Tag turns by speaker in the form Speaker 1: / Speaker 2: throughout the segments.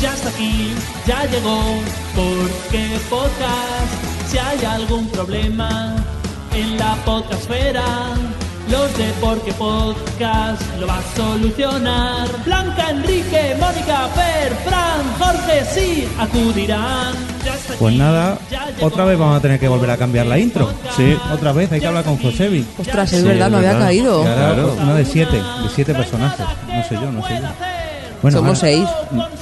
Speaker 1: Ya está aquí, ya llegó, porque podcast. Si hay algún problema en la podcastfera, los de Porque Podcast lo va a solucionar. Blanca, Enrique, Mónica, Fer, Fran, Jorge, sí, acudirán. Ya está
Speaker 2: Pues
Speaker 1: aquí,
Speaker 2: nada,
Speaker 1: ya llegó,
Speaker 2: otra vez vamos a tener que volver a cambiar la intro.
Speaker 1: Podcast.
Speaker 3: Sí.
Speaker 2: Otra vez hay que
Speaker 1: Ya
Speaker 2: hablar con
Speaker 1: está aquí,
Speaker 2: Josebi.
Speaker 1: ya
Speaker 4: Ostras, es
Speaker 1: llegó.
Speaker 4: verdad,
Speaker 3: es
Speaker 4: no había
Speaker 3: verdad.
Speaker 4: caído.
Speaker 2: Y ahora pues,
Speaker 3: Claro.
Speaker 2: una de siete, de siete personajes. No sé yo, no sé yo. Bueno,
Speaker 4: Somos
Speaker 2: ahora-
Speaker 4: seis.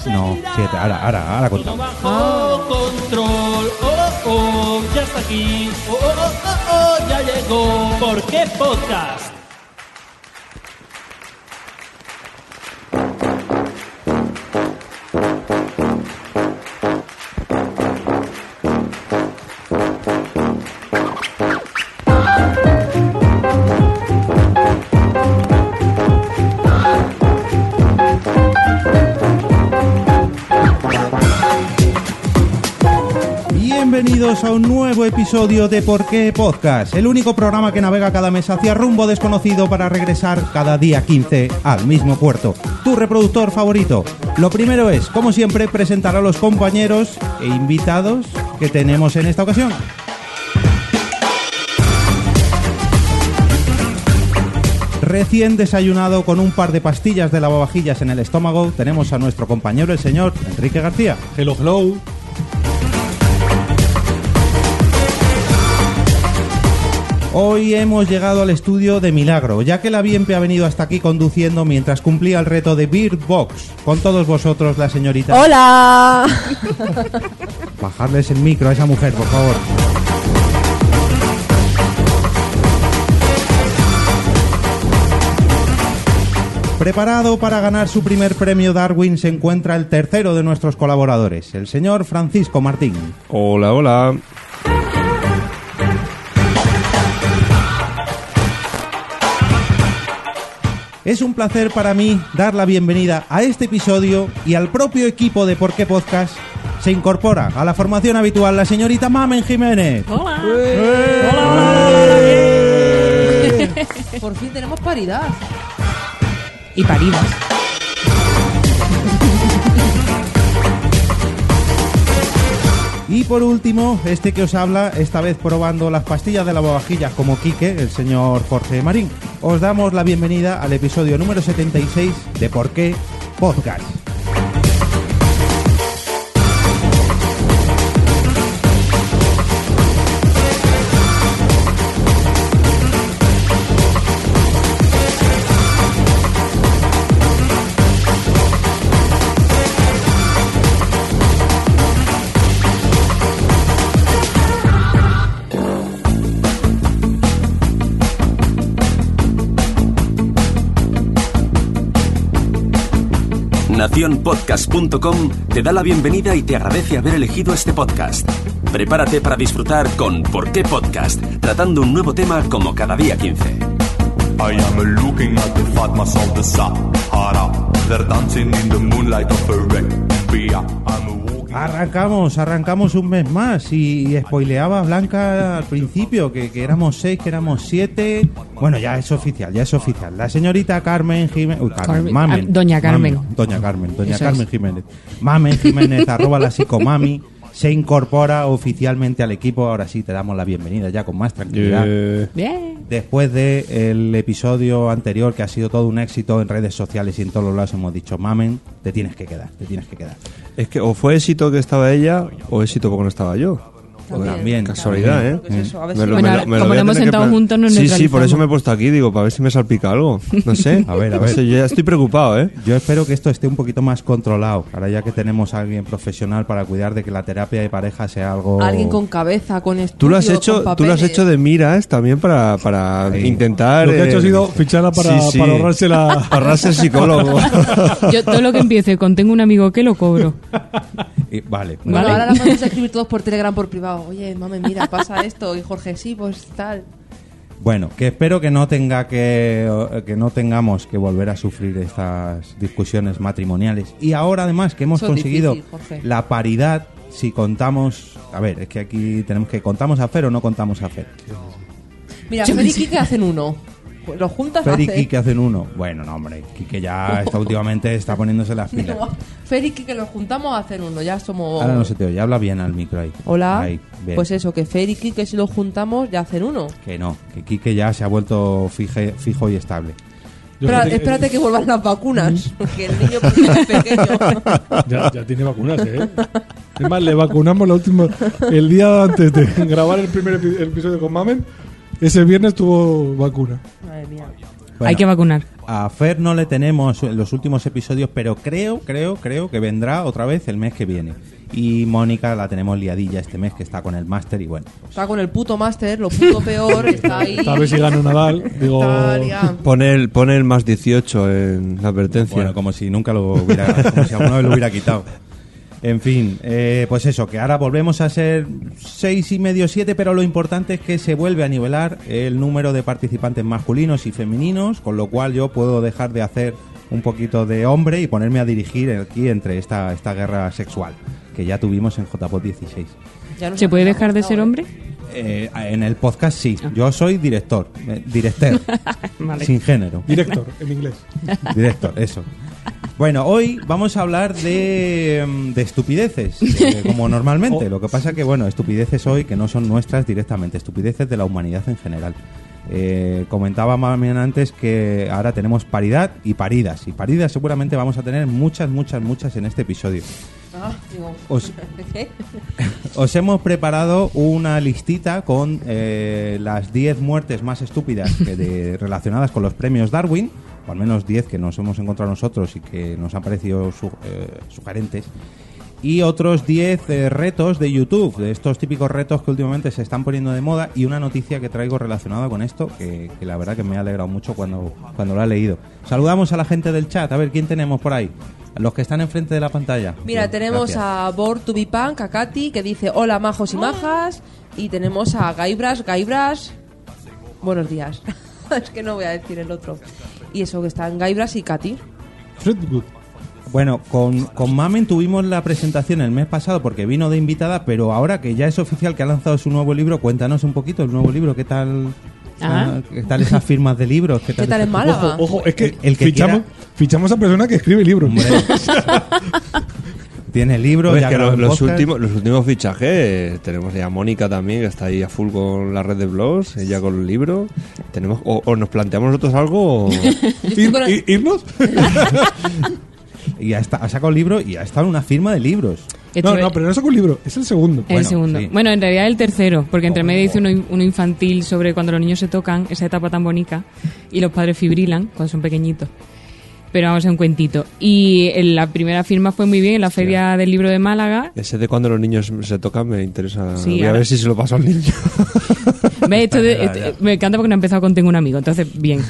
Speaker 2: No, siete, ahora, ahora, ahora
Speaker 1: Todo
Speaker 2: contamos.
Speaker 1: bajo control. Oh, oh, ya está aquí. Oh, oh, oh, oh, oh, ya llegó. ¿Por qué podcast?
Speaker 2: Bienvenidos a un nuevo episodio de Por qué Podcast, el único programa que navega cada mes hacia rumbo desconocido para regresar cada día 15 al mismo puerto. Tu reproductor favorito. Lo primero es, como siempre, presentar a los compañeros e invitados que tenemos en esta ocasión. Recién desayunado con un par de pastillas de lavavajillas en el estómago, tenemos a nuestro compañero el señor Enrique García.
Speaker 3: Hello, hello.
Speaker 2: Hoy hemos llegado al estudio de Milagro, ya que la Bienpe ha venido hasta aquí conduciendo mientras cumplía el reto de Beer Box. Con todos vosotros, la señorita.
Speaker 4: ¡Hola!
Speaker 2: Bajarles el micro a esa mujer, por favor. Preparado para ganar su primer premio Darwin se encuentra el tercero de nuestros colaboradores, el señor Francisco Martín.
Speaker 3: Hola, hola.
Speaker 2: Es un placer para mí dar la bienvenida a este episodio y al propio equipo de Por qué Podcast. Se incorpora a la formación habitual la señorita Mamen Jiménez.
Speaker 5: Hola.
Speaker 4: Por fin tenemos paridad.
Speaker 5: Y paridas.
Speaker 2: Y por último, este que os habla, esta vez probando las pastillas de lavavajillas como Quique, el señor Jorge Marín. Os damos la bienvenida al episodio número 76 de Por qué Podcast.
Speaker 6: Naciónpodcast.com te da la bienvenida y te agradece haber elegido este podcast. Prepárate para disfrutar con ¿Por qué podcast? Tratando un nuevo tema como cada día 15.
Speaker 7: I am looking at the fatmas of the Sahara. They're dancing in the moonlight of Arabia. I'm walking.
Speaker 2: Arrancamos, arrancamos un mes más y, y spoileaba Blanca al principio que, que éramos seis, que éramos siete. Bueno, ya es oficial, ya es oficial. La señorita Carmen Jiménez. Uy, Carmen,
Speaker 5: Carmen,
Speaker 2: Mamen.
Speaker 5: ah, doña Carmen.
Speaker 2: Mamen, doña Carmen, doña
Speaker 5: Eso
Speaker 2: Carmen
Speaker 5: es.
Speaker 2: Jiménez. Mamen Jiménez, arroba la psicomami. Se incorpora oficialmente al equipo. Ahora sí, te damos la bienvenida ya con más tranquilidad.
Speaker 3: Eh,
Speaker 5: Bien.
Speaker 2: Después del episodio anterior que ha sido todo un éxito en redes sociales y en todos los lados hemos dicho, Mamen, te tienes que quedar, te tienes que quedar.
Speaker 3: Es que o fue éxito que estaba ella o éxito porque no estaba yo. Joder,
Speaker 2: También. Mm.
Speaker 3: Casualidad,
Speaker 2: También.
Speaker 3: ¿eh?
Speaker 2: Porque es eso,
Speaker 4: a ver
Speaker 3: Me
Speaker 4: si-
Speaker 3: lo-
Speaker 5: Bueno,
Speaker 3: me lo-
Speaker 5: ahora,
Speaker 3: me lo
Speaker 5: como
Speaker 3: voy
Speaker 5: no
Speaker 3: a
Speaker 5: hemos
Speaker 3: tener que
Speaker 5: sentado
Speaker 3: plan-
Speaker 5: juntos, nos
Speaker 3: Sí, sí, por
Speaker 5: neutralizamos.
Speaker 3: eso me he puesto aquí, digo, para ver si me salpica algo. No sé.
Speaker 2: A ver, a
Speaker 3: No
Speaker 2: ver.
Speaker 3: sé, yo ya estoy preocupado, ¿eh?
Speaker 2: Yo espero que esto esté un poquito más controlado, ahora ya que tenemos a alguien profesional para cuidar de que la terapia de pareja sea algo...
Speaker 4: Alguien con cabeza, con estudio,
Speaker 3: Tú lo has
Speaker 4: con
Speaker 3: hecho, tú lo has
Speaker 4: papeles.
Speaker 3: hecho de miras también para, para intentar. eh,
Speaker 8: Lo que ha hecho ha sido ficharla para- para ahorrarse la-
Speaker 3: ahorrarse el psicólogo.
Speaker 5: Yo todo lo que empiece con tengo un amigo que lo cobro.
Speaker 2: Y- vale.
Speaker 4: Bueno,
Speaker 5: Vale.
Speaker 4: ahora la vamos a escribir todos por Telegram por privado. Oye, mame, mira, pasa esto. Y Jorge, sí, pues tal.
Speaker 2: Bueno, que espero que no tenga que, que no tengamos que volver a sufrir estas discusiones matrimoniales. Y ahora además que hemos
Speaker 4: Eso es
Speaker 2: conseguido
Speaker 4: difícil, Jorge.
Speaker 2: la paridad, si contamos, a ver, es que aquí tenemos que contamos a Fer o no contamos a Fer.
Speaker 4: Mira,
Speaker 5: Yo
Speaker 4: Fer y
Speaker 5: pensé-
Speaker 4: Quique hacen uno. Pues lo juntas
Speaker 2: Fer y
Speaker 4: hace.
Speaker 2: Quique hacen uno. Bueno, no, hombre. Quique ya está últimamente está poniéndose las pilas.
Speaker 4: Fer y Quique los juntamos a hacer uno, ya somos...
Speaker 2: Ahora no se te oye. Habla bien al micro ahí.
Speaker 4: Oh. Hola,
Speaker 2: Ahí, bien.
Speaker 4: pues eso, que Fer y Quique si los juntamos ya hacen uno.
Speaker 2: Que no, que Quique ya se ha vuelto fije- fijo y estable.
Speaker 8: Yo
Speaker 4: Espera-
Speaker 8: creo que-
Speaker 4: espérate que vuelvan las vacunas, que el niño pues, es pequeño.
Speaker 8: Ya, ya tiene vacunas, ¿eh? Es más, le vacunamos la última, el día antes de grabar el primer epi- el episodio con Mamen. Ese viernes tuvo vacuna.
Speaker 4: Madre mía.
Speaker 2: Bueno,
Speaker 5: Hay que vacunar.
Speaker 2: a Fer no le tenemos en los últimos episodios, pero creo, creo, creo que vendrá otra vez el mes que viene. Y Mónica la tenemos liadilla este mes que está con el máster y bueno.
Speaker 4: Está con el puto máster, lo puto peor, está ahí.
Speaker 8: Tal vez si gana Nadal. Digo,
Speaker 4: Está liado.
Speaker 3: Pone el, pone el más 18 en la advertencia.
Speaker 2: Bueno, como si nunca lo hubiera, como si alguna vez lo hubiera quitado. En fin, eh, pues eso, que ahora volvemos a ser seis y medio, siete, pero lo importante es que se vuelve a nivelar el número de participantes masculinos y femeninos, con lo cual yo puedo dejar de hacer un poquito de hombre y ponerme a dirigir aquí entre esta, esta guerra sexual que ya tuvimos en JPOT 16.
Speaker 4: Ya nos
Speaker 5: ¿Se puede
Speaker 4: hemos
Speaker 5: dejar de
Speaker 4: acordado,
Speaker 5: ser
Speaker 4: ¿eh?
Speaker 5: hombre?
Speaker 2: Eh, en el podcast sí, yo soy director, eh, director,
Speaker 5: Vale.
Speaker 2: sin género.
Speaker 8: director, en inglés.
Speaker 2: Director, eso. Bueno, hoy vamos a hablar de, mm, de estupideces, eh, como normalmente. Lo que pasa que, bueno, estupideces hoy que no son nuestras directamente, estupideces de la humanidad en general. Eh, comentaba Mamián antes que ahora tenemos paridad y paridas. Y paridas seguramente vamos a tener muchas, muchas, muchas en este episodio.
Speaker 4: Ah, digo,
Speaker 2: Os-
Speaker 4: ¿qué?
Speaker 2: Os hemos preparado una listita con eh, las 10 muertes más estúpidas que de- relacionadas con los premios Darwin, o al menos 10 que nos hemos encontrado nosotros y que nos han parecido su- eh, sugerentes, y otros 10 eh, retos de YouTube, de estos típicos retos que últimamente se están poniendo de moda, y una noticia que traigo relacionada con esto, que, que la verdad que me ha alegrado mucho cuando, cuando lo he leído. Saludamos a la gente del chat, a ver quién tenemos por ahí. Los que están enfrente de la pantalla.
Speaker 4: Mira,
Speaker 2: Bien,
Speaker 4: tenemos
Speaker 2: gracias.
Speaker 4: a Born to be Punk, a Katy, que dice hola majos y majas. Y tenemos a Gaibras, Gaibras, buenos días. es que no voy a decir el otro. Y eso que están Gaibras y Katy.
Speaker 8: Fredwood.
Speaker 2: Bueno, con, con Mamen tuvimos la presentación el mes pasado porque vino de invitada, pero ahora que ya es oficial que ha lanzado su nuevo libro, cuéntanos un poquito el nuevo libro, qué tal,
Speaker 5: Ah.
Speaker 2: qué tal esas firmas de libros, qué tal,
Speaker 4: ¿Qué tal
Speaker 2: esas-
Speaker 4: en Málaga?
Speaker 8: Ojo, es que,
Speaker 2: El que
Speaker 8: fichamos, fichamos a persona que escribe libros.
Speaker 2: Hombre. Tiene libro,
Speaker 3: Hombre,
Speaker 2: ya
Speaker 3: es que
Speaker 2: grabó
Speaker 3: lo-
Speaker 2: el
Speaker 3: los,
Speaker 2: podcast.
Speaker 3: últimos, los últimos fichajes, tenemos ya a Mónica también, que está ahí a full con la red de blogs, ella con el libro. Tenemos, o, o nos planteamos nosotros algo, o-
Speaker 8: Ir- ir- ¿Irnos?
Speaker 2: y ha, esta- ha sacado el libro y ha estado en una firma de libros.
Speaker 5: Esto
Speaker 8: No,
Speaker 5: es-
Speaker 8: no, pero no sacó un libro, es el segundo.
Speaker 5: El
Speaker 2: Bueno,
Speaker 5: segundo.
Speaker 2: sí.
Speaker 5: Bueno, en realidad el tercero, porque entre
Speaker 2: Oh.
Speaker 5: medio dice uno, uno infantil sobre cuando los niños se tocan, esa etapa tan bonita, y los padres fibrilan cuando son pequeñitos. Pero vamos a un cuentito. Y en la primera firma fue muy bien en la Feria del Libro de Málaga.
Speaker 3: Ese de cuando los niños se tocan me interesa.
Speaker 5: Sí,
Speaker 3: Voy a
Speaker 5: ahora-
Speaker 3: ver si se lo paso al niño.
Speaker 5: Ve, esto de-
Speaker 2: Ya, ya.
Speaker 5: esto- me encanta porque no he empezado con Tengo un amigo, entonces bien.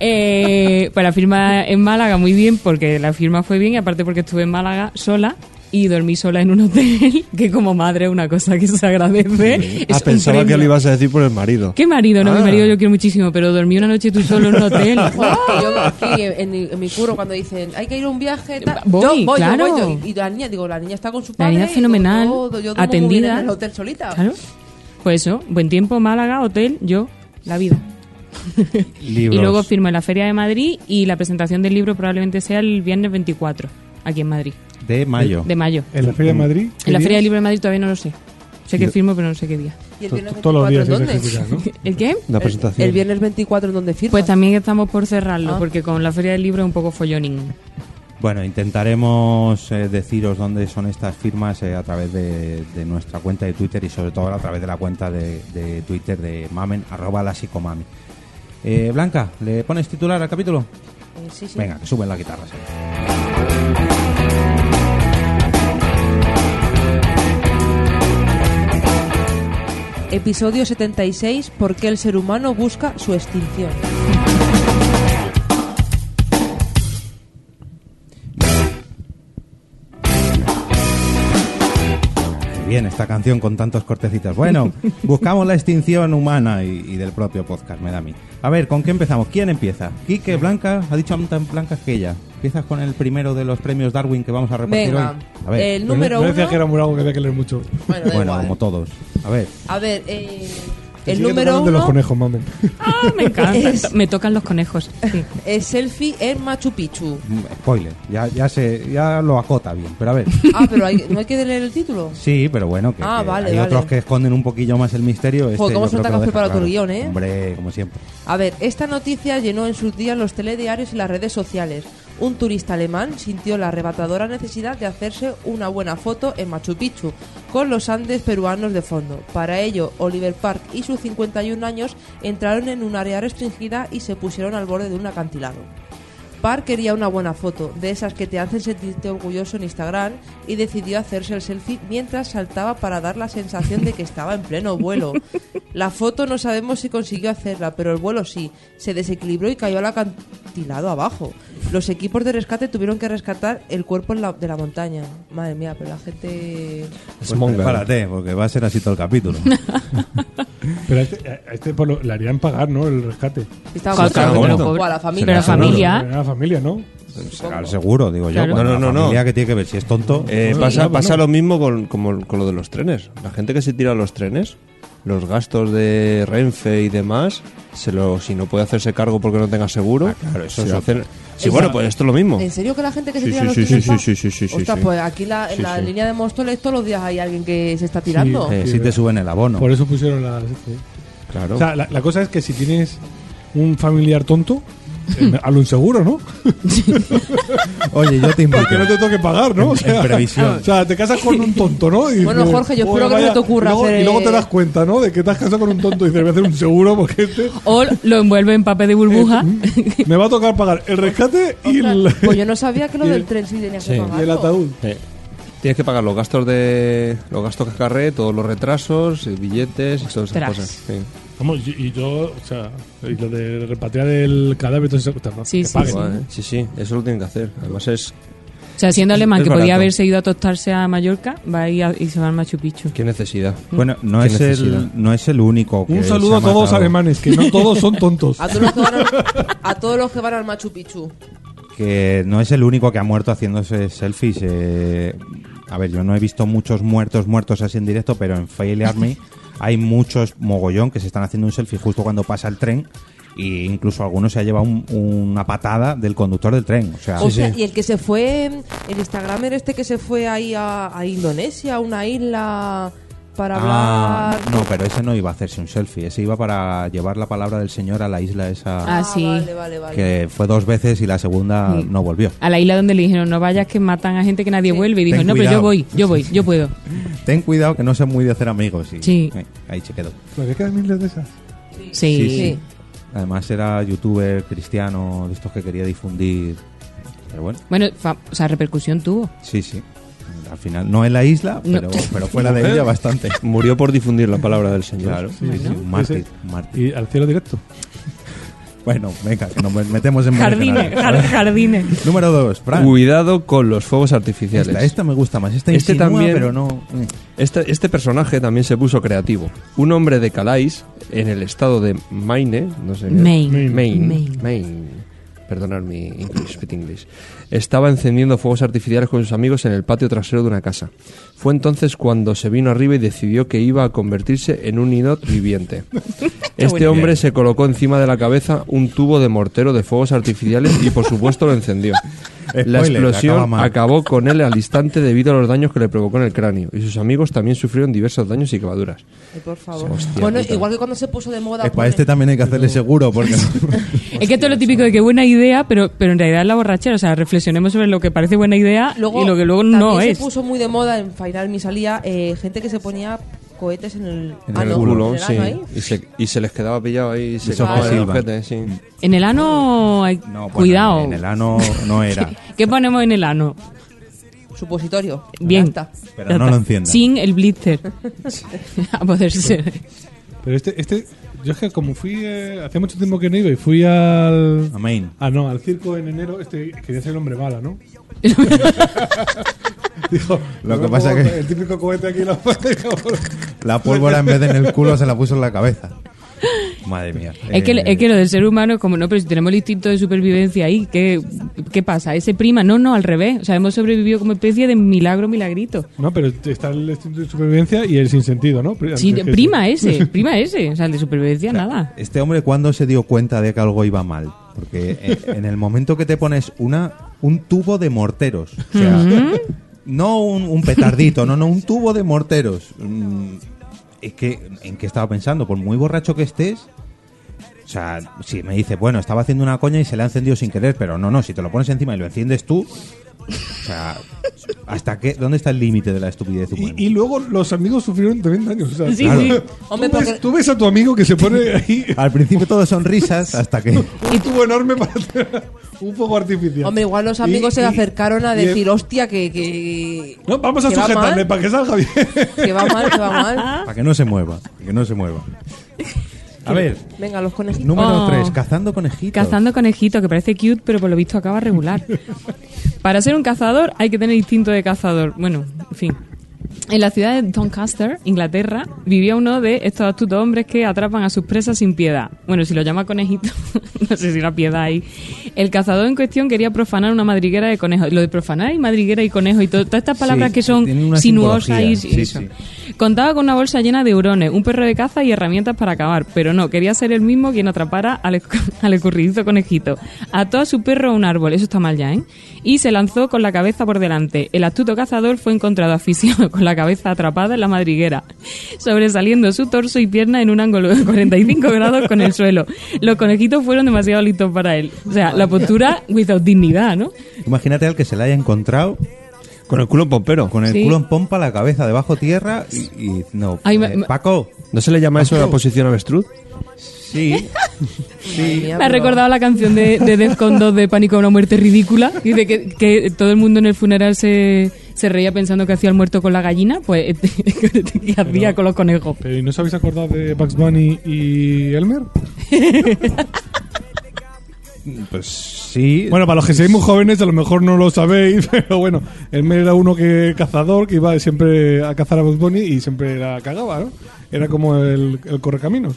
Speaker 5: Eh, para la firma en Málaga, muy bien, porque la firma fue bien y aparte porque estuve en Málaga sola y dormí sola en un hotel, que como madre es una cosa que se agradece. Es
Speaker 3: ah,
Speaker 5: un
Speaker 3: pensaba que
Speaker 5: premio.
Speaker 3: lo ibas a decir por el marido.
Speaker 5: ¿Qué marido? No,
Speaker 3: Ah.
Speaker 5: mi marido yo quiero muchísimo, pero dormí una noche tú solo en un hotel.
Speaker 4: Joder, que yo aquí en, mi- en mi curro cuando dicen hay que ir a un viaje tal,
Speaker 5: Voy,
Speaker 4: yo voy,
Speaker 5: claro.
Speaker 4: yo voy yo. y la niña digo la niña está con su
Speaker 5: La
Speaker 4: padre
Speaker 5: niña
Speaker 4: y
Speaker 5: fenomenal,
Speaker 4: con todo, yo duermo muy bien
Speaker 5: atendida.
Speaker 4: en el hotel solita
Speaker 5: Claro. Pues eso, buen tiempo, Málaga, hotel, yo, la vida.
Speaker 2: Libros.
Speaker 5: Y luego firmo en la Feria de Madrid y la presentación del libro probablemente sea el viernes 24, aquí en Madrid,
Speaker 2: de mayo.
Speaker 5: de mayo.
Speaker 8: En la Feria de Madrid.
Speaker 5: En la Feria
Speaker 8: ¿qué
Speaker 5: del
Speaker 8: día?
Speaker 5: Libro de Madrid todavía no lo sé. Sé que firmo, pero no sé qué día.
Speaker 4: y el viernes
Speaker 8: Todos los
Speaker 4: 24
Speaker 8: días
Speaker 4: en
Speaker 8: es
Speaker 4: dónde
Speaker 8: ejecutar, ¿no?
Speaker 5: ¿El qué?
Speaker 3: La
Speaker 4: el,
Speaker 3: presentación.
Speaker 4: el viernes 24 en dónde firma
Speaker 5: Pues también estamos por cerrarlo,
Speaker 4: Ah.
Speaker 5: porque con la Feria del Libro es un poco folloning.
Speaker 2: Bueno, intentaremos eh, deciros dónde son estas firmas eh, a través de, de nuestra cuenta de Twitter y sobre todo a través de la cuenta de, de Twitter de mamen, arroba la psicomami. Eh, Blanca, ¿le pones titular al capítulo?
Speaker 4: Eh, sí, sí.
Speaker 2: Venga, que suben la guitarra. sí.
Speaker 4: Episodio 76, ¿por qué el ser humano busca su extinción?
Speaker 2: Muy bien, esta canción con tantos cortecitos. Bueno, buscamos la extinción humana y, y del propio podcast, me da a mí. A ver, ¿con qué empezamos? ¿Quién empieza? Quique, Blanca, ha dicho tan Blanca que ella. Empiezas con el primero de los premios Darwin que vamos a repartir
Speaker 4: Venga,
Speaker 2: hoy.
Speaker 4: Eh,
Speaker 2: A ver,
Speaker 4: el
Speaker 8: No,
Speaker 4: número
Speaker 8: no
Speaker 4: uno...
Speaker 8: decía que era Murado que había que leer mucho.
Speaker 4: Bueno, da
Speaker 2: bueno,
Speaker 4: igual.
Speaker 2: como todos. A ver.
Speaker 4: A ver, eh,
Speaker 8: Te
Speaker 4: El
Speaker 8: sigue
Speaker 4: número
Speaker 8: tocando de los
Speaker 4: uno
Speaker 8: conejos, mamen.
Speaker 5: Ah, me encanta.
Speaker 4: Es-
Speaker 5: Me tocan los conejos. sí.
Speaker 4: es selfie en Machu Picchu.
Speaker 2: mm, Spoiler, ya, ya, se, ya lo acota bien, pero a ver.
Speaker 4: Ah, pero hay- no hay que leer el título.
Speaker 2: Sí, pero bueno, que,
Speaker 4: Ah,
Speaker 2: que
Speaker 4: vale,
Speaker 2: hay
Speaker 4: vale.
Speaker 2: otros que esconden un poquillo más el misterio. Este
Speaker 4: Joder, cómo
Speaker 2: yo creo
Speaker 4: suelta
Speaker 2: que lo
Speaker 4: café
Speaker 2: deja
Speaker 4: para otro
Speaker 2: claro.
Speaker 4: guión, ¿eh?
Speaker 2: Hombre, como siempre.
Speaker 4: A ver, esta noticia llenó en sus días los telediarios y las redes sociales. Un turista alemán sintió la arrebatadora necesidad de hacerse una buena foto en Machu Picchu, con los Andes peruanos de fondo. Para ello, Oliver Park y sus 51 años entraron en un área restringida y se pusieron al borde de un acantilado. Park quería una buena foto, de esas que te hacen sentirte orgulloso en Instagram, y decidió hacerse el selfie mientras saltaba para dar la sensación de que estaba en pleno vuelo. La foto no sabemos si consiguió hacerla, pero el vuelo sí. Se desequilibró y cayó al acantilado abajo. Los equipos de rescate tuvieron que rescatar el cuerpo en la- de la montaña. Madre mía, pero la gente...
Speaker 2: Pues
Speaker 3: Smonger.
Speaker 2: prepárate, porque va a ser así todo el capítulo. Pues,
Speaker 8: Pero a este, a este por lo- le harían pagar, ¿no? El rescate.
Speaker 4: Estaba
Speaker 5: Claro,
Speaker 4: bastante-
Speaker 3: claro, pero
Speaker 4: o a la
Speaker 5: pobre-
Speaker 4: familia.
Speaker 5: Pero la
Speaker 2: Seguro.
Speaker 5: familia.
Speaker 8: Pero era la familia, ¿no?
Speaker 2: Será el seguro, digo yo.
Speaker 5: Claro.
Speaker 2: cuando
Speaker 3: No, no, no,
Speaker 2: la
Speaker 3: no.
Speaker 2: familia que tiene que ver si es tonto.
Speaker 3: Eh,
Speaker 8: Sí,
Speaker 3: pasa
Speaker 8: ya, bueno.
Speaker 3: pasa lo mismo con, como con lo de los trenes. La gente que se tira a los trenes, los gastos de Renfe y demás, se lo, si no puede hacerse cargo porque no tenga seguro,
Speaker 2: Ah, claro, eso
Speaker 3: se
Speaker 2: ya.
Speaker 3: lo hacen- Sí, bueno, pues esto es lo mismo.
Speaker 4: ¿En serio que la gente que se
Speaker 3: Sí,
Speaker 4: tira
Speaker 3: sí,
Speaker 4: los
Speaker 3: sí,
Speaker 4: trenes
Speaker 3: sí,
Speaker 4: va?
Speaker 3: sí, sí, sí, sí,
Speaker 4: Ostras,
Speaker 3: sí.
Speaker 4: pues aquí la, en
Speaker 3: Sí,
Speaker 4: la
Speaker 3: sí.
Speaker 4: línea de Móstoles todos los días hay alguien que se está tirando.
Speaker 8: Sí.
Speaker 2: Eh, si te suben el abono.
Speaker 8: Por eso pusieron las. este.
Speaker 3: Claro.
Speaker 8: O sea, la, la cosa es que si tienes un familiar tonto, eh, hazlo un seguro, ¿no?
Speaker 2: Oye, yo te invito.
Speaker 8: Que no te toque pagar, ¿no? O sea,
Speaker 2: en previsión.
Speaker 8: O sea, te casas con un tonto, ¿no? Y
Speaker 4: Bueno,
Speaker 8: dices,
Speaker 4: Jorge, yo
Speaker 8: "Joder,
Speaker 4: espero que no
Speaker 8: vaya".
Speaker 4: te ocurra
Speaker 8: Y luego,
Speaker 4: hacer-
Speaker 8: y luego te das cuenta, ¿no? De que te has casado con un tonto y dices, voy a hacer un seguro porque este.
Speaker 5: O lo envuelve en papel de burbuja.
Speaker 8: Me va a tocar pagar el rescate y el,
Speaker 4: Pues yo no sabía que lo
Speaker 8: Y el-
Speaker 4: del tren sí tenía que
Speaker 3: sí.
Speaker 8: y el
Speaker 4: pagarlo.
Speaker 8: ataúd.
Speaker 3: Eh, Tienes que pagar los gastos de los gastos que acarree, todos los retrasos, eh, billetes y todas esas
Speaker 5: Ostras.
Speaker 3: cosas. sí.
Speaker 8: Vamos, y, y yo, o sea, y lo de repatriar el cadáver, todo eso, ¿no?
Speaker 5: Sí,
Speaker 8: que
Speaker 5: sí,
Speaker 8: paguen.
Speaker 3: Guay, ¿eh? Sí, sí, eso lo tienen que hacer. Además es
Speaker 5: O sea, siendo
Speaker 3: Es-
Speaker 5: alemán
Speaker 3: es
Speaker 5: que podía
Speaker 3: barato.
Speaker 5: haberse ido a tostarse a Mallorca, va y, a- y se va al Machu Picchu.
Speaker 3: qué necesidad.
Speaker 2: Bueno, no
Speaker 3: Qué
Speaker 2: es, el,
Speaker 3: necesidad.
Speaker 2: no es el único. que
Speaker 8: Un
Speaker 2: se
Speaker 8: saludo
Speaker 2: ha
Speaker 8: a todos
Speaker 2: matado.
Speaker 8: alemanes, que no todos son tontos.
Speaker 4: A todos, los que van al, a todos los que van al Machu Picchu.
Speaker 2: que no es el único que ha muerto haciéndose selfies. eh, a ver, yo no he visto muchos muertos, muertos así en directo, pero en Fail Army hay muchos mogollón que se están haciendo un selfie justo cuando pasa el tren e incluso algunos se ha llevado un- una patada del conductor del tren. O sea,
Speaker 4: o sea, y el que se fue, em, el Instagramer este que se fue ahí a, a Indonesia, a una isla, para
Speaker 2: Ah,
Speaker 4: hablar.
Speaker 2: no, pero ese no iba a hacerse un selfie, ese iba para llevar la palabra del señor a la isla esa
Speaker 5: Ah, sí.
Speaker 4: Vale, vale, vale.
Speaker 2: que fue dos veces y la segunda
Speaker 5: Mm.
Speaker 2: no volvió.
Speaker 5: A la isla donde le dijeron, no vayas que matan a gente que nadie vuelve. Y dijo,
Speaker 2: Ten
Speaker 5: no, pero
Speaker 2: cuidado".
Speaker 5: yo voy, yo voy, yo puedo.
Speaker 2: Ten cuidado que no sé muy de hacer amigos. Y,
Speaker 5: Sí.
Speaker 2: eh, ahí se quedó.
Speaker 8: ¿Pero quedan miles de esas?
Speaker 5: Sí.
Speaker 2: Sí, sí. Además era youtuber cristiano, de estos que quería difundir. Pero bueno,
Speaker 5: Bueno, fa- o sea, repercusión tuvo.
Speaker 2: sí, sí. Al final, no en la isla,
Speaker 5: No.
Speaker 2: pero, pero fuera de ella bastante.
Speaker 3: Murió por difundir la palabra del señor.
Speaker 2: Claro, sí, sí, un mártir, un mártir.
Speaker 8: Y al cielo directo.
Speaker 2: Bueno, venga, que nos metemos en
Speaker 5: Jardines,
Speaker 2: berenjenales.
Speaker 5: jar- jardines.
Speaker 2: Número dos, Fran.
Speaker 3: Cuidado con los fuegos artificiales.
Speaker 2: esta, esta me gusta más. Esta
Speaker 3: Este
Speaker 2: insinúa,
Speaker 3: también-
Speaker 2: pero no... eh,
Speaker 3: Este, este personaje también se puso creativo. Un hombre de Calais, en el estado de Maine, no sé,
Speaker 5: Maine.
Speaker 3: Maine,
Speaker 5: Maine.
Speaker 3: Maine, Maine. Perdonad mi English, speak English. Estaba encendiendo fuegos artificiales con sus amigos en el patio trasero de una casa. Fue entonces cuando se vino arriba y decidió que iba a convertirse en un ninot viviente. Este hombre se colocó encima de la cabeza un tubo de mortero de fuegos artificiales y por supuesto lo encendió. la
Speaker 2: Spoiler, acaba
Speaker 3: explosión
Speaker 2: mal.
Speaker 3: acabó con él al instante debido a los daños que le provocó en el cráneo y sus amigos también sufrieron diversos daños y quemaduras.
Speaker 4: Ay, por favor.
Speaker 3: Hostia
Speaker 4: bueno,
Speaker 3: puta.
Speaker 4: igual que cuando se puso de moda.
Speaker 2: Eh, para
Speaker 4: poner-
Speaker 2: este también hay que hacerle seguro, porque...
Speaker 5: Es que esto es lo típico de que buena idea, pero, pero en realidad es la borrachera. O sea, reflexionemos sobre lo que parece buena idea
Speaker 4: Luego,
Speaker 5: y lo que luego
Speaker 4: también
Speaker 5: no es.
Speaker 4: se puso muy de moda en Final Me salía eh, gente que se ponía cohetes en el,
Speaker 3: En
Speaker 4: ano,
Speaker 3: el culo,
Speaker 4: en el
Speaker 3: sí.
Speaker 4: ano Ah, ahí.
Speaker 3: Y se, y se les quedaba pillado ahí y se
Speaker 2: Eso
Speaker 3: quemaba
Speaker 2: que
Speaker 3: el
Speaker 2: silban.
Speaker 3: ojete, sí.
Speaker 5: En el ano, hay-
Speaker 2: No, bueno,
Speaker 5: cuidado.
Speaker 2: En el ano no era.
Speaker 5: ¿Qué ponemos en el ano?
Speaker 4: ¿eh? Supositorio.
Speaker 5: Bien.
Speaker 4: Ya está.
Speaker 2: Pero
Speaker 5: Ya
Speaker 2: no
Speaker 5: está.
Speaker 2: lo enciendas.
Speaker 5: Sin el blister. a poder ser.
Speaker 8: Pero este, este, yo es que como fui, eh, hace mucho tiempo que no iba y fui al...
Speaker 2: Amén.
Speaker 8: Ah, no, al circo en enero, este quería ser el hombre bala, ¿no? Dijo,
Speaker 2: Lo
Speaker 8: no
Speaker 2: que
Speaker 8: me
Speaker 2: pasa
Speaker 8: pongo
Speaker 2: que-
Speaker 8: El típico cohete aquí en la mano.
Speaker 2: La pólvora en vez de en el culo se la puso en la cabeza. Madre mía.
Speaker 5: Es que,
Speaker 2: Eh,
Speaker 5: es que lo del ser humano es como, no, pero si tenemos el instinto de supervivencia ahí, ¿qué, qué pasa? ¿Ese prima? No, no, al revés. O sea, hemos sobrevivido como especie de milagro, milagrito.
Speaker 8: No, pero está el instinto de supervivencia y el sinsentido, ¿no? Pri-
Speaker 5: Sí,
Speaker 8: antes que-
Speaker 5: prima ese, prima ese. O sea, el de supervivencia, nada.
Speaker 2: Este hombre, ¿cuándo se dio cuenta de que algo iba mal? Porque en- en el momento que te pones una un tubo de morteros, o sea, no un, un petardito, no, no, un tubo de morteros. Mm, Es que, ¿en qué estaba pensando? Por muy borracho que estés, o sea, si me dice, bueno, estaba haciendo una coña y se le ha encendido sin querer, pero no, no, si te lo pones encima y lo enciendes tú, o sea, ¿hasta qué? ¿Dónde está el límite de la
Speaker 4: ¿eh?
Speaker 2: estupidez humana?
Speaker 8: Y, y luego los amigos sufrieron también daños. O sea,
Speaker 5: Sí,
Speaker 8: tú
Speaker 5: sí.
Speaker 4: Hombre,
Speaker 8: ves-
Speaker 4: porque-
Speaker 8: tú ves a tu amigo que se pone ahí
Speaker 2: Al principio todo son risas hasta que...
Speaker 8: un tubo enorme para hacer un fuego artificial.
Speaker 4: Hombre, igual los
Speaker 8: Y-
Speaker 4: amigos se
Speaker 8: y-
Speaker 4: acercaron a
Speaker 8: y-
Speaker 4: decir, hostia, que. que
Speaker 8: No, vamos a
Speaker 4: que va
Speaker 8: sujetarle
Speaker 4: mal,
Speaker 8: para que salga bien.
Speaker 4: Que va mal, que va mal.
Speaker 2: Para que no se mueva, para que no se mueva. A ver,
Speaker 4: Venga, los conejitos.
Speaker 2: número
Speaker 5: Oh.
Speaker 2: 3, cazando conejitos.
Speaker 5: Cazando conejito, que parece cute, pero por lo visto acaba regular. Para ser un cazador hay que tener instinto de cazador. Bueno, en fin. En la ciudad de Doncaster, Inglaterra, vivía uno de estos astutos hombres que atrapan a sus presas sin piedad. Bueno, si lo llama conejito, no sé si la piedad ahí. El cazador en cuestión quería profanar una madriguera de conejos. Lo de profanar y madriguera y conejo y todo- todas estas palabras
Speaker 2: Sí,
Speaker 5: que son
Speaker 2: tienen una
Speaker 5: sinuosas y
Speaker 2: simbología.
Speaker 5: eso.
Speaker 2: Sí, sí.
Speaker 5: Contaba con una bolsa llena de eurones, un perro de caza y herramientas para acabar, pero no, quería ser el mismo quien atrapara al, escu- al escurridizo conejito. Ató a su perro a un árbol, eso está mal ya, ¿eh? Y se lanzó con la cabeza por delante. El astuto cazador fue encontrado asfixiado con la cabeza atrapada en la madriguera, sobresaliendo su torso y pierna en un ángulo de 45 grados con el suelo. Los conejitos fueron demasiado listos para él. O sea, la postura without dignidad, ¿no?
Speaker 2: Imagínate al que se la haya encontrado
Speaker 3: Con el culo pompero.
Speaker 2: con el
Speaker 5: Sí.
Speaker 2: culo en pompa, la cabeza debajo tierra y, y- no.
Speaker 5: Ay, me-
Speaker 2: eh,
Speaker 5: me-
Speaker 2: Paco,
Speaker 3: ¿No se le llama eso la posición avestruz?
Speaker 2: sí.
Speaker 4: Madre mía,
Speaker 5: Me ha
Speaker 4: pero-
Speaker 5: recordado la canción de, de Defcon 2 de Pánico a una muerte ridícula. Y de que, que todo el mundo en el funeral se, se reía pensando que hacía el muerto con la gallina. Pues, ¿qué hacía con los conejos?
Speaker 8: Pero, ¿y no os habéis acordado de Bugs Bunny y Elmer?
Speaker 2: Pues sí.
Speaker 8: Bueno, para los que seáis muy jóvenes, a lo mejor no lo sabéis, pero bueno, Elmer era uno que cazador, que iba siempre a cazar a Bugs Bunny y siempre la cagaba, ¿no? Era como el, el correcaminos.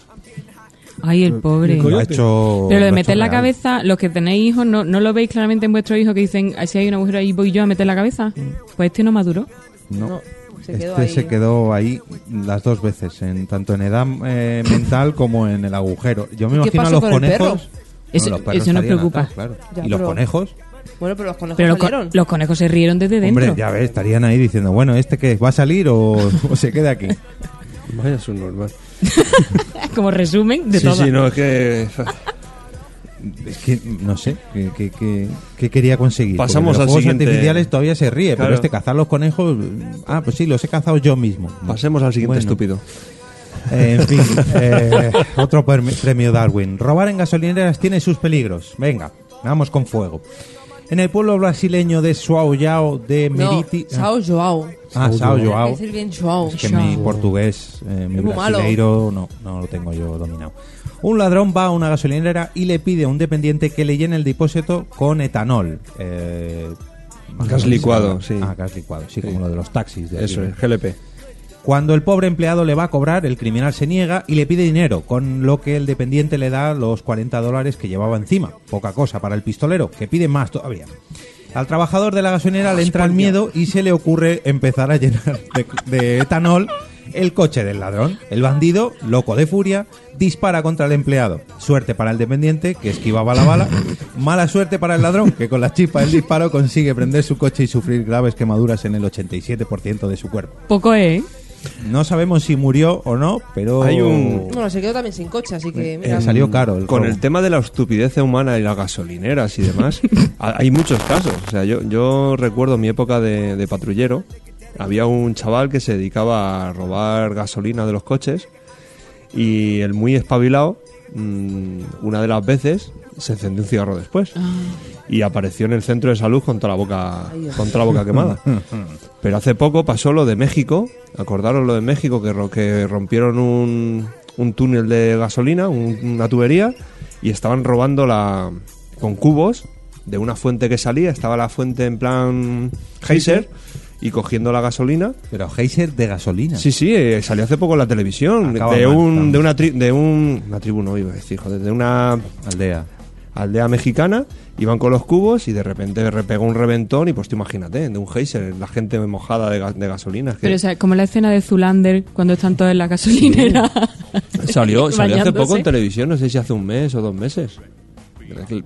Speaker 5: Ay, el pobre.
Speaker 8: coyote.
Speaker 2: lo ha hecho.
Speaker 5: Pero lo de
Speaker 2: lo ha
Speaker 5: meter
Speaker 2: hecho
Speaker 5: la
Speaker 2: real.
Speaker 5: cabeza, los que tenéis hijos, ¿no, ¿no lo veis claramente en vuestro hijo que dicen, "Ah, si hay un agujero ahí voy yo a meter la cabeza? Pues este no maduró.
Speaker 2: No.
Speaker 4: No, se quedó
Speaker 2: este
Speaker 4: ahí.
Speaker 2: se quedó ahí las dos veces, en, tanto en edad eh, mental como en el agujero. Yo me
Speaker 4: ¿Y qué
Speaker 2: imagino a los
Speaker 4: pasó con el perro?
Speaker 2: conejos.
Speaker 5: Eso-
Speaker 2: los perros
Speaker 5: eso nos
Speaker 2: estarían
Speaker 5: preocupa.
Speaker 2: atados, claro.
Speaker 4: Ya,
Speaker 2: y los
Speaker 4: pero-
Speaker 2: conejos,
Speaker 4: Bueno, pero los conejos
Speaker 5: Pero los, co-
Speaker 4: salieron.
Speaker 5: los conejos se rieron desde dentro.
Speaker 2: hombre, ya ves, estarían ahí diciendo, bueno, ¿este qué? ¿Va a salir o, o se queda aquí?
Speaker 3: Vaya subnormal.
Speaker 5: Como resumen de
Speaker 3: Sí,
Speaker 5: todo.
Speaker 3: sí, no, es que...
Speaker 2: Es que no sé qué, qué- qué- qué quería conseguir.
Speaker 3: Pasamos
Speaker 2: Porque
Speaker 3: al
Speaker 2: los juegos
Speaker 3: siguiente.
Speaker 2: artificiales todavía se ríe,
Speaker 3: Claro.
Speaker 2: pero este cazar los conejos. Ah, pues sí, los he cazado yo mismo.
Speaker 3: Pasemos al siguiente
Speaker 2: Bueno,
Speaker 3: estúpido.
Speaker 2: eh, en fin, eh, otro permi- premio Darwin. Robar en gasolineras tiene sus peligros. Venga, vamos con fuego. En el pueblo brasileño de Suauyao de
Speaker 4: No,
Speaker 2: Meriti.
Speaker 4: Sao Joao.
Speaker 2: ah, Sao Joao.
Speaker 4: Es bien Joao.
Speaker 2: Es que mi portugués, eh, mi
Speaker 4: Es muy malo.
Speaker 2: brasileiro, no, no lo tengo yo dominado. Un ladrón va a una gasolinera y le pide a un dependiente que le llene el depósito con etanol. Eh,
Speaker 3: Gas licuado, sí.
Speaker 2: Ah, gas licuado, sí, como lo de los taxis. de aquí,
Speaker 3: Eso
Speaker 2: ¿no?
Speaker 3: es, GLP.
Speaker 2: Cuando el pobre empleado le va a cobrar, el criminal se niega y le pide dinero, con lo que el dependiente le da los 40 dólares que llevaba encima. Poca cosa para el pistolero, que pide más todavía. Al trabajador de la gasolinera le entra el miedo y se le ocurre empezar a llenar de, de etanol el coche del ladrón. El bandido, loco de furia, dispara contra el empleado. Suerte para el dependiente, que esquivaba la bala. Mala suerte para el ladrón, que con la chispa del disparo consigue prender su coche y sufrir graves quemaduras en el 87% de su cuerpo.
Speaker 5: Poco es, ¿eh?
Speaker 2: No sabemos si murió o no, pero
Speaker 3: Hay un-
Speaker 4: Bueno, se quedó también sin coche, así
Speaker 2: Le
Speaker 4: que mira.
Speaker 2: salió caro el
Speaker 3: Con
Speaker 2: robo.
Speaker 3: el tema de la estupidez humana y las gasolineras y demás, ha- hay muchos casos. O sea, yo, yo recuerdo mi época de, de patrullero, había un chaval que se dedicaba a robar gasolina de los coches y el muy espabilado, mm, una de las veces, se encendió un cigarro después. Y apareció en el centro de salud con toda la boca, con toda la boca quemada. Pero hace poco pasó lo de México, acordaros lo de México, que, ro- que rompieron un, un túnel de gasolina, un- una tubería, y estaban robando la con cubos de una fuente que salía, estaba la fuente en plan geyser, y cogiendo la gasolina.
Speaker 2: Pero Heiser de gasolina.
Speaker 3: Sí, sí, eh, salió hace poco en la televisión.
Speaker 2: Acaba
Speaker 3: de,
Speaker 2: mal,
Speaker 3: un, de,
Speaker 2: vamos.
Speaker 3: una tri- de un. Una tribu, no iba a decir, joder, de una
Speaker 2: Aldea.
Speaker 3: aldea mexicana. Iban con los cubos y de repente re- pegó un reventón. Y pues tú imagínate, de un geyser, la gente mojada de, ga- de gasolina. es que-
Speaker 5: Pero o sea, como la escena de Zulander cuando están todos en la gasolinera.
Speaker 3: Salió, salió hace poco
Speaker 5: Bañándose.
Speaker 3: en televisión, no sé si hace un mes o dos meses.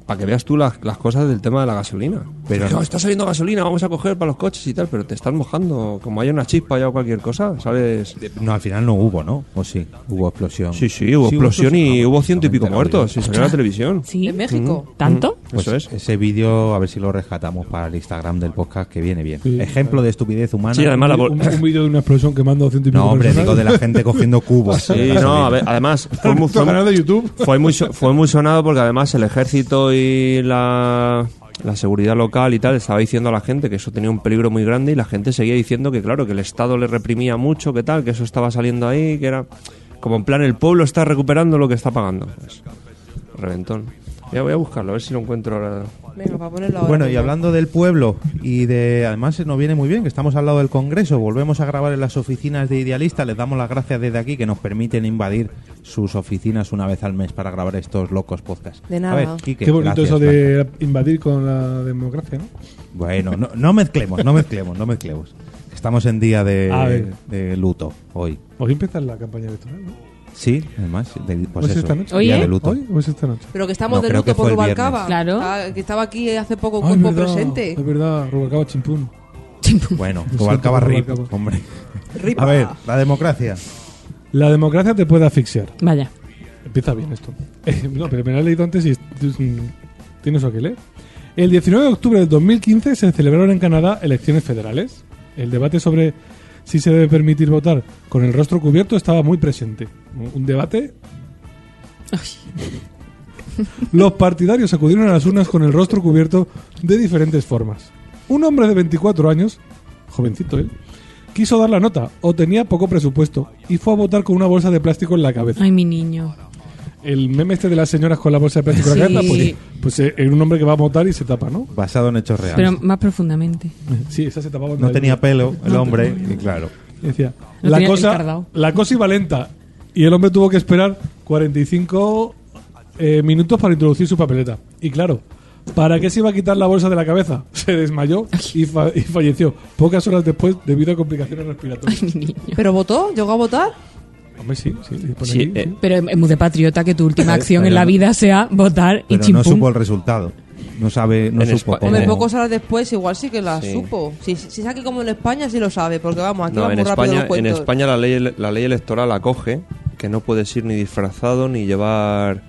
Speaker 3: Para que veas tú las, las cosas del tema de la gasolina.
Speaker 2: Pero-
Speaker 3: Pero está saliendo gasolina, vamos a coger para los coches y tal, pero te están mojando. Como haya una chispa ya o cualquier cosa, ¿sabes?
Speaker 2: No, al final no hubo, ¿no? ¿O sí? Hubo explosión.
Speaker 3: Sí, sí, hubo explosión y hubo ciento y pico muertos. Y salió en la televisión.
Speaker 5: Sí.
Speaker 4: En México.
Speaker 5: ¿Tanto?
Speaker 2: Pues
Speaker 3: Eso es.
Speaker 2: ese vídeo, a ver si lo rescatamos para el Instagram del podcast, que viene bien. Ejemplo de estupidez humana.
Speaker 3: Sí, además la
Speaker 8: Un,
Speaker 3: bol-
Speaker 8: un vídeo de una explosión quemando a ciento y pico
Speaker 2: No, hombre,
Speaker 8: personas.
Speaker 2: digo de la gente cogiendo cubos.
Speaker 3: Sí, no, a ver, además fue muy,
Speaker 8: Tu canal de YouTube.
Speaker 3: fue muy so- fue muy sonado porque además el ejército y la, la seguridad local y tal estaba diciendo a la gente que eso tenía un peligro muy grande y la gente seguía diciendo que claro, que el Estado le reprimía mucho, que tal, que eso estaba saliendo ahí, que era como en plan el pueblo está recuperando lo que está pagando. Pues, reventón. Ya voy a buscarlo, a ver si lo encuentro ahora.
Speaker 4: Venga, para ponerlo ahora.
Speaker 2: Bueno, y
Speaker 4: mismo.
Speaker 2: hablando del pueblo y de. Además, se nos viene muy bien que estamos al lado del Congreso. Volvemos a grabar en las oficinas de Idealista. Les damos las gracias desde aquí que nos permiten invadir sus oficinas una vez al mes para grabar estos locos podcasts.
Speaker 4: De nada.
Speaker 2: A ver, Quique,
Speaker 8: Qué bonito
Speaker 2: gracias,
Speaker 8: eso
Speaker 2: Blanca.
Speaker 8: de invadir con la democracia, ¿no?
Speaker 2: Bueno, no, no mezclemos, no mezclemos, no mezclemos. Estamos en día
Speaker 8: A
Speaker 2: de,
Speaker 8: ver.
Speaker 2: de luto hoy.
Speaker 8: Hoy empieza la campaña electoral, ¿no?
Speaker 2: Sí, además, de- pues
Speaker 8: ¿O es
Speaker 2: eso,
Speaker 8: esta noche?
Speaker 5: Oye.
Speaker 4: eh?
Speaker 2: día de luto.
Speaker 8: ¿Hoy o es esta noche?
Speaker 4: Pero que estamos
Speaker 2: No,
Speaker 4: de
Speaker 2: creo que
Speaker 4: luto
Speaker 2: fue
Speaker 4: por
Speaker 2: el
Speaker 5: viernes.
Speaker 4: Rubalcaba.
Speaker 5: Claro.
Speaker 4: Ah, que estaba aquí hace poco
Speaker 8: Ah, es
Speaker 4: cuerpo
Speaker 8: verdad,
Speaker 4: presente.
Speaker 8: Es verdad, Rubalcaba Chimpún.
Speaker 2: Bueno,
Speaker 8: Lo
Speaker 2: Cobalcaba
Speaker 8: siento,
Speaker 2: Rip,
Speaker 8: Cobalcaba.
Speaker 2: hombre.
Speaker 4: Ripa.
Speaker 2: A ver, la democracia.
Speaker 8: La democracia te puede asfixiar.
Speaker 5: Vaya.
Speaker 8: Empieza bien esto. Eh, no, pero me lo he leído antes y mm, tiene eso que leer. El 19 de octubre de 2015 se celebraron en Canadá elecciones federales. El debate sobre si se debe permitir votar con el rostro cubierto estaba muy presente. Un- Un debate... Los partidarios acudieron a las urnas con el rostro cubierto de diferentes formas. Un hombre de 24 años, jovencito él, quiso dar la nota o tenía poco presupuesto y fue a votar con una bolsa de plástico en la cabeza
Speaker 5: Ay, mi niño.
Speaker 8: el meme este de las señoras con la bolsa de plástico en la
Speaker 5: Sí.
Speaker 8: cabeza, pues, pues eh, era un hombre que va a votar y se tapa, ¿no?
Speaker 2: Basado en hechos reales.
Speaker 5: Pero más profundamente.
Speaker 8: Sí, esa se tapaba.
Speaker 2: No tenía pelo el hombre, y claro.
Speaker 8: Y Decía,
Speaker 5: No
Speaker 8: la
Speaker 5: tenía el
Speaker 8: cosa,
Speaker 5: cardao".
Speaker 8: la cosa iba lenta y el hombre tuvo que esperar 45 eh, minutos para introducir su papeleta. Y claro, ¿para qué se iba a quitar la bolsa de la cabeza? Se desmayó y, fa- y falleció pocas horas después debido a complicaciones respiratorias.
Speaker 5: Mi niño.
Speaker 4: ¿Pero votó? ¿Llegó a votar?
Speaker 8: Hombre, sí, sí, pone
Speaker 3: Sí,
Speaker 8: aquí,
Speaker 3: eh,
Speaker 8: sí.
Speaker 5: Pero es muy de patriota que tu última acción en
Speaker 2: pero-
Speaker 5: la vida sea votar y
Speaker 2: Pero no
Speaker 5: chimpum.
Speaker 2: supo el resultado. No sabe, no
Speaker 3: En
Speaker 2: supo
Speaker 3: Espa-
Speaker 2: cómo-
Speaker 4: Hombre, pocos horas después igual sí que la
Speaker 3: Sí.
Speaker 4: supo. Si, si es aquí como en España sí lo sabe, porque vamos, aquí
Speaker 3: No,
Speaker 4: va
Speaker 3: en
Speaker 4: muy rápido
Speaker 3: España,
Speaker 4: los
Speaker 3: en
Speaker 4: cuentos.
Speaker 3: España la ley la ley electoral acoge que no puedes ir ni disfrazado ni llevar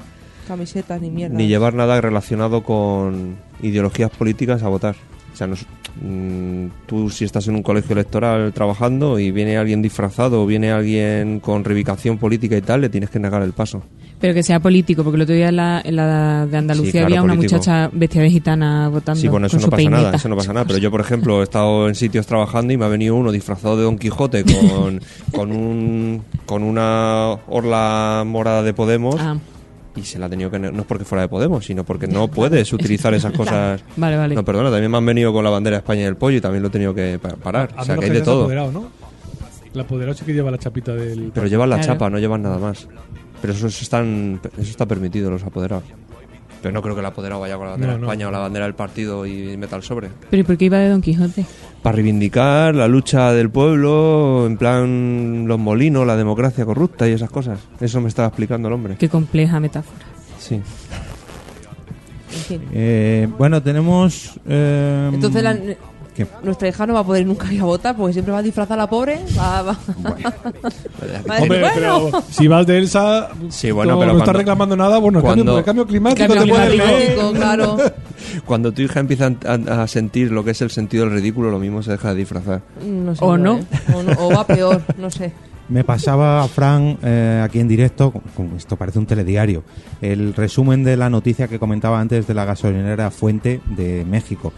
Speaker 4: Camisetas ni mierda.
Speaker 3: ni llevar nada relacionado con ideologías políticas a votar. O sea, no es- mm, tú si estás en un colegio electoral trabajando y viene alguien disfrazado o viene alguien con reivindicación política y tal, le tienes que negar el paso.
Speaker 5: Pero que sea político, porque el otro día en la, en la de Andalucía
Speaker 3: Sí, claro,
Speaker 5: había una
Speaker 3: político.
Speaker 5: muchacha vestida de gitana votando.
Speaker 3: Sí, bueno, eso
Speaker 5: con
Speaker 3: no
Speaker 5: su
Speaker 3: pasa
Speaker 5: peineta.
Speaker 3: nada, eso no pasa nada. Pero yo, por ejemplo, he estado en sitios trabajando y me ha venido uno disfrazado de Don Quijote con, con, un, con una orla morada de Podemos
Speaker 5: Ah,
Speaker 3: y se la ha tenido que... ne- No es porque fuera de Podemos, sino porque no puedes utilizar esas cosas...
Speaker 5: vale, vale.
Speaker 3: No, perdona, también me han venido con la bandera de España y el pollo y también lo he tenido que pa- parar.
Speaker 8: A
Speaker 3: o sea,
Speaker 8: menos
Speaker 3: que hay de
Speaker 8: que seas
Speaker 3: todo.
Speaker 8: apoderado, ¿no? El apoderado sí que lleva la chapita del...
Speaker 3: Pero llevan la
Speaker 5: Claro.
Speaker 3: chapa, no llevan nada más. Pero eso, eso están, eso está permitido, los apoderados. Pero no creo que el apoderado vaya con la bandera
Speaker 8: No,
Speaker 3: de
Speaker 8: no.
Speaker 3: España o la bandera del partido y meta el sobre.
Speaker 5: ¿Pero ¿y por qué iba de Don Quijote?
Speaker 3: Para reivindicar la lucha del pueblo, en plan los molinos, la democracia corrupta y esas cosas. Eso me estaba explicando el hombre.
Speaker 5: Qué compleja metáfora.
Speaker 3: Sí.
Speaker 4: En fin.
Speaker 2: Eh, bueno, tenemos. eh,
Speaker 4: Entonces la-
Speaker 2: ¿qué?
Speaker 4: nuestra hija no va a poder nunca ir a votar porque siempre va disfrazada la pobre. Va, va. Va a decir,
Speaker 8: Hombre,
Speaker 4: bueno,
Speaker 8: pero si vas de Elsa,
Speaker 3: Sí, bueno,
Speaker 8: como
Speaker 3: pero
Speaker 8: no estás
Speaker 3: cuando-
Speaker 8: reclamando nada, bueno, el
Speaker 3: cuando-
Speaker 8: cambio, el cambio climático
Speaker 5: Cambio
Speaker 8: te puede
Speaker 5: climático.
Speaker 8: leer.
Speaker 4: lógico, claro.
Speaker 3: Cuando tu hija empieza a, a sentir lo que es el sentido del ridículo, lo mismo se deja de disfrazar.
Speaker 4: No sé,
Speaker 5: O
Speaker 4: hombre,
Speaker 5: no.
Speaker 4: ¿eh? O no- O va peor, no sé.
Speaker 2: Me pasaba a Fran eh, aquí en directo, con- con esto parece un telediario, el resumen de la noticia que comentaba antes de la gasolinera Fuente de México.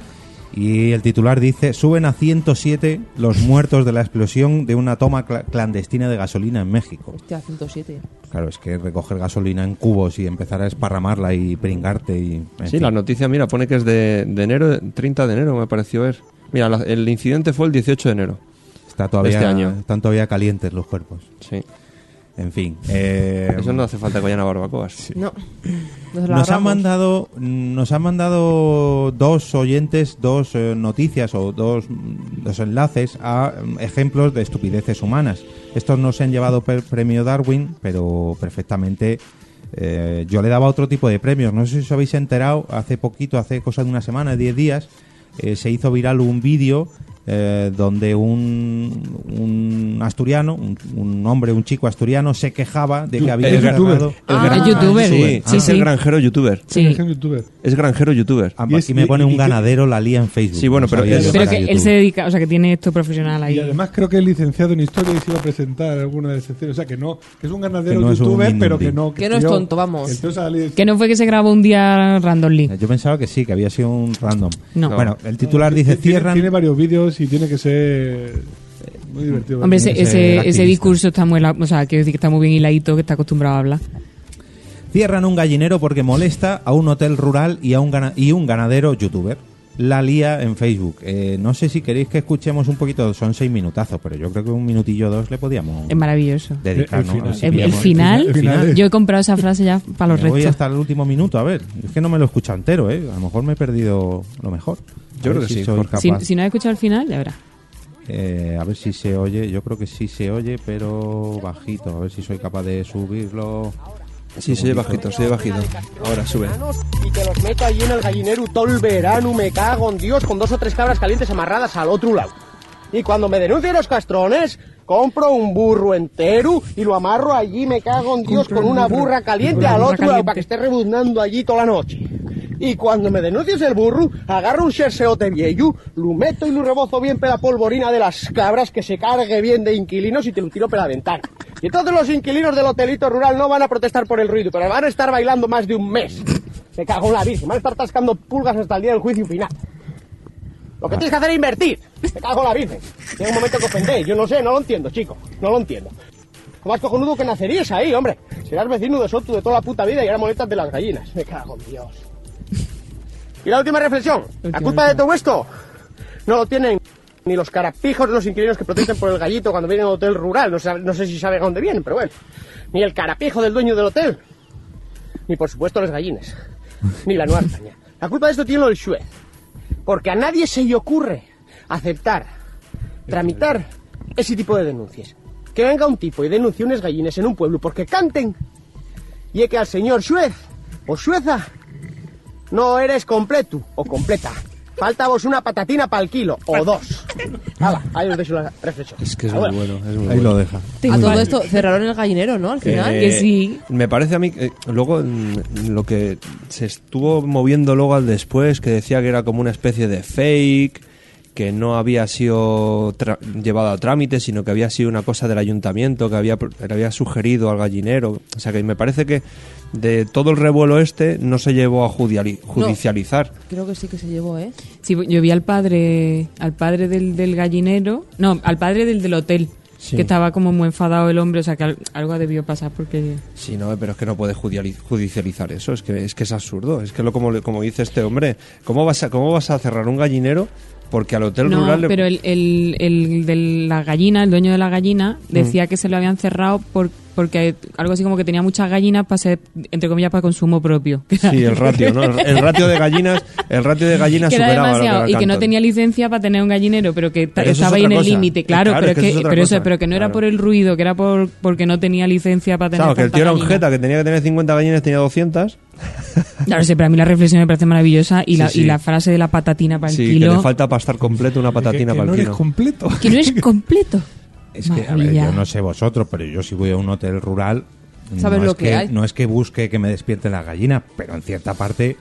Speaker 2: Y el titular dice, suben a 107 los muertos de la explosión de una toma cla- clandestina de gasolina en México.
Speaker 4: Hostia, 107.
Speaker 2: Claro, es que recoger gasolina en cubos y empezar a esparramarla y pringarte y... en
Speaker 3: Sí,
Speaker 2: fin.
Speaker 3: la noticia, mira, pone que es de, de enero, 30 de enero, me pareció ver. Mira, la- el incidente fue el 18 de enero.
Speaker 2: Está todavía,
Speaker 3: Este año.
Speaker 2: Están todavía calientes los cuerpos.
Speaker 3: Sí.
Speaker 2: En fin. eh,
Speaker 3: Eso no hace falta que vayan a barbacoas.
Speaker 4: No. Nos, la
Speaker 2: Nos han,
Speaker 4: ahorramos.
Speaker 2: mandado, nos han mandado dos oyentes, dos eh, noticias o dos, mm, dos enlaces a mm, ejemplos de estupideces humanas. Estos no se han llevado el premio Darwin, pero perfectamente. eh, yo le daba otro tipo de premios. No sé si os habéis enterado, hace poquito, hace cosa de una semana, 10 días, eh, se hizo viral un vídeo eh, donde un, un asturiano, un, un hombre, un chico asturiano, se quejaba de que había
Speaker 3: el youtuber.
Speaker 2: enterrado-
Speaker 3: El
Speaker 5: Ah, youtuber.
Speaker 3: Sí,
Speaker 5: Sí,
Speaker 3: es
Speaker 5: sí.
Speaker 3: el granjero youtuber.
Speaker 5: Sí.
Speaker 8: Es un youtuber.
Speaker 3: Es granjero youtuber.
Speaker 2: Ah,
Speaker 8: Y es-
Speaker 2: Aquí me
Speaker 8: y-
Speaker 2: pone
Speaker 8: y
Speaker 2: un
Speaker 8: que-
Speaker 2: ganadero la lía en Facebook.
Speaker 3: Sí, bueno,
Speaker 2: No
Speaker 3: pero
Speaker 2: sabía
Speaker 3: es-
Speaker 2: yo
Speaker 5: Pero
Speaker 2: que
Speaker 5: que
Speaker 2: era
Speaker 5: él se
Speaker 2: YouTube.
Speaker 5: dedica, o sea, que tiene esto profesional ahí.
Speaker 8: Y además creo que es licenciado en historia y se iba a presentar alguna de las secciones. O sea, que no, que es un ganadero
Speaker 2: Que no es un
Speaker 8: youtuber, pero
Speaker 2: mindundi.
Speaker 8: que no.
Speaker 4: Que no es
Speaker 8: estudió-
Speaker 4: tonto, vamos.
Speaker 8: que entró a salir-
Speaker 5: Que no fue que se grabó un día randomly.
Speaker 2: Yo pensaba que sí, que había sido un random.
Speaker 5: No.
Speaker 2: Bueno, el titular dice
Speaker 8: Tiene-
Speaker 2: cierran.
Speaker 8: Tiene varios vídeos y tiene que ser muy divertido.
Speaker 5: Hombre, ese,
Speaker 2: Tiene que ser
Speaker 5: ese, ese
Speaker 2: activista.
Speaker 5: discurso está muy, la- o sea, quiero decir que está muy bien hiladito, que está acostumbrado a hablar.
Speaker 2: Cierran un gallinero porque molesta a un hotel rural y a un, gana- y un ganadero youtuber. La lía en Facebook. Eh, no sé si queréis que escuchemos un poquito, son seis minutazos, pero yo creo que un minutillo o dos le podíamos
Speaker 5: Es maravilloso.
Speaker 2: dedicar.
Speaker 8: El
Speaker 2: ¿no? A
Speaker 8: final.
Speaker 2: ver si
Speaker 5: El- el,
Speaker 2: pillamos-
Speaker 5: final,
Speaker 8: el final.
Speaker 5: yo he comprado esa frase ya para los
Speaker 2: Me voy
Speaker 5: restos.
Speaker 2: hasta el último minuto, a ver. Es que no me lo he escuchado entero, ¿eh? A lo mejor me he perdido lo mejor. A
Speaker 3: Yo
Speaker 2: ver
Speaker 3: creo que
Speaker 2: si
Speaker 3: sí,
Speaker 2: soy
Speaker 3: Jorge.
Speaker 2: capaz.
Speaker 5: Si, si no has escuchado el final, ya verás.
Speaker 2: Eh, a ver si se oye, yo creo que sí se oye, pero bajito, a ver si soy capaz de subirlo.
Speaker 3: Sí, se oye bajito, se oye bajito. Ahora sube.
Speaker 9: y te los meto allí en el gallinero todo el verano, me cago en Dios, con dos o tres cabras calientes amarradas al otro lado. Y cuando me denuncien los castrones, compro un burro entero y lo amarro allí, me cago en Dios, con una burra caliente
Speaker 5: Una
Speaker 9: al
Speaker 5: burra
Speaker 9: otro lado
Speaker 5: caliente.
Speaker 9: para que esté rebuznando allí toda la noche. Y cuando me denuncies el burro, agarro un xerxeote viejo, lo meto y lo rebozo bien pela polvorina de las cabras que se cargue bien de inquilinos y te lo tiro pela ventana. Y entonces los inquilinos del hotelito rural no van a protestar por el ruido, pero van a estar bailando más de un mes. Me cago en la virgen, van a estar tascando pulgas hasta el día del juicio final. Lo que tienes que hacer es invertir. Me cago en la virgen. Llega un momento que ofendéis, yo no sé, no lo entiendo, chico, no lo entiendo. Lo más cojonudo que nacerías ahí, hombre. Serás vecino de Soto de toda la puta vida y ahora molestas de las gallinas. Me cago en Dios. Y la última reflexión. La culpa de todo esto no lo tienen ni los carapijos de los inquilinos que protestan por el gallito cuando vienen a un hotel rural. No, sabe- no sé si saben a dónde vienen, pero bueno. Ni el carapijo del dueño del hotel. Ni por supuesto las gallinas. Ni la Nueva España. La culpa de esto tiene lo del Shue. Porque a nadie se le ocurre aceptar, tramitar ese tipo de denuncias. Que venga un tipo y denuncie unas gallinas en un pueblo porque canten. Y es que al señor Suez o Sueza no eres completo o completa. Falta vos una patatina para el kilo o dos. Hala, ahí os dejo la reflexión.
Speaker 3: Es que es
Speaker 9: Ahora.
Speaker 3: muy bueno, es muy
Speaker 2: Ahí
Speaker 3: bueno.
Speaker 2: lo deja.
Speaker 4: A todo esto cerraron el gallinero, ¿no? Al final.
Speaker 3: Eh,
Speaker 5: que sí.
Speaker 3: Me parece a mí, que, eh, luego mm, lo que se estuvo moviendo luego al después, que decía que era como una especie de fake, que no había sido tra- llevada a trámite, sino que había sido una cosa del ayuntamiento, que había, pro- le había sugerido al gallinero. O sea que me parece que de todo el revuelo este no se llevó a judiali- judicializar.
Speaker 4: Creo que sí que se llevó, ¿eh?
Speaker 5: Sí, yo vi al padre, al padre del, del gallinero, no, al padre del del hotel,
Speaker 3: Sí.
Speaker 5: que estaba como muy enfadado el hombre, o sea que al- algo debió pasar porque...
Speaker 3: Sí, no, eh, pero es que no puedes judiali- judicializar eso, es que es que es absurdo, es que lo como, le- como dice este hombre, ¿cómo vas a, cómo vas a cerrar un gallinero porque al hotel
Speaker 5: no,
Speaker 3: rural le-
Speaker 5: pero el, el, el de la gallina, el dueño de la gallina, decía que se lo habían cerrado por, porque algo así como que tenía muchas gallinas para ser, entre comillas, para consumo propio.
Speaker 3: Sí, el ratio, ¿no? El, el ratio de gallinas, el ratio de gallinas
Speaker 5: que era
Speaker 3: superaba lo
Speaker 5: demasiado
Speaker 3: del
Speaker 5: y que no
Speaker 3: Alcántara.
Speaker 5: tenía licencia para tener un gallinero pero que ta-
Speaker 3: Pero eso es
Speaker 5: estaba ahí en
Speaker 3: otra
Speaker 5: el
Speaker 3: cosa.
Speaker 5: límite
Speaker 3: Eh,
Speaker 5: claro,
Speaker 3: claro,
Speaker 5: pero
Speaker 3: es que
Speaker 5: es
Speaker 3: eso
Speaker 5: que,
Speaker 3: es otra
Speaker 5: pero eso
Speaker 3: cosa,
Speaker 5: pero que no
Speaker 3: claro.
Speaker 5: era por el ruido que era por porque no tenía licencia para tener
Speaker 3: Claro, que el
Speaker 5: tanta
Speaker 3: tío era un
Speaker 5: gallina.
Speaker 3: jeta que tenía que tener 50 gallinas, tenía 200.
Speaker 5: claro sí, pero a mí la reflexión me parece maravillosa y,
Speaker 3: Sí,
Speaker 5: la,
Speaker 3: sí.
Speaker 5: y la frase de la patatina para el
Speaker 3: Sí,
Speaker 5: kilo
Speaker 3: que le falta para estar completo una patatina
Speaker 8: que,
Speaker 3: para
Speaker 8: no
Speaker 3: el
Speaker 8: eres
Speaker 3: kilo.
Speaker 8: completo.
Speaker 5: que no es completo
Speaker 2: Es que, a ver,
Speaker 5: Maravilla.
Speaker 2: yo no sé vosotros, pero yo si voy a un hotel rural,
Speaker 4: Sabes
Speaker 2: no,
Speaker 4: lo
Speaker 2: es
Speaker 4: que hay.
Speaker 2: no es que busque que me despierten las gallinas, pero en cierta parte,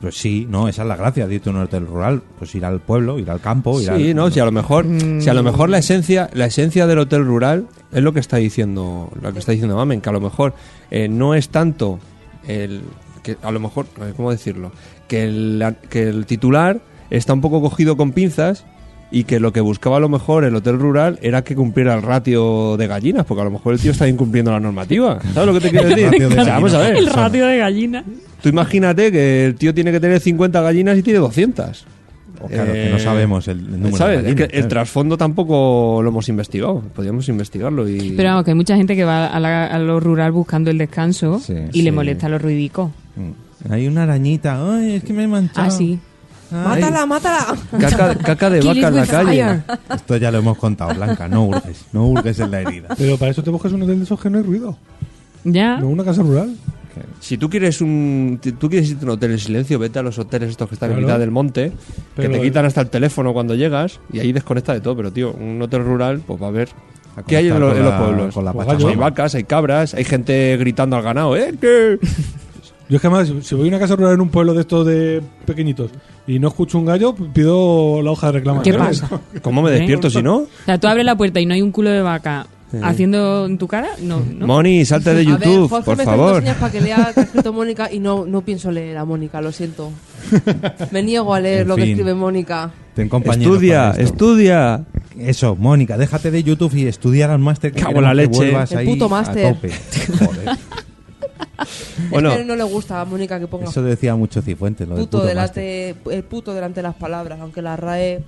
Speaker 2: pues sí, no, esa es la gracia de irte a un hotel rural, pues ir al pueblo, ir al campo, ir
Speaker 3: Sí,
Speaker 2: al-
Speaker 3: no, si a lo mejor, si a lo mejor la esencia, la esencia del hotel rural es lo que está diciendo, lo que está diciendo Mamen, que a lo mejor eh, no es tanto el que a lo mejor, a ver, ¿cómo decirlo? Que el, que el titular está un poco cogido con pinzas y que lo que buscaba a lo mejor el hotel rural era que cumpliera el ratio de gallinas, porque a lo mejor el tío está incumpliendo la normativa. ¿Sabes lo que te quiero decir?
Speaker 2: ratio de
Speaker 3: O sea, vamos a ver.
Speaker 5: el ratio de gallina
Speaker 3: Tú imagínate que el tío tiene que tener 50 gallinas y tiene 200.
Speaker 2: Pues claro, que no sabemos el número de
Speaker 3: Eh, ¿sabes? Es
Speaker 2: balines,
Speaker 3: que el
Speaker 2: ¿sabes?
Speaker 3: trasfondo tampoco lo hemos investigado. Podríamos investigarlo y.
Speaker 5: Pero vamos, que hay mucha gente que va a, la- a lo rural buscando el descanso
Speaker 2: Sí,
Speaker 5: y
Speaker 2: sí.
Speaker 5: le molesta los ruidicos.
Speaker 2: Mm. Hay una arañita. Ay, es que me he manchado.
Speaker 5: Ah, sí.
Speaker 2: Ay.
Speaker 4: ¡Mátala, mátala!
Speaker 3: Caca, caca de
Speaker 5: Kill
Speaker 3: vaca
Speaker 5: it
Speaker 3: en la
Speaker 5: with
Speaker 3: calle.
Speaker 5: fire.
Speaker 2: Esto ya lo hemos contado, Blanca. No hurgues. No hurgues en la herida.
Speaker 8: Pero para eso te buscas un hotel de esos que no hay ruido.
Speaker 5: Ya.
Speaker 8: No una casa rural.
Speaker 3: Si tú quieres un ti- tú quieres irte a un hotel en silencio, vete a los hoteles estos que están en
Speaker 8: Claro.
Speaker 3: mitad del monte,
Speaker 8: Pero
Speaker 3: que te
Speaker 8: el-
Speaker 3: quitan hasta el teléfono cuando llegas y ahí desconecta de todo, pero tío, un hotel rural, pues va a ver
Speaker 2: A
Speaker 3: qué hay en, lo-
Speaker 2: conectar con
Speaker 3: en los
Speaker 2: la-
Speaker 3: pueblos.
Speaker 2: con la
Speaker 3: Pues
Speaker 8: Pachamama.
Speaker 3: hay vacas, hay cabras, hay gente gritando al ganado, ¿eh? ¿Qué?
Speaker 8: Yo es que además, si- si voy a una casa rural en un pueblo de estos de pequeñitos y no escucho un gallo, pues pido la hoja de
Speaker 5: ¿Qué
Speaker 8: reclamaciones.
Speaker 5: pasa?
Speaker 3: ¿Cómo me
Speaker 5: ¿Eh?
Speaker 3: despierto si no?
Speaker 5: O sea, tú abres la puerta y no hay un culo de vaca haciendo en tu cara. No, no.
Speaker 3: Moni, salte de
Speaker 4: A ver,
Speaker 3: YouTube,
Speaker 4: Jorge
Speaker 3: por
Speaker 4: me está haciendo
Speaker 3: favor.
Speaker 4: señas para que lea que ha escrito Mónica y no, no pienso leer a Mónica, lo siento. Me niego a leer
Speaker 2: En
Speaker 4: lo que
Speaker 2: fin.
Speaker 4: escribe Mónica.
Speaker 2: Ten compañeros
Speaker 3: Estudia,
Speaker 2: para esto.
Speaker 3: estudia.
Speaker 2: Eso, Mónica, déjate de YouTube y estudiar al máster que
Speaker 3: Cago
Speaker 2: queremos
Speaker 3: la
Speaker 2: que
Speaker 3: leche.
Speaker 8: ¿eh?
Speaker 2: vuelvas
Speaker 4: El
Speaker 2: ahí
Speaker 4: puto
Speaker 2: a
Speaker 4: máster.
Speaker 2: tope. Joder.
Speaker 3: Bueno,
Speaker 4: Es que no le gusta a Mónica que ponga
Speaker 2: Eso decía mucho Cifuentes, lo del
Speaker 4: puto
Speaker 2: puto máster.
Speaker 4: delante, el puto delante de las palabras, aunque la RAE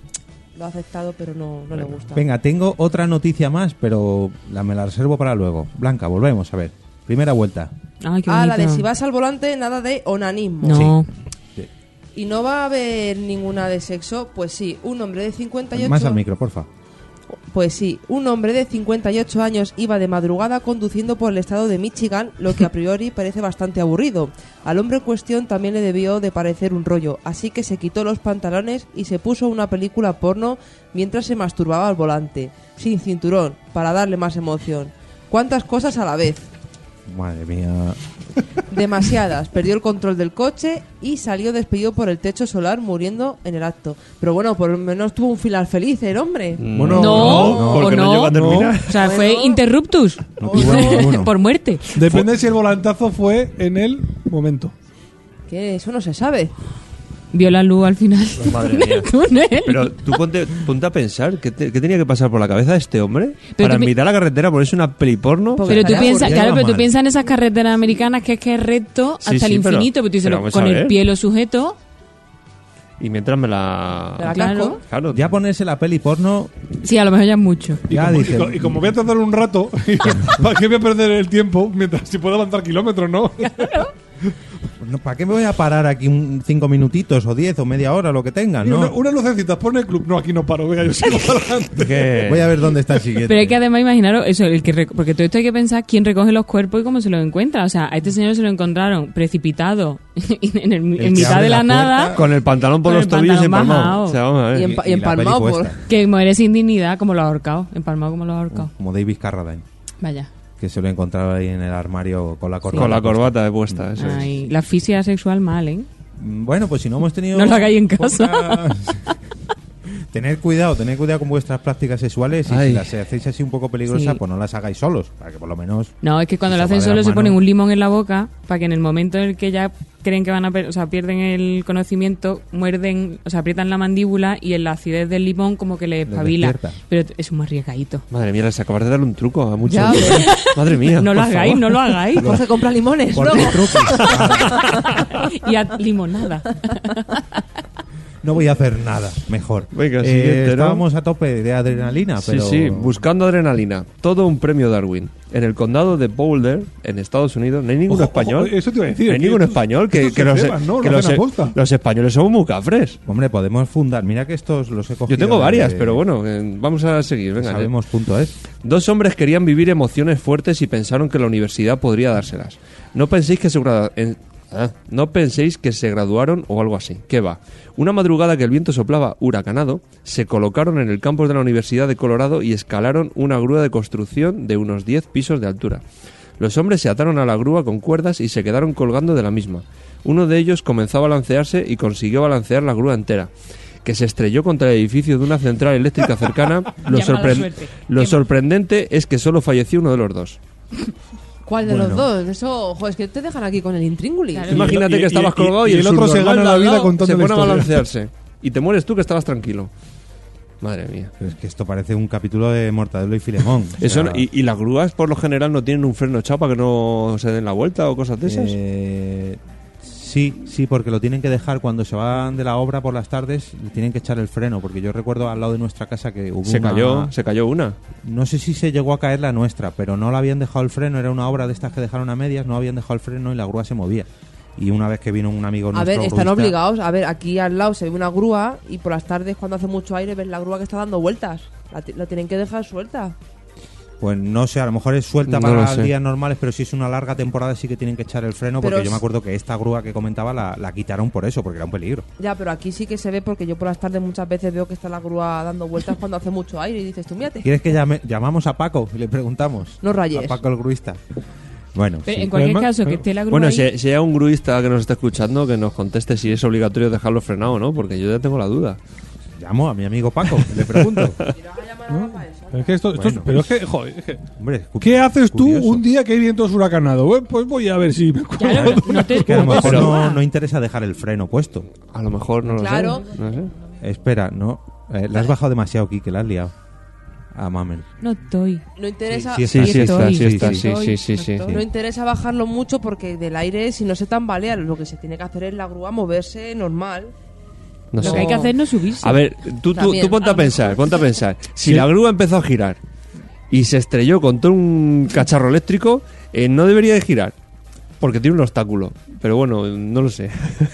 Speaker 4: lo ha aceptado, pero no, no le gusta.
Speaker 2: Venga, tengo otra noticia más, pero la me la reservo para luego. Blanca, volvemos a ver. Primera vuelta.
Speaker 5: Ay, qué
Speaker 4: Ah, la de
Speaker 5: bonito.
Speaker 4: si vas al volante, nada de onanismo.
Speaker 5: No.
Speaker 4: ¿Y no va a haber ninguna de sexo? Pues sí, un hombre de 58...
Speaker 2: Más al micro, porfa.
Speaker 4: Pues sí, un hombre de 58 años iba de madrugada conduciendo por el estado de Michigan, lo que a priori parece bastante aburrido. Al hombre en cuestión también le debió de parecer un rollo, así que se quitó los pantalones y se puso una película porno mientras se masturbaba al volante, sin cinturón, para darle más emoción. ¿Cuántas cosas a la vez?
Speaker 2: Madre mía.
Speaker 4: Demasiadas. Perdió el control del coche y salió despedido por el techo solar, muriendo en el acto. Pero bueno, por lo menos tuvo un final feliz el hombre.
Speaker 3: bueno,
Speaker 5: No, no,
Speaker 3: porque no,
Speaker 5: no.
Speaker 3: llegó a terminar.
Speaker 5: O sea, fue
Speaker 4: Bueno.
Speaker 5: interruptus.
Speaker 2: No tuvo ninguno.
Speaker 5: por muerte.
Speaker 8: Depende si el volantazo fue en el momento.
Speaker 4: Que eso no se sabe.
Speaker 5: Vio la luz al final
Speaker 3: Madre
Speaker 5: del
Speaker 3: mía.
Speaker 5: túnel.
Speaker 3: Pero tú ponte, ponte a pensar, ¿qué, te- qué tenía que pasar por la cabeza de este hombre
Speaker 5: Pero
Speaker 3: para
Speaker 5: tú pi-
Speaker 3: invitar a la carretera ponerse una peli porno?
Speaker 4: Pobre
Speaker 5: Pero tú
Speaker 4: Estaría
Speaker 5: piensas,
Speaker 2: aburrido.
Speaker 5: claro, pero tú
Speaker 2: Mal.
Speaker 5: piensas en esas carreteras americanas que es que es recto
Speaker 3: Sí,
Speaker 5: hasta el
Speaker 3: sí, pero-
Speaker 5: infinito, pero, tú dices,
Speaker 3: pero
Speaker 5: lo-
Speaker 3: vamos a
Speaker 5: con el
Speaker 3: ver.
Speaker 5: pie lo sujeto,
Speaker 3: Y mientras me la...
Speaker 4: ¿Te la
Speaker 5: Claro.
Speaker 4: casco?
Speaker 3: Claro,
Speaker 2: Ya ponerse la peli porno,
Speaker 5: sí, a lo mejor ya es mucho.
Speaker 8: Y,
Speaker 2: ya
Speaker 8: como, y
Speaker 2: dice.
Speaker 8: co- y como voy a tardar un rato, ¿para qué voy a perder el tiempo mientras si puedo avanzar kilómetros, no?
Speaker 2: "No, ¿Para qué me voy a parar aquí un cinco minutitos o diez o media hora, lo que tenga?
Speaker 8: Una,
Speaker 2: ¿no?
Speaker 8: una lucecita, pone el club. No, aquí no paro, venga, yo sigo para adelante.
Speaker 3: que-
Speaker 2: Voy a ver dónde está el siguiente.
Speaker 5: Pero es que además imaginaros eso, el que reco- porque todo esto hay que pensar quién recoge los cuerpos y cómo se los encuentra. O sea, a este señor se lo encontraron precipitado en, el- en
Speaker 2: que
Speaker 5: mitad
Speaker 2: abre
Speaker 5: de la,
Speaker 2: la puerta.
Speaker 5: nada,
Speaker 3: Con el pantalón por
Speaker 5: Con
Speaker 3: los
Speaker 5: el
Speaker 3: tobillos
Speaker 5: pantalón
Speaker 3: empalmado.
Speaker 5: bajao.
Speaker 3: O sea, vamos a ver.
Speaker 4: Y, empa- y empalmado
Speaker 2: la peli
Speaker 4: por...
Speaker 2: puesta,
Speaker 5: que muere sin dignidad como los ahorcados, empalmado como los ahorcados.
Speaker 2: Como David Carradine,
Speaker 5: Vaya.
Speaker 2: que se lo encontraba ahí en el armario con la corbata.
Speaker 3: Con la
Speaker 2: puesta.
Speaker 3: corbata de puesta, eso es.
Speaker 5: Ay, la asfixia sexual mal, ¿eh?
Speaker 2: Mm, Bueno, pues si no hemos tenido.
Speaker 5: No lo hagáis en casa.
Speaker 2: pocas- Tener cuidado, tener cuidado con vuestras prácticas sexuales y si
Speaker 3: Ay.
Speaker 2: las hacéis así un poco peligrosas,
Speaker 5: Sí.
Speaker 2: pues no las hagáis solos, para que por lo menos
Speaker 5: No, es que cuando
Speaker 2: Se
Speaker 5: lo
Speaker 2: va
Speaker 5: hacen
Speaker 2: de la
Speaker 5: solo se
Speaker 2: mano.
Speaker 5: ponen un limón en la boca para que en el momento en el que ya creen que van a, per- o sea, pierden el conocimiento, muerden, o sea, aprietan la mandíbula y en la acidez del limón como que les espabila.
Speaker 2: despierta.
Speaker 5: Pero t- es un arriesgadito.
Speaker 3: Madre mía, les acabas de dar un truco a muchos.
Speaker 4: Ya,
Speaker 3: Madre mía.
Speaker 5: No lo
Speaker 3: por
Speaker 5: hagáis,
Speaker 3: favor.
Speaker 5: no lo hagáis.
Speaker 4: Jorge compra limones.
Speaker 2: Por
Speaker 4: luego.
Speaker 2: ti, truquis.
Speaker 5: y a limonada.
Speaker 2: No voy a hacer nada, mejor.
Speaker 3: Venga,
Speaker 2: Eh,
Speaker 3: siguiente, ¿no?
Speaker 2: Estábamos a tope de adrenalina,
Speaker 3: Sí,
Speaker 2: pero.
Speaker 3: sí, buscando adrenalina. Todo un premio Darwin. En el condado de Boulder, en Estados Unidos, no hay ningún
Speaker 8: Ojo,
Speaker 3: español.
Speaker 8: ojo, eso te iba a decir,
Speaker 3: No hay
Speaker 8: que
Speaker 3: ningún
Speaker 8: estos-
Speaker 3: español que,
Speaker 8: estos
Speaker 3: que
Speaker 8: se
Speaker 3: los,
Speaker 8: ceban, ¿no?
Speaker 3: que
Speaker 8: Lo
Speaker 3: los,
Speaker 8: hacen a posta.
Speaker 3: los españoles somos muy cafres.
Speaker 2: Hombre, podemos fundar. Mira que estos los he cogido.
Speaker 3: Yo tengo
Speaker 2: de-
Speaker 3: varias, pero bueno, eh, vamos a seguir. Venga,
Speaker 2: Pues
Speaker 3: ¿eh?
Speaker 2: Sabemos punto es.
Speaker 3: Dos hombres querían vivir emociones fuertes y pensaron que la universidad podría dárselas. No penséis que se gra- en- ah, no penséis que se graduaron o algo así. ¿Qué va? Una madrugada que el viento soplaba huracanado, se colocaron en el campus de la Universidad de Colorado y escalaron una grúa de construcción de unos 10 pisos de altura. Los hombres se ataron a la grúa con cuerdas y se quedaron colgando de la misma. Uno de ellos comenzó a balancearse y consiguió balancear la grúa entera, que se estrelló contra el edificio de una central eléctrica cercana. Lo,
Speaker 5: Ya, mala
Speaker 3: sorpre-
Speaker 5: suerte.
Speaker 3: lo
Speaker 5: Qué-
Speaker 3: sorprendente es que solo falleció uno de los dos.
Speaker 4: ¿Cuál de los dos? Eso, jo, es que te dejan aquí con el intríngulis.
Speaker 5: Claro.
Speaker 3: Imagínate
Speaker 8: Eh, y-
Speaker 3: que
Speaker 8: y-
Speaker 3: estabas
Speaker 8: y-
Speaker 3: colgado y,
Speaker 8: y el otro se
Speaker 3: subnormal
Speaker 8: gana
Speaker 3: de
Speaker 8: la
Speaker 3: al
Speaker 8: vida
Speaker 3: lado
Speaker 8: contando
Speaker 3: se
Speaker 8: la
Speaker 3: pone a
Speaker 8: historia.
Speaker 3: balancearse. Y te mueres tú que estabas tranquilo. Madre mía.
Speaker 2: Pero es que esto parece un capítulo de Mortadelo y Filemón. O
Speaker 3: Eso,
Speaker 2: sea,
Speaker 3: y, y las grúas
Speaker 8: Eh,
Speaker 3: por lo general no tienen un freno echado para que no se den la vuelta o cosas de esas?
Speaker 2: eh, sí, Sí, sí, porque lo tienen que dejar cuando se van de la obra por las tardes, le tienen que echar el freno, porque yo recuerdo al lado de nuestra casa que hubo
Speaker 3: Se
Speaker 2: una-
Speaker 3: cayó, se cayó una.
Speaker 2: No sé si se llegó a caer la nuestra, pero no la habían dejado el freno, era una obra de estas que dejaron a medias, no habían dejado el freno y la grúa se movía. Y una vez que vino un amigo
Speaker 4: A
Speaker 2: nuestro
Speaker 4: ver, están
Speaker 2: gruista-
Speaker 4: obligados. A ver, aquí al lado se ve una grúa y por las tardes cuando hace mucho aire ves la grúa que está dando vueltas. La, ti- la tienen que dejar suelta.
Speaker 2: Pues no sé, a lo mejor es suelta
Speaker 3: No lo
Speaker 2: para
Speaker 3: sé.
Speaker 2: días normales, pero si es una larga temporada sí que tienen que echar el freno,
Speaker 4: Pero
Speaker 2: porque yo
Speaker 4: es-
Speaker 2: me acuerdo que esta grúa que comentaba la, la quitaron por eso, porque era un peligro.
Speaker 4: Ya, pero aquí sí que se ve porque yo por las tardes muchas veces veo que está la grúa dando vueltas cuando hace mucho aire y dices, tú mírate.
Speaker 2: ¿Quieres que llame- llamamos a Paco y le preguntamos?
Speaker 4: No rayes.
Speaker 2: A Paco el gruista. Bueno,
Speaker 5: Pero
Speaker 2: sí.
Speaker 5: en cualquier
Speaker 8: Además,
Speaker 5: caso, que
Speaker 8: claro.
Speaker 5: esté la grúa
Speaker 3: Bueno,
Speaker 5: ahí-
Speaker 3: si, si hay un gruista que nos está escuchando, que nos conteste si es obligatorio dejarlo frenado o no, porque yo ya tengo la duda.
Speaker 2: llamo a mi amigo Paco, y le pregunto.
Speaker 8: Pero es que esto, esto es-
Speaker 2: Bueno.
Speaker 8: pero es que, joder, es que-
Speaker 2: Hombre, es cu-
Speaker 8: ¿qué haces tú
Speaker 2: curioso.
Speaker 8: un día que hay vientos huracanados? Bueno, Pues voy a ver si me cuelgo
Speaker 5: Claro,
Speaker 8: de una-
Speaker 5: no te-
Speaker 2: Que a lo mejor
Speaker 3: Pero-
Speaker 2: no, no interesa dejar el freno puesto.
Speaker 3: A lo mejor no lo
Speaker 4: Claro.
Speaker 3: sé. No sé.
Speaker 2: Espera, no. eh, la has bajado demasiado, Kike, la has liado. A mamen.
Speaker 5: No estoy.
Speaker 4: No interesa,
Speaker 2: Sí,
Speaker 3: Sí, sí está,
Speaker 5: estoy,
Speaker 3: sí está, sí,
Speaker 5: estoy,
Speaker 3: sí, sí, sí.
Speaker 5: estoy.
Speaker 4: no interesa bajarlo mucho porque del aire si no se tambalea, lo que se tiene que hacer es la grúa moverse normal.
Speaker 5: Lo
Speaker 3: No sé.
Speaker 5: que hay que hacer no es subirse.
Speaker 3: A ver, tú, tú,
Speaker 4: También.
Speaker 3: tú ponte a pensar, ponte a pensar. Si la grúa empezó a girar y se estrelló contra un cacharro eléctrico, eh, no debería de girar, porque tiene un obstáculo. Pero bueno, no lo sé.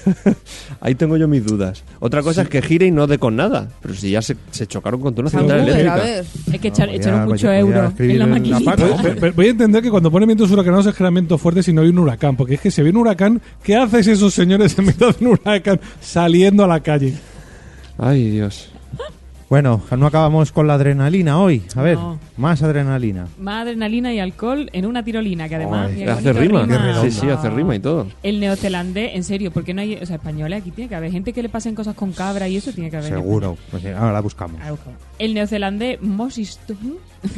Speaker 3: Ahí tengo yo mis dudas. Otra cosa es que gire y no dé con nada. Pero si ya se, se chocaron contra una
Speaker 4: Al
Speaker 3: central
Speaker 4: Uber,
Speaker 3: eléctrica.
Speaker 4: a ver.
Speaker 5: Es que echar-
Speaker 2: voy a-
Speaker 5: echaron
Speaker 2: voy a-
Speaker 5: muchos
Speaker 2: voy a
Speaker 5: euros
Speaker 2: escribir
Speaker 5: en la
Speaker 2: en la
Speaker 5: maquinita.
Speaker 2: Paco.
Speaker 8: Pero- pero Voy a entender que cuando pone vientos huracanados es generalmente fuerte si no hay un huracán, porque es que si viene un huracán, ¿qué haces esos señores en mitad de un huracán saliendo a la calle?
Speaker 3: Ay, Dios.
Speaker 2: Bueno, no acabamos con la adrenalina hoy. A ver,
Speaker 5: No.
Speaker 2: más adrenalina.
Speaker 5: Más adrenalina y alcohol en una tirolina, que además.
Speaker 2: Ay,
Speaker 5: mira qué
Speaker 3: Hace
Speaker 5: bonito,
Speaker 3: rima.
Speaker 5: rima.
Speaker 3: Sí, sí, hace rima y todo.
Speaker 5: El neozelandés, en serio, porque no hay. O sea, españoles aquí tiene que haber gente que le pasen cosas con cabra y eso tiene que haber.
Speaker 2: Seguro. Pues, eh, ahora la buscamos.
Speaker 5: Ah, ojo. El neozelandés Moses Tun,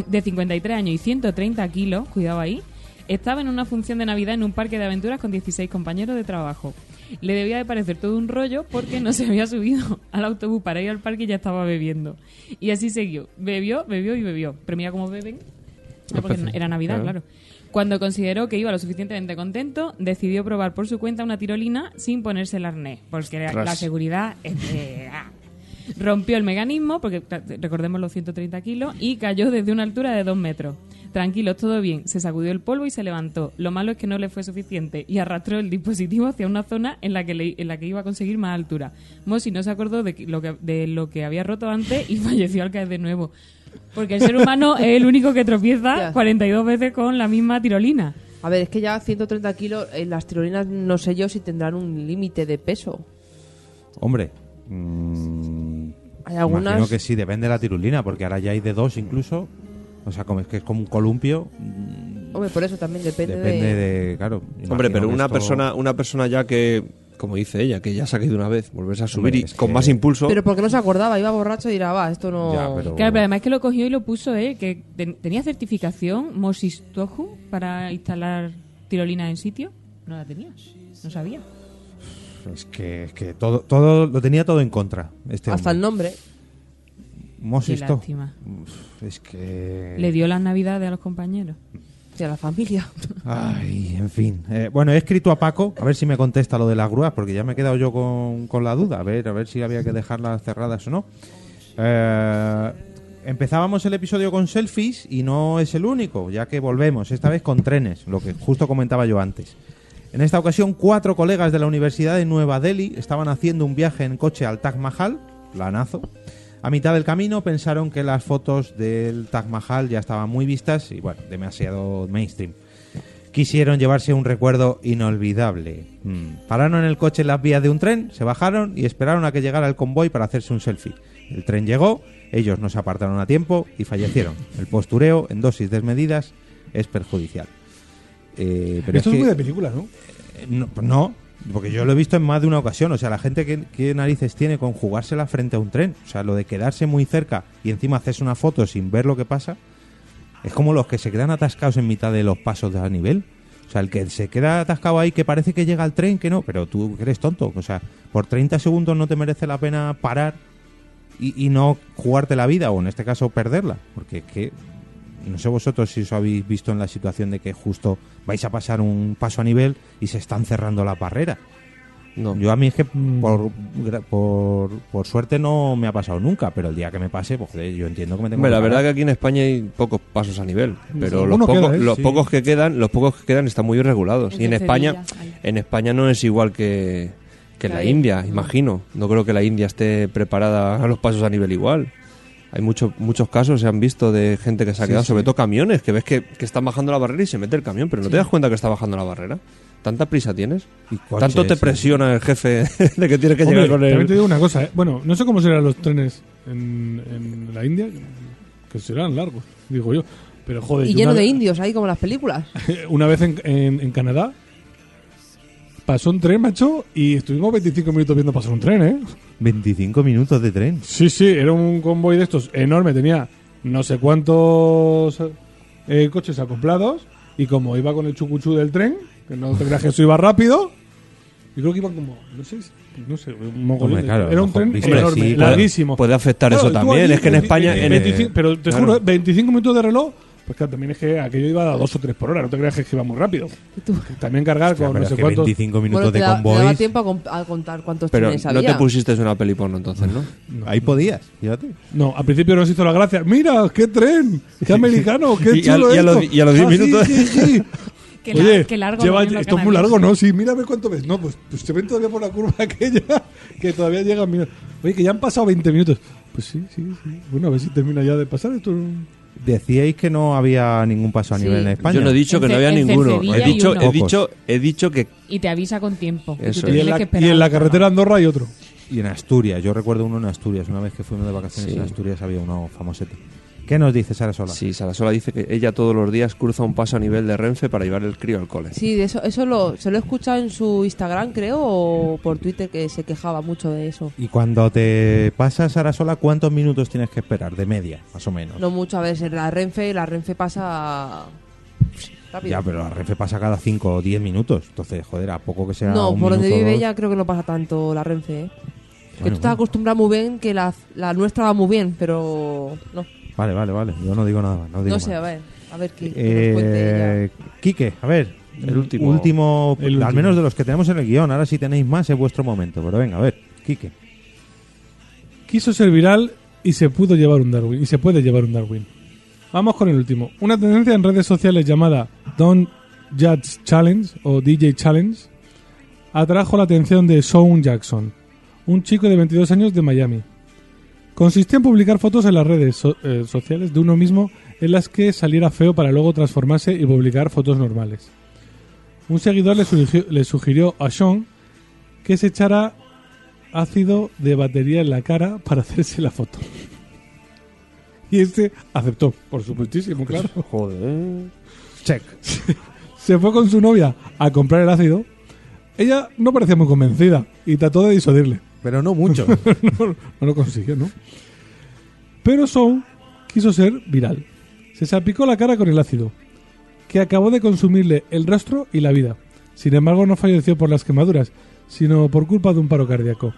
Speaker 5: de 53 años y 130 kilos, cuidado ahí, estaba en una función de Navidad en un parque de aventuras con 16 compañeros de trabajo. Le debía de parecer todo un rollo porque no se había subido al autobús para ir al parque y ya estaba bebiendo. Y así siguió. Bebió, bebió y bebió. Pero mira cómo beben. Ah, porque
Speaker 3: Especial.
Speaker 5: era Navidad,
Speaker 3: Claro.
Speaker 5: claro. Cuando consideró que iba lo suficientemente contento, decidió probar por su cuenta una tirolina sin ponerse el arnés, porque la-
Speaker 3: Tras.
Speaker 5: la seguridad es de- ah. Rompió el mecanismo, porque ta- recordemos los 130 kilos, y cayó desde una altura de 2 metros. Tranquilos, todo bien. Se sacudió el polvo y se levantó. Lo malo es que no le fue suficiente y arrastró el dispositivo hacia una zona en la que, le- en la que iba a conseguir más altura. Mosi no se acordó de que- lo, que, de lo que había roto antes y falleció al caer de nuevo. Porque el ser humano es el único que tropieza
Speaker 4: Ya.
Speaker 5: 42 veces con la misma tirolina.
Speaker 4: A ver, es que ya 130 kilos, eh, las tirolinas no sé yo si tendrán un límite de peso.
Speaker 2: Hombre. mm,
Speaker 4: Hay algunas-
Speaker 2: Imagino que sí, depende de la tirulina, porque ahora ya hay de dos incluso. O sea, como es que es como un columpio. mm,
Speaker 4: Hombre, por eso también depende,
Speaker 2: Depende
Speaker 4: de...
Speaker 2: de. Claro.
Speaker 3: Hombre,
Speaker 2: imagino
Speaker 3: pero
Speaker 2: que
Speaker 3: una
Speaker 2: esto-
Speaker 3: persona, una persona ya que, como dice ella, que ya se ha caído una vez, volverse a subir
Speaker 2: Hombre,
Speaker 3: y
Speaker 2: es
Speaker 3: con
Speaker 2: que-
Speaker 3: más impulso.
Speaker 4: Pero porque no se acordaba, iba borracho y dirá, va, esto no...
Speaker 2: Ya,
Speaker 8: Oh.
Speaker 2: pero-
Speaker 5: Claro, pero además que lo cogió y lo puso él, que ten- tenía certificación Moses Tohu para instalar tirolinas en sitio. No la tenía, no sabía.
Speaker 2: Es que, es que todo, todo lo tenía todo en contra. Este
Speaker 4: Hasta el
Speaker 2: hombre.
Speaker 4: nombre.
Speaker 2: Moses
Speaker 5: Qué
Speaker 2: To-
Speaker 5: lástima.
Speaker 2: Uf, Es que.
Speaker 5: Le dio las navidades a los compañeros.
Speaker 4: Y a la familia.
Speaker 2: Ay, en fin. Eh, bueno, he escrito a Paco, a ver si me contesta lo de las grúas, porque ya me he quedado yo con, con la duda, a ver, a ver si había que dejarlas cerradas o no. Eh, empezábamos el episodio con selfies y no es el único, ya que volvemos, esta vez con trenes, lo que justo comentaba yo antes. En esta ocasión, cuatro colegas de la Universidad de Nueva Delhi estaban haciendo un viaje en coche al Taj Mahal, planazo. A mitad del camino pensaron que las fotos del Taj Mahal ya estaban muy vistas y, bueno, demasiado mainstream quisieron llevarse un recuerdo inolvidable. Mm. Pararon en el coche en las vías de un tren, se bajaron y esperaron a que llegara el convoy para hacerse un selfie. El tren llegó, ellos no se apartaron a tiempo y fallecieron. El postureo en dosis desmedidas es perjudicial. Eh, pero
Speaker 8: Esto es,
Speaker 2: es que-
Speaker 8: muy de película, ¿no?
Speaker 2: eh, No, no, porque yo lo he visto en más de una ocasión. O sea, la gente que, qué narices tiene con jugársela frente a un tren. O sea, lo de quedarse muy cerca y encima hacerse una foto sin ver lo que pasa. Es como los que se quedan atascados en mitad de los pasos de a nivel. O sea, el que se queda atascado ahí, que parece que llega al tren, que no, pero tú eres tonto. O sea, por 30 segundos no te merece la pena parar y, y no jugarte la vida, o en este caso perderla. Porque es que, no sé vosotros si os habéis visto en la situación de que justo vais a pasar un paso a nivel y se están cerrando la barrera.
Speaker 3: No.
Speaker 2: Yo a mí es que
Speaker 8: Mm.
Speaker 2: por, gra- por, por suerte no me ha pasado nunca, pero el día que me pase, pues joder, yo entiendo que me tengo
Speaker 3: Hombre, la
Speaker 2: parar.
Speaker 3: verdad que aquí en España hay pocos pasos a nivel, pero los,
Speaker 8: Alguno
Speaker 3: pocos,
Speaker 8: queda, ¿eh?
Speaker 3: los
Speaker 8: Sí.
Speaker 3: pocos que quedan, los pocos que quedan están muy regulados.
Speaker 5: El
Speaker 3: Y en
Speaker 5: de
Speaker 3: España,
Speaker 5: Sevilla, ahí.
Speaker 3: en España no es igual que, que en la
Speaker 5: Claro. Mm.
Speaker 3: India, imagino. No creo que la India esté preparada a los pasos a nivel igual. Hay muchos muchos casos se han visto de gente que se ha quedado, sobre todo camiones, que ves que, que están bajando la barrera y se mete el camión, pero no te das cuenta que está bajando la barrera. ¿Tanta prisa tienes?
Speaker 2: Y coches,
Speaker 3: ¿Tanto te
Speaker 2: sí.
Speaker 3: presiona el jefe de que tienes que
Speaker 8: Hombre,
Speaker 3: llegar con
Speaker 8: también te
Speaker 3: él?
Speaker 8: digo una cosa, ¿eh? Bueno, no sé cómo serán los trenes en, en la India, que serán largos, digo yo. Pero
Speaker 2: Pues
Speaker 8: joder,
Speaker 4: Y
Speaker 8: yo
Speaker 4: lleno
Speaker 8: una
Speaker 4: de
Speaker 8: vez-
Speaker 4: indios, ahí como las películas.
Speaker 8: una vez en, en- en Canadá pasó un tren, macho, y estuvimos 25 minutos viendo pasar un tren, ¿eh?
Speaker 2: 25 minutos de tren.
Speaker 8: Sí, sí, era un convoy de estos enorme, tenía no sé cuántos eh, coches acoplados y como iba con el chucuchú del tren, que no te creas que eso iba rápido, yo creo que iban como, no sé, no sé, un mogollón
Speaker 2: Hombre,
Speaker 8: de-
Speaker 2: claro,
Speaker 8: era un
Speaker 2: ojo,
Speaker 8: tren
Speaker 2: viste,
Speaker 8: enorme,
Speaker 2: sí, puede-
Speaker 8: larguísimo.
Speaker 3: puede afectar eso
Speaker 8: tú
Speaker 3: también, es que en
Speaker 8: 20,
Speaker 3: España- en-
Speaker 2: este
Speaker 8: 25, pero te
Speaker 3: claro.
Speaker 8: juro, 25 minutos de reloj, pues claro, también es que aquello iba a dos o tres por hora, no te creas que iba muy rápido. También cargar
Speaker 2: Ya,
Speaker 8: con
Speaker 2: pero
Speaker 8: no
Speaker 2: es
Speaker 8: sé
Speaker 2: que
Speaker 8: cuántos...
Speaker 2: 25 minutos
Speaker 4: Bueno, te,
Speaker 2: de
Speaker 4: da- te daba
Speaker 2: convoy.
Speaker 4: tiempo a, con- a contar cuántos
Speaker 3: Pero
Speaker 4: trenes
Speaker 3: no
Speaker 4: había.
Speaker 3: te pusiste una peli porno entonces, ¿no?
Speaker 2: Ahí podías, fíjate.
Speaker 8: No, al principio nos hizo la gracia. Mira, qué tren, qué americano, qué
Speaker 3: Y a-
Speaker 8: chulo
Speaker 3: y a
Speaker 8: esto. Ah,
Speaker 3: los- y a los diez
Speaker 8: sí,
Speaker 3: minutos.
Speaker 8: sí, sí.
Speaker 5: Qué lar-
Speaker 8: Oye,
Speaker 5: qué largo
Speaker 8: lleva-
Speaker 5: lo ven los
Speaker 8: esto es muy
Speaker 5: canarios.
Speaker 8: largo, ¿no? Sí, mírame cuánto ves. No, pues, pues te ven todavía por la curva aquella que todavía llega. Mira. Oye, que ya han pasado 20 minutos. Pues sí, sí, sí. Bueno, a ver si termina ya de pasar esto.
Speaker 2: Decíais que no había ningún paso a
Speaker 5: Sí.
Speaker 2: nivel en España.
Speaker 3: Yo no he dicho
Speaker 5: En
Speaker 3: que no
Speaker 5: Ce-
Speaker 3: había
Speaker 5: en
Speaker 3: ninguno.
Speaker 5: Cercedilla
Speaker 3: He
Speaker 5: hay
Speaker 3: dicho,
Speaker 5: uno.
Speaker 3: he dicho, he dicho que
Speaker 5: Y te avisa con tiempo. Y tú
Speaker 3: Eso
Speaker 5: te
Speaker 3: es.
Speaker 8: Y
Speaker 5: tienes
Speaker 8: en, la,
Speaker 5: que
Speaker 8: y
Speaker 5: esperar
Speaker 8: en la
Speaker 5: al carro.
Speaker 8: carretera Andorra hay otro.
Speaker 2: Y en Asturias, yo recuerdo uno en Asturias, una vez que fuimos de vacaciones
Speaker 3: Sí.
Speaker 2: en Asturias había uno famosete. ¿Qué nos dice Sara Sola?
Speaker 3: Sí, Sarasola dice que ella todos los días cruza un paso a nivel de Renfe para llevar el crío al cole.
Speaker 4: Sí, de eso, eso lo, se lo he escuchado en su Instagram, creo, o por Twitter, que se quejaba mucho de eso.
Speaker 2: Y cuando te pasas Sara Sola, ¿cuántos minutos tienes que esperar? De media, más o menos.
Speaker 4: No mucho, a veces la Renfe, la Renfe pasa rápido.
Speaker 2: Ya, pero la refe pasa cada 5 o 10 minutos. Entonces, joder, a poco que sea.
Speaker 4: no,
Speaker 2: un
Speaker 4: por donde
Speaker 2: minuto o
Speaker 4: vive
Speaker 2: dos,
Speaker 4: ella creo que no pasa tanto la Renfe, ¿eh? que
Speaker 2: Bueno,
Speaker 4: tú estás
Speaker 2: bueno.
Speaker 4: acostumbrado muy bien, que la, la nuestra va muy bien, pero no,
Speaker 2: Vale, vale, vale. Yo no digo nada más. No, digo
Speaker 4: no sé, a
Speaker 2: más.
Speaker 4: ver, a ver qué, qué nos cuente ella.
Speaker 2: Eh, Quique, a ver.
Speaker 3: El último.
Speaker 2: último,
Speaker 8: El último.
Speaker 2: Al menos de los que tenemos en el guión. Ahora si tenéis más es vuestro momento. Pero venga, a ver. Quique.
Speaker 8: Quiso ser viral y se pudo llevar un Darwin. Y se puede llevar un Darwin. Vamos con el último. Una tendencia en redes sociales llamada Don't Judge Challenge o DJ Challenge atrajo la atención de Sean Jackson, un chico de 22 años de Miami. Consistía en publicar fotos en las redes so- eh, sociales de uno mismo en las que saliera feo para luego transformarse y publicar fotos normales. Un seguidor le sugirió, le sugirió a Sean que se echara ácido de batería en la cara para hacerse la foto. Y este aceptó, por supuestísimo, claro.
Speaker 3: Joder.
Speaker 8: Check. Se fue con su novia a comprar el ácido. Ella no parecía muy convencida y trató de disuadirle.
Speaker 2: Pero no mucho.
Speaker 8: No lo consiguió, ¿no? Pero Soul quiso ser viral. Se salpicó la cara con el ácido, que acabó de consumirle el rostro y la vida. Sin embargo, no falleció por las quemaduras, sino por culpa de un paro cardíaco.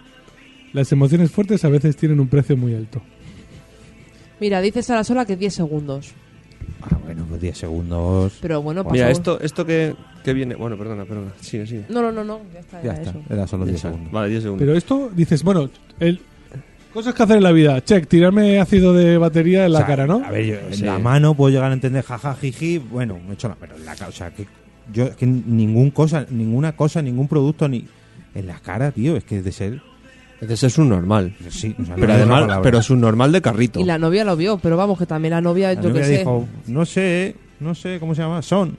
Speaker 8: Las emociones fuertes a veces tienen un precio muy alto.
Speaker 4: Mira, dice Sara Sola que 10 segundos,
Speaker 2: ah, bueno, pues 10 segundos.
Speaker 4: pero bueno,
Speaker 3: Mira,
Speaker 4: pasó-
Speaker 3: esto, esto que, que viene. Bueno, perdona, perdona. Sigue, sigue.
Speaker 4: No, no, no, no, ya está,
Speaker 2: Ya
Speaker 4: era
Speaker 2: está.
Speaker 4: eso.
Speaker 2: Era solo 10
Speaker 3: Ya está.
Speaker 2: segundos.
Speaker 3: Vale, 10 segundos.
Speaker 8: Pero esto dices, bueno, el... cosas que hacer en la vida. Check, tirarme ácido de batería en la
Speaker 2: O sea,
Speaker 8: cara, ¿no?
Speaker 2: A ver, yo, en
Speaker 3: Sí.
Speaker 2: la mano puedo llegar a entender jaja, jiji. Bueno, me he hecho la pero en la cara. O sea, que yo es que ningún cosa, ninguna cosa, ningún producto, ni. En la cara, tío, es que es de ser. pues
Speaker 3: Entonces es un normal.
Speaker 2: Sí, o sea,
Speaker 3: Pero
Speaker 2: no hay otra
Speaker 3: además,
Speaker 2: palabra.
Speaker 3: pero es un normal de carrito.
Speaker 4: Y la novia lo vio, pero vamos, que también la novia,
Speaker 2: La
Speaker 4: yo que
Speaker 2: novia
Speaker 4: sé.
Speaker 2: dijo, no sé, no sé, ¿cómo se llama? Son.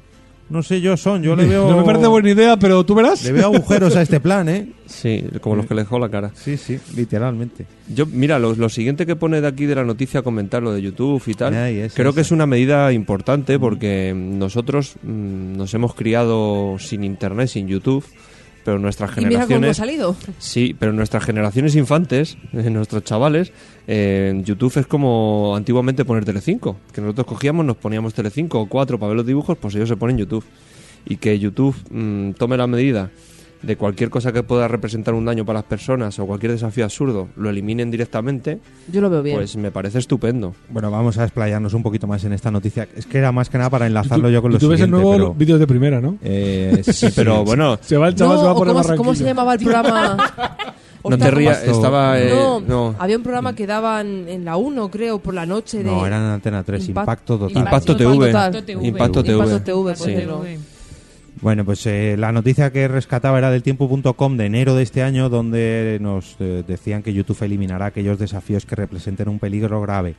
Speaker 2: No sé yo, Son. Yo le veo.
Speaker 8: No me parece buena idea, pero tú verás.
Speaker 2: Le veo agujeros a este plan, ¿eh?
Speaker 3: Sí, como los que le dejó la cara.
Speaker 2: Sí, sí, literalmente.
Speaker 3: Yo, mira, lo, lo siguiente que pone de aquí de la noticia, comentar lo de YouTube y tal,
Speaker 2: Ay, eso,
Speaker 3: creo que
Speaker 2: eso.
Speaker 3: es Mm. una medida importante porque nosotros mm, nos hemos criado sin internet, sin YouTube, pero nuestras
Speaker 4: Y mira cómo ha
Speaker 3: generaciones.
Speaker 4: salido.
Speaker 3: Sí, pero nuestras generaciones infantes, eh, nuestros chavales, eh, YouTube es como antiguamente poner Telecinco, que nosotros cogíamos, nos poníamos Telecinco o cuatro para ver los dibujos, pues ellos se ponen YouTube y que YouTube mm, tome la medida de cualquier cosa que pueda representar un daño para las personas o cualquier desafío absurdo, lo eliminen directamente,
Speaker 4: Yo lo veo bien.
Speaker 3: pues me parece estupendo.
Speaker 2: Bueno, vamos a explayarnos un poquito más en esta noticia. Es que era más que nada para enlazarlo
Speaker 8: Tú-
Speaker 2: yo con
Speaker 8: y
Speaker 2: los
Speaker 8: Tú ves el nuevo vídeos de primera, ¿no?
Speaker 2: eh, sí,
Speaker 3: Pero bueno,
Speaker 8: Se va el chaval,
Speaker 4: No,
Speaker 8: se va
Speaker 4: o
Speaker 8: por el
Speaker 4: ¿cómo, se-
Speaker 8: barranquillo.
Speaker 4: cómo se llamaba el programa?
Speaker 3: no te rías, estaba... eh,
Speaker 4: no,
Speaker 3: no.
Speaker 4: había un programa que daban en la 1, creo, por la noche. De...
Speaker 2: No, era en Antena 3, Impacto Total.
Speaker 3: Impacto TV. Impacto
Speaker 4: TV.
Speaker 5: Impacto
Speaker 4: por
Speaker 5: Sí.
Speaker 4: ejemplo.
Speaker 2: Bueno, pues eh, la noticia que rescataba era del tiempo.com de enero de este año, donde nos eh, decían que YouTube eliminará aquellos desafíos que representen un peligro grave.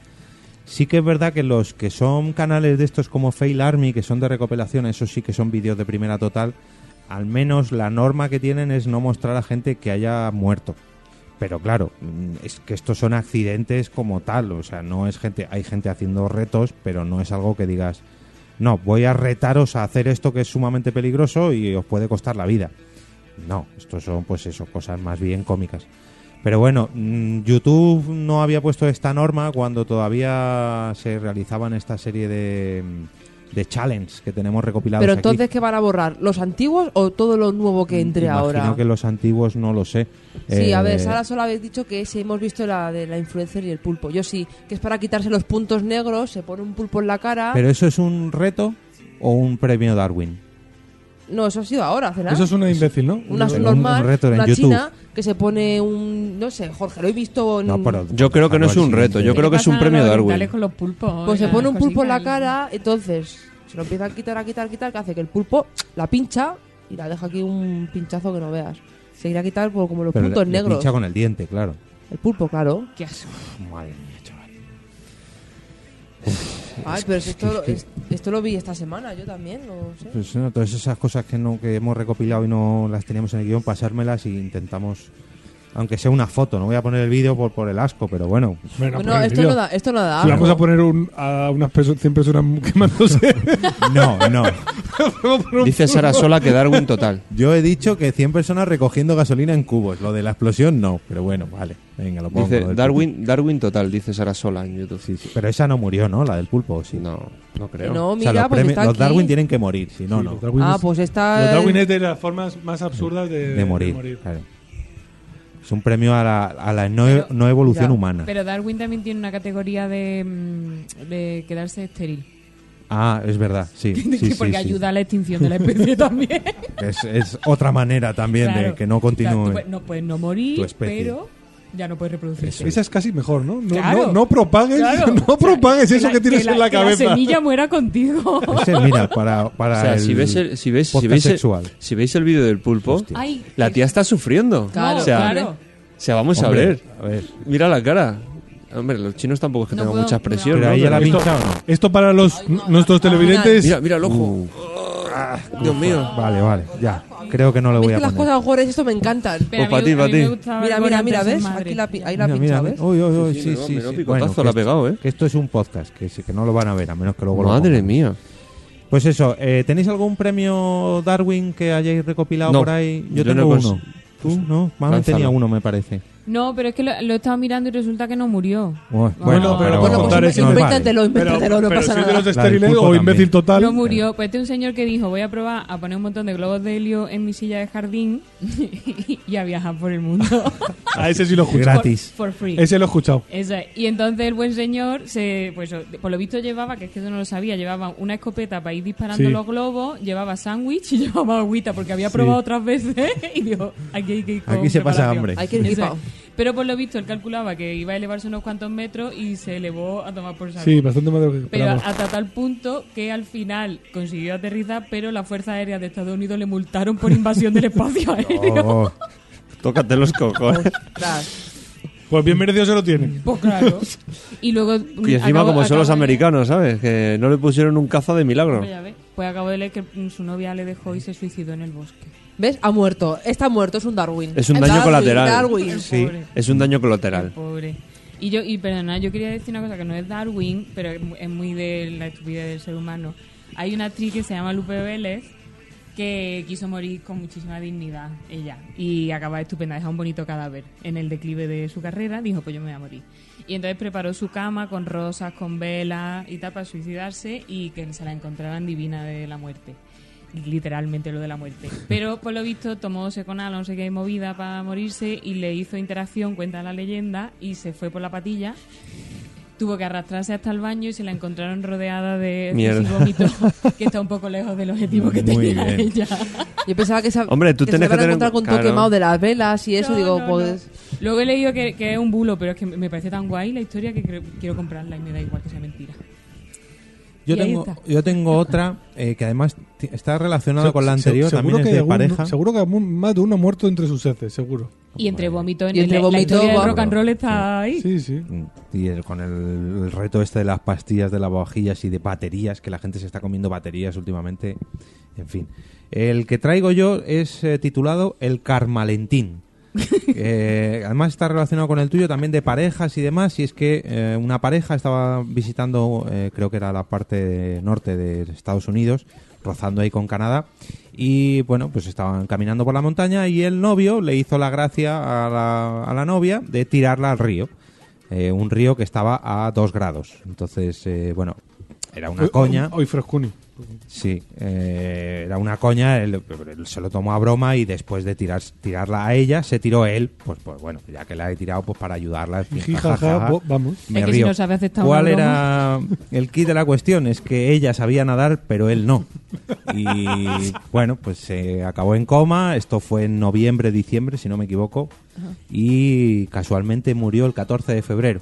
Speaker 2: Sí que es verdad que los que son canales de estos como Fail Army, que son de recopilación, esos sí que son vídeos de primera total, al menos la norma que tienen es no mostrar a gente que haya muerto. Pero claro, mm, es que estos son accidentes como tal, o sea, no es gente, hay gente haciendo retos, pero no es algo que digas, no, voy a retaros a hacer esto que es sumamente peligroso y os puede costar la vida. No, estos son pues eso, cosas más bien cómicas. Pero bueno, mm, YouTube no había puesto esta norma cuando todavía se realizaban esta serie de, mm, de challenge que tenemos recopilados
Speaker 4: Pero
Speaker 2: aquí. Mm,
Speaker 4: entonces, ¿qué van a borrar? ¿Los antiguos o todo lo nuevo que entre
Speaker 2: Imagino
Speaker 4: ahora?
Speaker 2: que los antiguos no lo sé.
Speaker 4: Sí, a ver,
Speaker 2: Eh,
Speaker 4: Sara solo habéis dicho que si hemos visto la de la influencer y el pulpo. Yo sí, que es para quitarse los puntos negros, se pone un pulpo en la cara.
Speaker 2: ¿Pero eso es un reto o un premio Darwin?
Speaker 4: No, eso ha sido ahora, ¿será?
Speaker 8: Eso es una imbécil, ¿no?
Speaker 4: una
Speaker 2: un-
Speaker 4: normal,
Speaker 2: un reto en
Speaker 4: una
Speaker 2: YouTube.
Speaker 4: china que se pone un. No sé, Jorge, lo he visto en.
Speaker 2: No, pero-
Speaker 3: Yo creo que no es un reto, yo creo que es un premio
Speaker 8: ¿eh?
Speaker 3: Darwin.
Speaker 5: Con los pulpos, ¿eh?
Speaker 4: Pues se
Speaker 5: las
Speaker 4: pone un pulpo en la
Speaker 5: cositas.
Speaker 4: cara, entonces se lo empieza a quitar, a quitar, a quitar, que hace que el pulpo la pincha y la deja aquí un pinchazo que no veas. Se irá a quitar por- como los
Speaker 2: Pero
Speaker 4: puntos
Speaker 2: le- le
Speaker 4: negros.
Speaker 2: pincha con el diente, claro.
Speaker 4: El pulpo, claro.
Speaker 5: Qué asco.
Speaker 2: Madre mía, chaval.
Speaker 4: Ay, pero si esto, es- esto lo vi esta semana, yo también, no sé.
Speaker 2: Pues, no, todas esas cosas que, no, que hemos recopilado y no las teníamos en el guión, pasármelas y intentamos, aunque sea una foto, no voy a poner el vídeo por, por el asco, pero bueno,
Speaker 8: Bueno,
Speaker 4: Bueno,
Speaker 8: por el
Speaker 4: esto
Speaker 8: vídeo.
Speaker 4: no, da, esto no da.
Speaker 8: Si vamos
Speaker 4: asco.
Speaker 8: a poner un, a unas perso- 100 personas quemándose.
Speaker 2: no, no.
Speaker 8: vamos a poner un-
Speaker 3: Dice Sara Sola que Darwin total.
Speaker 2: Yo he dicho que 100 personas recogiendo gasolina en cubos, lo de la explosión no, pero bueno, vale, venga, lo pongo. lo
Speaker 3: Dice
Speaker 2: del
Speaker 3: Darwin, Darwin total, dice Sara Sola en YouTube.
Speaker 2: pulpo. Sí, pero esa no murió, ¿no? La del pulpo, sí.
Speaker 3: No, no
Speaker 4: Que
Speaker 3: creo.
Speaker 2: O
Speaker 4: No,
Speaker 2: sea,
Speaker 4: mira,
Speaker 2: los,
Speaker 4: pues
Speaker 2: premios-
Speaker 4: está
Speaker 2: los
Speaker 4: aquí.
Speaker 2: Darwin tienen que morir, si no,
Speaker 8: Sí,
Speaker 2: no.
Speaker 8: los Darwin
Speaker 4: Ah,
Speaker 8: es-
Speaker 4: pues
Speaker 8: Los
Speaker 4: está.
Speaker 8: Darwin es de las formas más absurdas de,
Speaker 2: de morir. claro. Es un premio a la, a la no,
Speaker 5: Pero-
Speaker 2: no evolución
Speaker 4: ya,
Speaker 2: humana.
Speaker 5: Pero Darwin también tiene una categoría de, mm, de quedarse estéril.
Speaker 2: ah, es verdad, sí. sí, sí,
Speaker 5: porque
Speaker 2: sí.
Speaker 5: ayuda a la extinción de la especie también.
Speaker 2: Es, es otra manera también de
Speaker 5: Claro.
Speaker 2: que no
Speaker 5: O
Speaker 2: continúe.
Speaker 5: sea, tú puedes- no puedes no
Speaker 2: tu
Speaker 5: morir,
Speaker 2: especie.
Speaker 5: pero ya no puedes reproducirte.
Speaker 8: Esa es casi mejor, ¿no? No,
Speaker 5: Claro.
Speaker 8: no, no propagues,
Speaker 5: Claro.
Speaker 8: no
Speaker 5: O sea,
Speaker 8: propagues eso que
Speaker 5: la-
Speaker 8: tienes en la cabeza.
Speaker 5: Que la semilla muera contigo.
Speaker 2: Ese, mira, para, para
Speaker 3: O sea,
Speaker 2: el
Speaker 3: si ves el, si veis, si
Speaker 2: podcast
Speaker 3: veis el,
Speaker 2: sexual.
Speaker 3: si veis el vídeo del pulpo,
Speaker 2: Hostia.
Speaker 5: Ay,
Speaker 3: la tía está sufriendo.
Speaker 4: Claro,
Speaker 3: o sea,
Speaker 5: claro.
Speaker 3: o sea, vamos
Speaker 2: Hombre,
Speaker 3: a ver.
Speaker 2: a ver.
Speaker 3: Mira la cara. Hombre, los chinos tampoco es que
Speaker 5: No
Speaker 3: tengan
Speaker 5: puedo-
Speaker 3: mucha expresión.
Speaker 2: Pero
Speaker 3: ¿no?
Speaker 2: ahí ya la
Speaker 8: Esto,
Speaker 2: pincha o no.
Speaker 8: esto para los nuestros televidentes.
Speaker 3: Mira, mira el ojo. Ah, Dios mío.
Speaker 2: Vale, vale, ya. Creo que no lo
Speaker 4: ¿Ves
Speaker 2: voy a
Speaker 4: que las
Speaker 2: poner.
Speaker 4: cosas gore, esto me encantan.
Speaker 5: Pero a
Speaker 3: Pues
Speaker 5: mí-
Speaker 3: pa' ti,
Speaker 5: a
Speaker 3: pa'
Speaker 5: mí
Speaker 3: ti.
Speaker 5: me gustaba
Speaker 4: Mira,
Speaker 5: ver
Speaker 4: mira,
Speaker 5: Volante
Speaker 4: mira,
Speaker 5: sin
Speaker 4: ¿ves?
Speaker 5: madre.
Speaker 4: Aquí la, pi- ahí la
Speaker 2: Mira,
Speaker 4: pincha,
Speaker 2: mira, oh.
Speaker 4: ¿ves?
Speaker 2: uy, uy, uy,
Speaker 3: Sí,
Speaker 2: sí, sí,
Speaker 3: no,
Speaker 2: sí.
Speaker 3: menudo picotazo
Speaker 2: que
Speaker 3: la ha
Speaker 2: esto-
Speaker 3: pegado, ¿eh?
Speaker 2: que esto es un podcast, que, sí, que no lo van a ver, a menos que luego lo
Speaker 3: Madre
Speaker 2: pongan.
Speaker 3: mía.
Speaker 2: Pues eso, eh, ¿tenéis algún premio Darwin que hayáis recopilado
Speaker 3: No,
Speaker 2: por ahí? Yo
Speaker 3: yo
Speaker 2: tengo
Speaker 3: no he cons-
Speaker 2: uno. ¿Tú? No, Mami
Speaker 3: lánzalo.
Speaker 2: tenía uno, me parece.
Speaker 5: No, pero es que lo, lo he estado mirando y resulta que no murió.
Speaker 2: Bueno,
Speaker 8: Bueno, pero
Speaker 4: Bueno, pues
Speaker 8: Contar
Speaker 4: inve-
Speaker 8: eso no
Speaker 4: invéntatelo,
Speaker 8: pero
Speaker 4: invéntatelo, no
Speaker 8: pero si
Speaker 4: pasa
Speaker 8: es de los
Speaker 4: nada.
Speaker 8: estériles
Speaker 2: del pulpo
Speaker 8: o imbécil
Speaker 2: también.
Speaker 8: total.
Speaker 5: No murió. Pues este un señor que dijo, voy a probar a poner un montón de globos de helio en mi silla de jardín y a viajar por el mundo.
Speaker 8: A ese sí lo he escuchado.
Speaker 2: Gratis.
Speaker 5: For free.
Speaker 8: Ese lo he escuchado.
Speaker 5: Eso es. Y entonces el buen señor, se, pues o- por lo visto llevaba, que es que yo no lo sabía, llevaba una escopeta para ir disparando
Speaker 8: Sí.
Speaker 5: los globos, llevaba sándwich y llevaba agüita, porque había probado otras veces y dijo, aquí hay que ir con
Speaker 2: Aquí se pasa
Speaker 5: preparación".
Speaker 2: hambre.
Speaker 4: Hay que ir
Speaker 5: Eso es.
Speaker 4: equipado.
Speaker 5: Pero por lo visto él calculaba que iba a elevarse unos cuantos metros y se elevó a tomar por saco.
Speaker 8: Sí, bastante más de lo que
Speaker 5: Pero
Speaker 8: esperamos.
Speaker 5: hasta tal punto que al final consiguió aterrizar, pero la Fuerza Aérea de Estados Unidos le multaron por invasión del espacio aéreo.
Speaker 2: Oh,
Speaker 3: Tócate los cojones.
Speaker 4: Ostras.
Speaker 8: Pues bien merecido se lo tiene.
Speaker 5: Pues claro. Y luego.
Speaker 3: Y encima,
Speaker 5: acabo-
Speaker 3: como son
Speaker 5: acabo
Speaker 3: los
Speaker 5: de-
Speaker 3: americanos, ¿sabes? Que no le pusieron un caza de milagro.
Speaker 5: Hombre, ya ves. Pues acabo de leer que mm, su novia le dejó y se suicidó en el bosque.
Speaker 4: ¿Ves? Ha muerto. Está muerto, es un Darwin.
Speaker 3: Es un daño
Speaker 4: Darwin,
Speaker 3: colateral.
Speaker 4: Darwin.
Speaker 2: sí.
Speaker 5: Pobre,
Speaker 3: Es un daño colateral.
Speaker 5: pobre. Y yo, y perdona, yo quería decir una cosa que no es Darwin, pero es mu- es muy de la estupidez del ser humano. Hay una actriz que se llama Lupe Vélez que quiso morir con muchísima dignidad, ella, y acaba estupenda, deja un bonito cadáver. En el declive de su carrera dijo, pues yo me voy a morir. Y entonces preparó su cama con rosas, con velas y tal para suicidarse y que se la encontraran divina de la muerte. literalmente lo de la muerte. Pero por lo visto tomó Seconal, no sé qué movida para morirse y le hizo interacción, cuenta la leyenda, y se fue por la patilla. Tuvo que arrastrarse hasta el baño y se la encontraron rodeada de
Speaker 3: Mierda.
Speaker 5: y vómito, que está un poco lejos del objetivo que
Speaker 2: Muy
Speaker 5: tenía
Speaker 2: bien.
Speaker 5: ella.
Speaker 4: Yo pensaba que se,
Speaker 3: Hombre, tú
Speaker 4: que se
Speaker 3: tienes que
Speaker 4: iban a
Speaker 3: tener-
Speaker 4: encontrar con todo
Speaker 3: claro.
Speaker 4: quemado de las velas y eso.
Speaker 5: No,
Speaker 4: digo,
Speaker 5: no,
Speaker 4: pues.
Speaker 5: no. Luego he leído que, que es un bulo, pero es que me- me parece tan guay la historia que creo- quiero comprarla y me da igual que sea mentira.
Speaker 2: Yo
Speaker 5: Y ahí
Speaker 2: tengo,
Speaker 5: está.
Speaker 2: yo tengo otra eh, que además ti- está relacionada
Speaker 8: Se-
Speaker 2: con la
Speaker 8: se-
Speaker 2: anterior,
Speaker 8: seguro
Speaker 2: también
Speaker 8: que
Speaker 2: es de
Speaker 8: algún-
Speaker 2: pareja.
Speaker 8: Seguro que algún- más de uno ha muerto entre sus heces, seguro.
Speaker 5: Y entre vómitos,
Speaker 4: Y entre
Speaker 5: la, la
Speaker 4: vómito,
Speaker 5: historia del
Speaker 4: guau.
Speaker 5: rock and roll está ahí.
Speaker 8: Sí, sí.
Speaker 2: Mm. Y el- con el, el reto este de las pastillas, de lavavajillas y de baterías, que la gente se está comiendo baterías últimamente. En fin. El que traigo yo es eh, titulado El Carmalentín. Eh, además está relacionado con el tuyo también de parejas y demás. Y es que eh, una pareja estaba visitando, eh, creo que era la parte norte de Estados Unidos, rozando ahí con Canadá. Y bueno, pues estaban caminando por la montaña y el novio le hizo la gracia a la, a la novia de tirarla al río. Eh, un río que estaba a dos grados. Entonces, eh, bueno, era una
Speaker 8: Hoy-
Speaker 2: coña.
Speaker 8: Hoy Frescuni.
Speaker 2: Sí, eh, era una coña, él, él se lo tomó a broma y después de tirar, tirarla a ella, se tiró él, pues, pues bueno, ya que la he tirado, pues para ayudarla. en fin,
Speaker 8: Jiji,
Speaker 2: jajaja,
Speaker 8: jaja, bo- vamos.
Speaker 2: me
Speaker 5: Es que si
Speaker 2: río.
Speaker 5: no sabe aceptar una
Speaker 2: ¿Cuál
Speaker 5: broma?
Speaker 2: era el kit de la cuestión? Es que ella sabía nadar, pero él no. Y bueno, pues se acabó en coma, esto fue en noviembre, diciembre, si no me equivoco, y casualmente murió el 14 de febrero.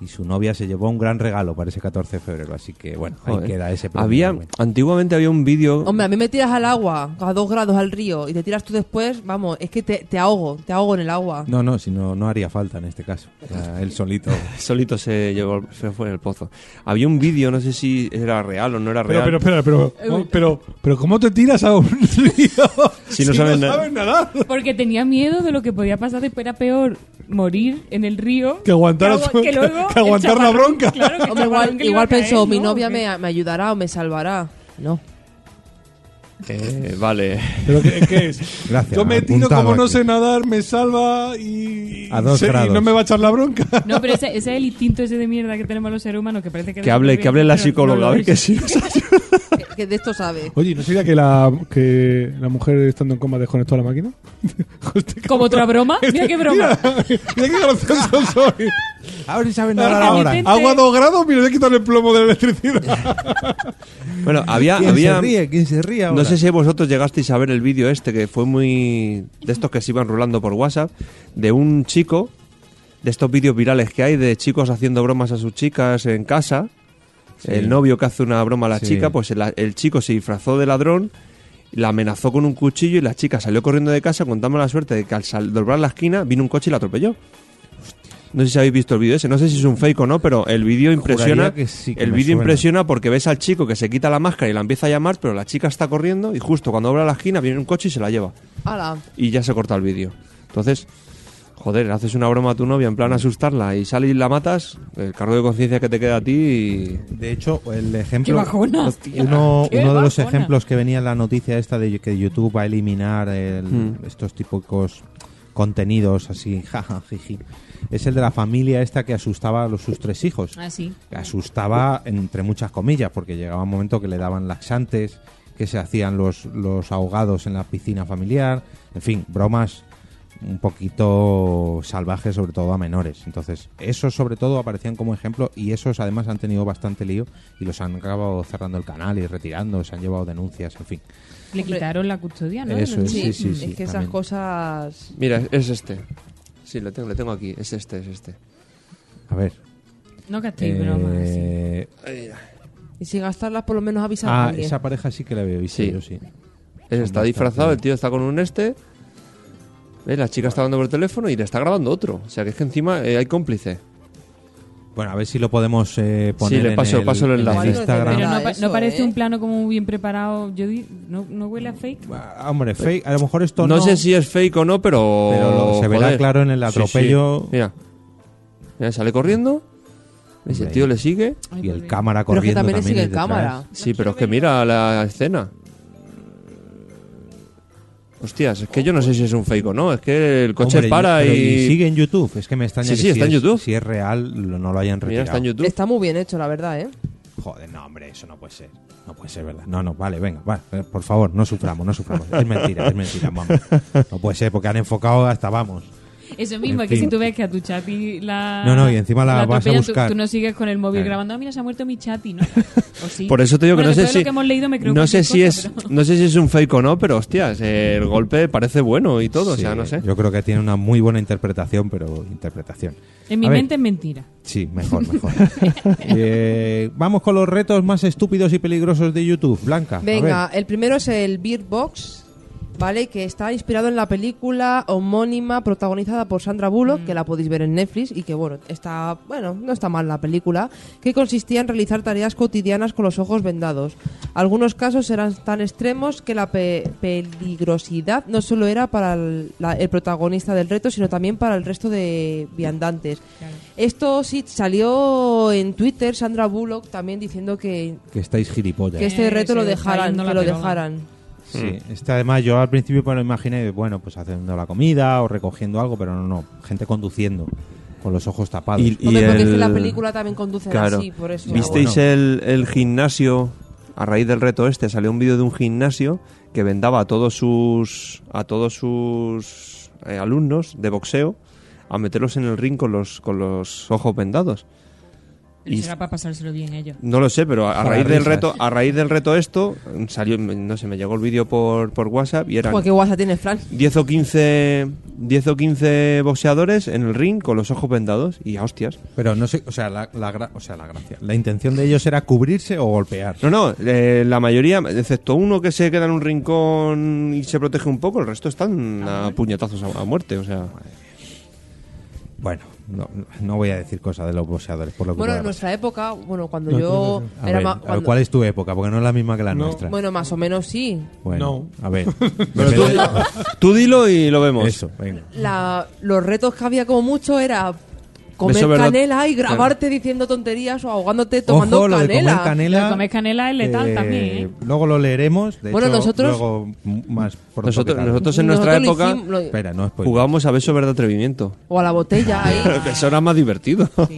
Speaker 2: Y su novia se llevó un gran regalo para ese 14 de febrero, así que bueno,
Speaker 3: Joder.
Speaker 2: ahí queda ese premio
Speaker 3: había,
Speaker 2: Darwin.
Speaker 3: antiguamente había un vídeo
Speaker 4: Hombre, a mí me tiras al agua, a dos grados al río, y te tiras tú después, vamos, es que te, te ahogo, te ahogo en el agua.
Speaker 2: No, no, si no, no haría falta en este caso. O sea, él solito.
Speaker 3: solito se llevó se fue en el pozo. Había un vídeo, no sé si era real o no era
Speaker 8: Pero,
Speaker 3: real.
Speaker 8: pero, espera, pero, oh, pero, pero ¿cómo te tiras a un río
Speaker 3: Si no saben nada.
Speaker 8: nadar?
Speaker 5: Porque tenía miedo de lo que podía pasar después. Era peor morir en el río
Speaker 8: Que aguantar
Speaker 5: que
Speaker 8: a
Speaker 5: agu-
Speaker 8: su-
Speaker 5: que luego
Speaker 8: que aguantar
Speaker 5: el
Speaker 8: la
Speaker 5: chaparrón-
Speaker 8: bronca.
Speaker 5: claro, que el chaparrón
Speaker 4: Hombre, igual,
Speaker 5: que le iba
Speaker 4: igual
Speaker 5: a caer,
Speaker 4: pensó, mi
Speaker 5: ¿no?
Speaker 4: novia
Speaker 5: Que-
Speaker 4: me, me ayudará o me salvará. No.
Speaker 3: Eh, vale.
Speaker 8: ¿Pero qué, qué es?
Speaker 2: Gracias,
Speaker 8: Yo me tiro
Speaker 2: apuntado
Speaker 8: como no
Speaker 2: aquí.
Speaker 8: sé nadar, me salva y,
Speaker 2: A dos
Speaker 8: y
Speaker 2: grados.
Speaker 8: no me va a echar la bronca.
Speaker 5: No, pero ese, ese es el instinto ese de mierda que tenemos los seres humanos que parece que...
Speaker 3: Que hable, que hable la
Speaker 5: pero no lo
Speaker 3: psicóloga, a ver
Speaker 5: es.
Speaker 3: que sí.
Speaker 4: Que, que de esto sabe.
Speaker 8: Oye, ¿no sería que la, que la mujer estando en coma desconectó la máquina?
Speaker 5: Como otra broma. Mira qué broma.
Speaker 8: mira qué gracioso soy.
Speaker 2: Ahora sí saben
Speaker 5: nadar ahora. Vicente.
Speaker 8: Agua a dos grados, mira, voy a quitar el plomo de la electricidad.
Speaker 3: Bueno, había,
Speaker 2: ¿Quién
Speaker 3: había
Speaker 2: se ríe? ¿Quién se ríe ahora?
Speaker 3: No sé si vosotros llegasteis a ver el vídeo este que fue muy de estos que se iban rulando por WhatsApp de un chico de estos vídeos virales que hay de chicos haciendo bromas a sus chicas en casa. El novio que hace una broma a la
Speaker 2: Sí.
Speaker 3: chica, pues el, el chico se disfrazó de ladrón, la amenazó con un cuchillo y la chica salió corriendo de casa contando la suerte de que al sal- doblar la esquina vino un coche y la atropelló. No sé si habéis visto el vídeo ese, no sé si es un fake o no, pero el vídeo impresiona.
Speaker 2: que sí que
Speaker 3: el
Speaker 2: me
Speaker 3: vídeo
Speaker 2: suena.
Speaker 3: impresiona porque ves al chico que se quita la máscara y la empieza a llamar, pero la chica está corriendo y justo cuando dobla la esquina viene un coche y se la lleva.
Speaker 4: Hala.
Speaker 3: Y ya se corta el vídeo. Entonces, joder, haces una broma a tu novia en plan asustarla y sales y la matas, el cargo de conciencia que te queda a ti y...
Speaker 2: De hecho, el
Speaker 5: ¡Qué
Speaker 2: ejemplo.
Speaker 5: bajona!
Speaker 2: Uno,
Speaker 5: ¡Qué
Speaker 2: uno de los
Speaker 5: bajona!
Speaker 2: ejemplos que venía en la noticia esta de que YouTube va a eliminar el- estos típicos contenidos así, jaja, jiji, es el de la familia esta que asustaba a los, sus tres hijos.
Speaker 5: Ah, sí.
Speaker 2: Que asustaba entre muchas comillas, porque llegaba un momento que le daban laxantes, que se hacían los, los ahogados en la piscina familiar, en fin, bromas un poquito salvajes, sobre todo a menores. Entonces, esos sobre todo aparecían como ejemplo y esos además han tenido bastante lío y los han acabado cerrando el canal y retirando, se han llevado denuncias, en fin.
Speaker 5: Le quitaron la custodia, ¿no?
Speaker 2: Eso es, sí, sí,
Speaker 4: es
Speaker 2: sí.
Speaker 4: que esas
Speaker 2: también.
Speaker 4: cosas.
Speaker 3: Mira, es este. Sí, lo tengo, lo tengo aquí. Es este, es este.
Speaker 2: A ver.
Speaker 5: No castéis
Speaker 2: eh,
Speaker 5: bromas. sí.
Speaker 4: Y si gastarlas, por lo menos avisar a
Speaker 2: ah,
Speaker 4: alguien.
Speaker 2: esa pareja sí que la había visto
Speaker 3: Sí.
Speaker 2: yo, sí.
Speaker 3: Él está
Speaker 2: bastante-
Speaker 3: disfrazado, el tío está con un este. ¿Ves? La chica está hablando por teléfono y le está grabando otro. O sea que es que encima eh, hay cómplice.
Speaker 2: Bueno, a ver si lo podemos eh, poner
Speaker 3: le paso-
Speaker 2: en el,
Speaker 3: paso el
Speaker 2: en
Speaker 3: enlace.
Speaker 4: Igual no
Speaker 2: Instagram.
Speaker 5: Pero
Speaker 4: tendrá
Speaker 5: no, pa-
Speaker 4: eso,
Speaker 5: no parece
Speaker 4: ¿eh?
Speaker 5: un plano como muy bien preparado. Yo di- ¿no, ¿No huele a fake?
Speaker 2: Ah, Hombre, fake, a lo mejor esto
Speaker 3: No,
Speaker 2: no.
Speaker 3: sé si es fake o no, pero.
Speaker 2: Pero lo- se verá
Speaker 3: joder.
Speaker 2: claro en el atropello.
Speaker 3: Mira. Mira, sale corriendo. ¿Ves? El
Speaker 2: Hombre.
Speaker 3: tío le sigue.
Speaker 2: Y el cámara
Speaker 4: Pero es que
Speaker 2: corriendo
Speaker 4: también le sigue
Speaker 2: es
Speaker 4: el
Speaker 2: detrás.
Speaker 4: cámara.
Speaker 3: Sí, pero es que mira la escena. Hostias, es que yo no sé si es un fake o no. Es que el coche
Speaker 2: Hombre,
Speaker 3: para
Speaker 2: pero
Speaker 3: y.
Speaker 2: sigue en YouTube. Es que me extraña
Speaker 3: Sí,
Speaker 2: que
Speaker 3: sí,
Speaker 2: si
Speaker 3: está en
Speaker 2: es-
Speaker 3: YouTube.
Speaker 2: Si es real, lo- no lo hayan
Speaker 3: Mira,
Speaker 2: retirado.
Speaker 3: está en YouTube.
Speaker 4: Está muy bien hecho, la verdad, ¿eh?
Speaker 2: Joder, no, hombre, eso no puede ser. No puede ser, ¿verdad? No, no, vale, venga, vale. eh, Por favor, no suframos, no suframos. Es mentira, es mentira, vamos. No puede ser, porque han enfocado hasta vamos.
Speaker 5: Eso mismo,
Speaker 2: En
Speaker 5: es que
Speaker 2: fin.
Speaker 5: si tú ves que a tu chati la.
Speaker 2: No, no, y encima la vas a
Speaker 5: atropellan, tú-
Speaker 2: buscar. Eh.
Speaker 5: Tú, no sigues con el móvil
Speaker 2: Claro.
Speaker 5: grabando, "Ah, mira, se ha muerto mi chati, ¿no? O sí.
Speaker 3: Por eso te digo
Speaker 5: Bueno,
Speaker 3: que
Speaker 5: de
Speaker 3: no sé
Speaker 5: todo
Speaker 3: si
Speaker 5: Lo que hemos leído me creo
Speaker 3: no sé
Speaker 5: cualquier
Speaker 3: si
Speaker 5: cosa,
Speaker 3: es
Speaker 5: pero-
Speaker 3: no sé si es un fake o no, pero hostias, eh, el golpe parece bueno y todo, o sea,
Speaker 2: Sí,
Speaker 3: no sé.
Speaker 2: Yo creo que tiene una muy buena interpretación, pero interpretación.
Speaker 5: En mi
Speaker 2: A ver,
Speaker 5: mente es mentira.
Speaker 2: Sí, mejor, mejor. Eh, vamos con los retos más estúpidos y peligrosos de YouTube. Blanca. a
Speaker 4: Venga,
Speaker 2: ver.
Speaker 4: el primero es el Beer Box, ¿vale? Que está inspirado en la película homónima protagonizada por Sandra Bullock, que la podéis ver en Netflix y que, bueno, está, bueno, no está mal la película, que consistía en realizar tareas cotidianas con los ojos vendados. Algunos casos eran tan extremos que la pe- peligrosidad no solo era para el, la- el protagonista del reto, sino también para el resto de viandantes. Esto sí salió en Twitter, Sandra Bullock también diciendo que
Speaker 2: Que estáis gilipollas.
Speaker 4: que este
Speaker 5: Eh,
Speaker 4: reto
Speaker 5: se
Speaker 4: lo
Speaker 5: está
Speaker 4: dejaran,
Speaker 5: yendo la
Speaker 4: que lo
Speaker 5: pelota.
Speaker 4: dejaran.
Speaker 2: Sí, este además yo al principio me lo imaginé, bueno, pues haciendo la comida o recogiendo algo, pero no, no, gente conduciendo con los ojos tapados.
Speaker 4: y Hombre, porque es que la película también conduce
Speaker 2: Claro.
Speaker 4: así, por eso.
Speaker 2: ¿Viste?
Speaker 3: ¿Visteis el, el gimnasio? A raíz del reto este salió un vídeo de un gimnasio que vendaba a todos sus a todos sus eh, alumnos de boxeo a meterlos en el ring con los con los ojos vendados.
Speaker 5: Pero
Speaker 3: Y-
Speaker 5: será para pasárselo bien ellos.
Speaker 3: No lo sé, pero a, a
Speaker 2: Para
Speaker 3: raíz del
Speaker 2: risas.
Speaker 3: reto, a raíz del reto esto mm, salió, no sé, me llegó el vídeo por, por WhatsApp y eran
Speaker 4: Joder, qué guasa tienes, Fran.
Speaker 3: 10 o 15 10 o 15 boxeadores en el ring con los ojos vendados y a hostias.
Speaker 2: Pero no sé, o sea, la, la gra- o sea, la gracia. La intención de ellos era cubrirse o golpear.
Speaker 3: No, no, eh, la mayoría, excepto uno que se queda en un rincón y se protege un poco, el resto están a puñetazos a, a muerte, o sea.
Speaker 2: Bueno, no, no voy a decir cosas de los boxeadores, por lo que
Speaker 4: Bueno, en
Speaker 2: pueda
Speaker 4: nuestra época, bueno, cuando
Speaker 8: No,
Speaker 4: yo
Speaker 8: no,
Speaker 2: pasar. A
Speaker 4: era
Speaker 2: ver,
Speaker 4: ma-
Speaker 2: a ver,
Speaker 4: cuando-
Speaker 2: ¿Cuál es tu época? Porque no es la misma que la
Speaker 8: No.
Speaker 2: nuestra.
Speaker 4: Bueno, más o menos sí.
Speaker 2: Bueno,
Speaker 8: No.
Speaker 2: a ver.
Speaker 3: tú, tú dilo y lo vemos.
Speaker 2: Eso, venga.
Speaker 4: La- los retos que había como mucho era comer
Speaker 3: Beso, ¿verdad?
Speaker 4: canela y grabarte diciendo tonterías o ahogándote tomando
Speaker 2: Ojo, lo de
Speaker 4: canela.
Speaker 2: comer canela.
Speaker 5: Lo de comer canela es letal también, ¿eh?
Speaker 2: Luego lo leeremos. De
Speaker 4: Bueno,
Speaker 2: hecho,
Speaker 4: nosotros-
Speaker 2: Luego m- más pronto
Speaker 3: Nosotros,
Speaker 2: que tarde.
Speaker 3: nosotros en nuestra
Speaker 4: Nosotros lo
Speaker 3: época
Speaker 4: hicimos- lo-
Speaker 2: Espera, no spoilers.
Speaker 3: jugamos a beso verdad atrevimiento.
Speaker 4: o a la botella ahí.
Speaker 3: Que eso era más divertido.
Speaker 5: Sí,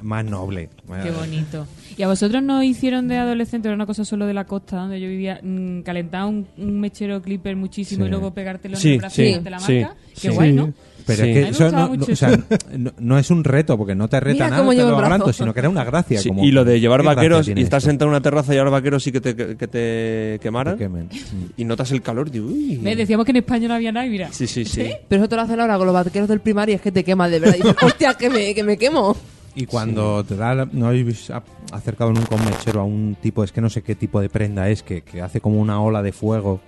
Speaker 2: Más noble.
Speaker 5: qué bonito. ¿Y a vosotros no hicieron de adolescente, era una cosa solo de la costa, donde yo vivía, mm, calentar un, un mechero clipper muchísimo
Speaker 2: Sí.
Speaker 5: y luego pegártelo en
Speaker 3: Sí,
Speaker 5: el brazo
Speaker 3: sí,
Speaker 5: y darte la
Speaker 3: sí,
Speaker 5: marca?
Speaker 3: sí.
Speaker 5: Qué guay, ¿no?
Speaker 2: Pero
Speaker 5: A
Speaker 3: Sí.
Speaker 2: es
Speaker 5: mí
Speaker 2: que
Speaker 5: me
Speaker 2: eso
Speaker 5: gustaba
Speaker 2: no, no-
Speaker 5: mucho
Speaker 2: o sea,
Speaker 5: eso.
Speaker 2: no, no es un reto, porque no te reta
Speaker 4: Mira
Speaker 2: nada, no
Speaker 4: cómo
Speaker 2: te
Speaker 4: lleva
Speaker 2: lo
Speaker 4: el brazo.
Speaker 2: aguanto, sino que era una gracia.
Speaker 3: Sí,
Speaker 2: como,
Speaker 3: y lo de llevar
Speaker 2: ¿qué gracia
Speaker 3: vaqueros
Speaker 2: tiene
Speaker 3: y estar
Speaker 2: esto?
Speaker 3: sentado en una terraza y ahora vaqueros sí que te, que te quemaran.
Speaker 2: Que quemen. Mm.
Speaker 3: Y notas el calor, digo, uy.
Speaker 5: ¿Ves? Decíamos que en España no había nada y mira.
Speaker 3: Sí, sí, sí.
Speaker 4: Pero eso te lo hacen ahora con los vaqueros del primario y es que te quema de verdad. Y dices, hostia, que me, que me quemo.
Speaker 2: Y cuando te da, la- no habéis a- acercado nunca un mechero a un tipo, es que no sé qué tipo de prenda es, que, que hace como una ola de fuego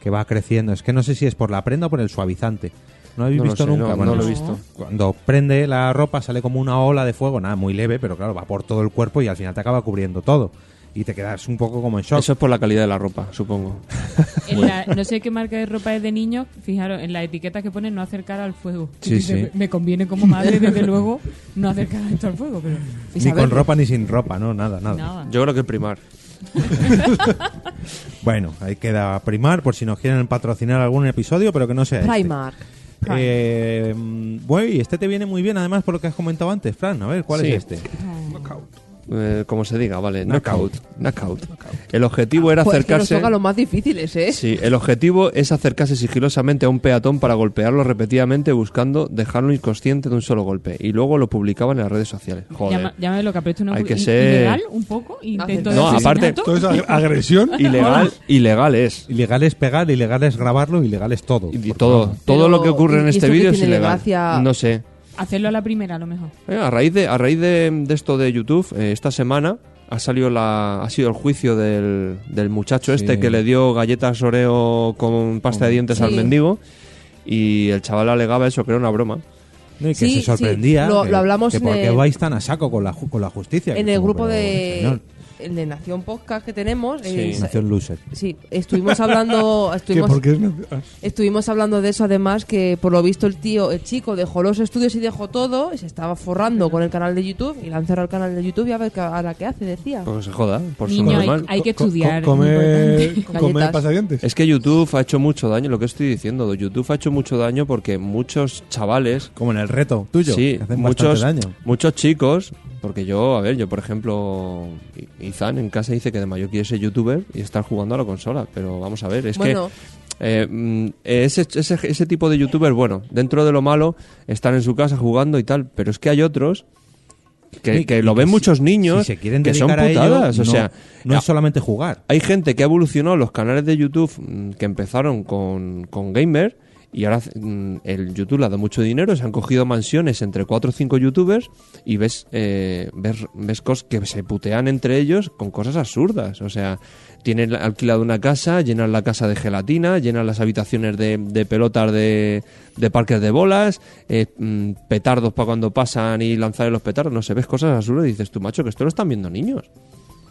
Speaker 2: que va creciendo. Es que no sé si es por la prenda o por el suavizante. No habéis
Speaker 3: No lo
Speaker 2: visto
Speaker 3: sé,
Speaker 2: nunca.
Speaker 3: no,
Speaker 2: Bueno,
Speaker 3: no lo he visto.
Speaker 2: Cuando prende la ropa sale como una ola de fuego, nada, muy leve, pero claro, va por todo el cuerpo y al final te acaba cubriendo todo. Y te quedas un poco como en shock.
Speaker 3: Eso es por la calidad de la ropa, supongo.
Speaker 5: En la- no sé qué marca de ropa es de niños, fijaros, en las etiquetas que ponen no acercar al fuego. Y
Speaker 2: Sí,
Speaker 5: dices,
Speaker 2: sí.
Speaker 5: Me, me conviene como madre, desde luego, no acercar esto al fuego, pero...
Speaker 2: ni con ropa ni sin ropa, no, nada, nada.
Speaker 5: Nada.
Speaker 3: Yo creo que primar.
Speaker 2: Bueno, ahí queda Primar por si nos quieren patrocinar algún episodio, pero que no sea este.
Speaker 4: Primark.
Speaker 2: Eh, mm, bueno, y este te viene muy bien además por lo que has comentado antes, Fran. A ver, ¿cuál
Speaker 3: Sí.
Speaker 2: es este?
Speaker 3: Eh, como se diga, vale.
Speaker 2: Knockout.
Speaker 3: Knockout. Knockout. El objetivo era
Speaker 4: Joder, es Ah, pues que nos
Speaker 3: acercarse.
Speaker 4: toca los más difíciles, ¿eh?
Speaker 3: Sí, el objetivo es acercarse sigilosamente a un peatón para golpearlo repetidamente buscando dejarlo inconsciente de un solo golpe y luego lo publicaban en las redes sociales. Joder.
Speaker 5: Llama- Llámame lo que aprecio una
Speaker 3: Hay que
Speaker 5: i-
Speaker 3: ser-
Speaker 5: ilegal un poco, intento de
Speaker 3: No, aparte-
Speaker 5: asesinato.
Speaker 8: Todo es ag- agresión.
Speaker 3: Ilegal, ilegal es.
Speaker 2: Ilegal es pegar, ilegal es grabarlo, ilegal es todo.
Speaker 3: Y
Speaker 2: Por
Speaker 3: todo,
Speaker 2: favor.
Speaker 3: todo
Speaker 4: Pero,
Speaker 3: lo que ocurre en
Speaker 4: ¿y
Speaker 3: este
Speaker 4: esto qué
Speaker 3: vídeo es
Speaker 4: tiene de
Speaker 3: ilegal.
Speaker 4: gracia?
Speaker 3: No sé.
Speaker 5: hacerlo a la primera a lo mejor.
Speaker 3: Eh, a raíz de, a raíz de, de esto de YouTube, eh, esta semana ha salido la, ha sido el juicio del, del muchacho
Speaker 2: Sí.
Speaker 3: este que le dio galletas Oreo con pasta de dientes al
Speaker 4: Sí.
Speaker 3: mendigo y el chaval alegaba eso que era una broma.
Speaker 2: No, y que
Speaker 4: Sí,
Speaker 2: se sorprendía.
Speaker 4: sí, lo-
Speaker 2: que-
Speaker 4: lo hablamos
Speaker 2: que
Speaker 4: en
Speaker 2: ¿Por qué
Speaker 4: el-
Speaker 2: vais tan a saco con la, ju- con la justicia?
Speaker 4: En
Speaker 2: Que
Speaker 4: el
Speaker 2: como,
Speaker 4: grupo
Speaker 2: pero,
Speaker 4: de
Speaker 2: señor,
Speaker 4: el de Nación Podcast que tenemos. eh, sa-
Speaker 2: Nación Loser.
Speaker 4: sí, estuvimos hablando.
Speaker 8: ¿Qué?
Speaker 4: Estuvimos,
Speaker 8: Porque es una- ah,
Speaker 4: Estuvimos hablando de eso además que por lo visto el tío, el chico dejó los estudios y dejó todo, y se estaba forrando con el canal de YouTube y le han cerrado el canal de YouTube y a ver qué- ahora qué hace, decía.
Speaker 3: Porque
Speaker 8: Pues,
Speaker 3: Pues se joda, por su
Speaker 5: Niño, hay,
Speaker 3: normal.
Speaker 5: hay que
Speaker 8: co- co-
Speaker 5: estudiar. muy
Speaker 8: Comer,
Speaker 5: importante.
Speaker 4: importante.
Speaker 8: comer
Speaker 4: Galletas.
Speaker 8: pasadientes.
Speaker 3: Es que YouTube ha hecho mucho daño, lo que estoy diciendo. YouTube ha hecho mucho daño porque muchos chavales
Speaker 2: Como en el reto tuyo.
Speaker 3: Sí,
Speaker 2: que hacen
Speaker 3: muchos,
Speaker 2: bastante daño.
Speaker 3: muchos chicos, porque yo, a ver, yo por ejemplo, Izan en casa dice que de mayor quiere ser youtuber y estar jugando a la consola, pero vamos a ver, es
Speaker 4: Bueno.
Speaker 3: que eh, mm, ese, ese, ese tipo de youtuber, bueno, dentro de lo malo, están en su casa jugando y tal, pero es que hay otros que,
Speaker 2: Y-
Speaker 3: que
Speaker 2: y
Speaker 3: lo ven
Speaker 2: si-
Speaker 3: muchos niños
Speaker 2: si se quieren
Speaker 3: que son
Speaker 2: dedicar a ello,
Speaker 3: putadas, o
Speaker 2: no-
Speaker 3: sea,
Speaker 2: no
Speaker 3: a-
Speaker 2: es solamente jugar.
Speaker 3: hay gente que ha evolucionado los canales de YouTube mm, que empezaron con, con Gamer y ahora mm, el YouTube le ha dado mucho dinero, se han cogido mansiones entre cuatro o cinco youtubers y ves, eh, ves, ves cosas que se putean entre ellos con cosas absurdas. O sea, tienen alquilado una casa, llenan la casa de gelatina, llenan las habitaciones de, de pelotas de, de parques de bolas, eh, mm, petardos para cuando pasan y lanzar los petardos. No sé, ves cosas absurdas y dices, tú macho, que esto lo están viendo niños.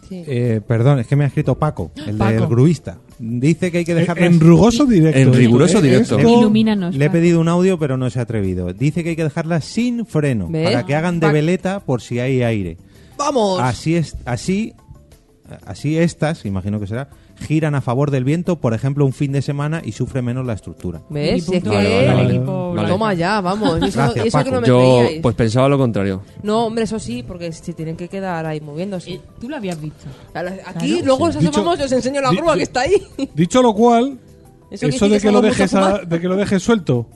Speaker 4: Sí.
Speaker 2: Eh, perdón, es que me ha escrito Paco, el
Speaker 5: Paco.
Speaker 2: del gruista. Dice que hay que
Speaker 8: En,
Speaker 2: dejarles...
Speaker 8: en rugoso directo.
Speaker 3: En
Speaker 8: esto,
Speaker 3: riguroso
Speaker 8: ¿eh?
Speaker 3: directo.
Speaker 8: Esto-
Speaker 5: Ilumínanos.
Speaker 2: Le he
Speaker 5: Paco.
Speaker 2: pedido un audio, pero no se ha atrevido. Dice que hay que dejarlas sin freno,
Speaker 4: ¿Ves?
Speaker 2: para que hagan de
Speaker 4: Pac-
Speaker 2: veleta por si hay aire.
Speaker 4: Vamos.
Speaker 8: ah,
Speaker 2: Así es, así, así estas, imagino que será, giran a favor del viento, por ejemplo, un fin de semana y sufre menos la estructura.
Speaker 4: ¿Ves? Si es que
Speaker 5: Vale,
Speaker 3: vale,
Speaker 5: Con el
Speaker 8: vale.
Speaker 5: equipo
Speaker 3: Vale.
Speaker 5: blanco.
Speaker 4: toma ya, vamos, eso,
Speaker 2: Gracias,
Speaker 4: eso que
Speaker 2: Paco.
Speaker 4: no me
Speaker 3: Yo
Speaker 4: creíais.
Speaker 3: pues pensaba lo contrario.
Speaker 4: No, hombre, eso sí, porque se tienen que quedar ahí moviéndose.
Speaker 5: Eh, Tú lo habías visto.
Speaker 4: A la- Aquí luego os asomamos y os enseño la
Speaker 8: di-
Speaker 4: grúa que está ahí.
Speaker 8: Dicho lo cual,
Speaker 4: Eso
Speaker 8: eso,
Speaker 4: quiere decir
Speaker 8: de,
Speaker 4: que
Speaker 8: que lo
Speaker 4: somos
Speaker 8: dejes
Speaker 4: mucho
Speaker 8: a-
Speaker 4: fumar.
Speaker 8: de que lo dejes suelto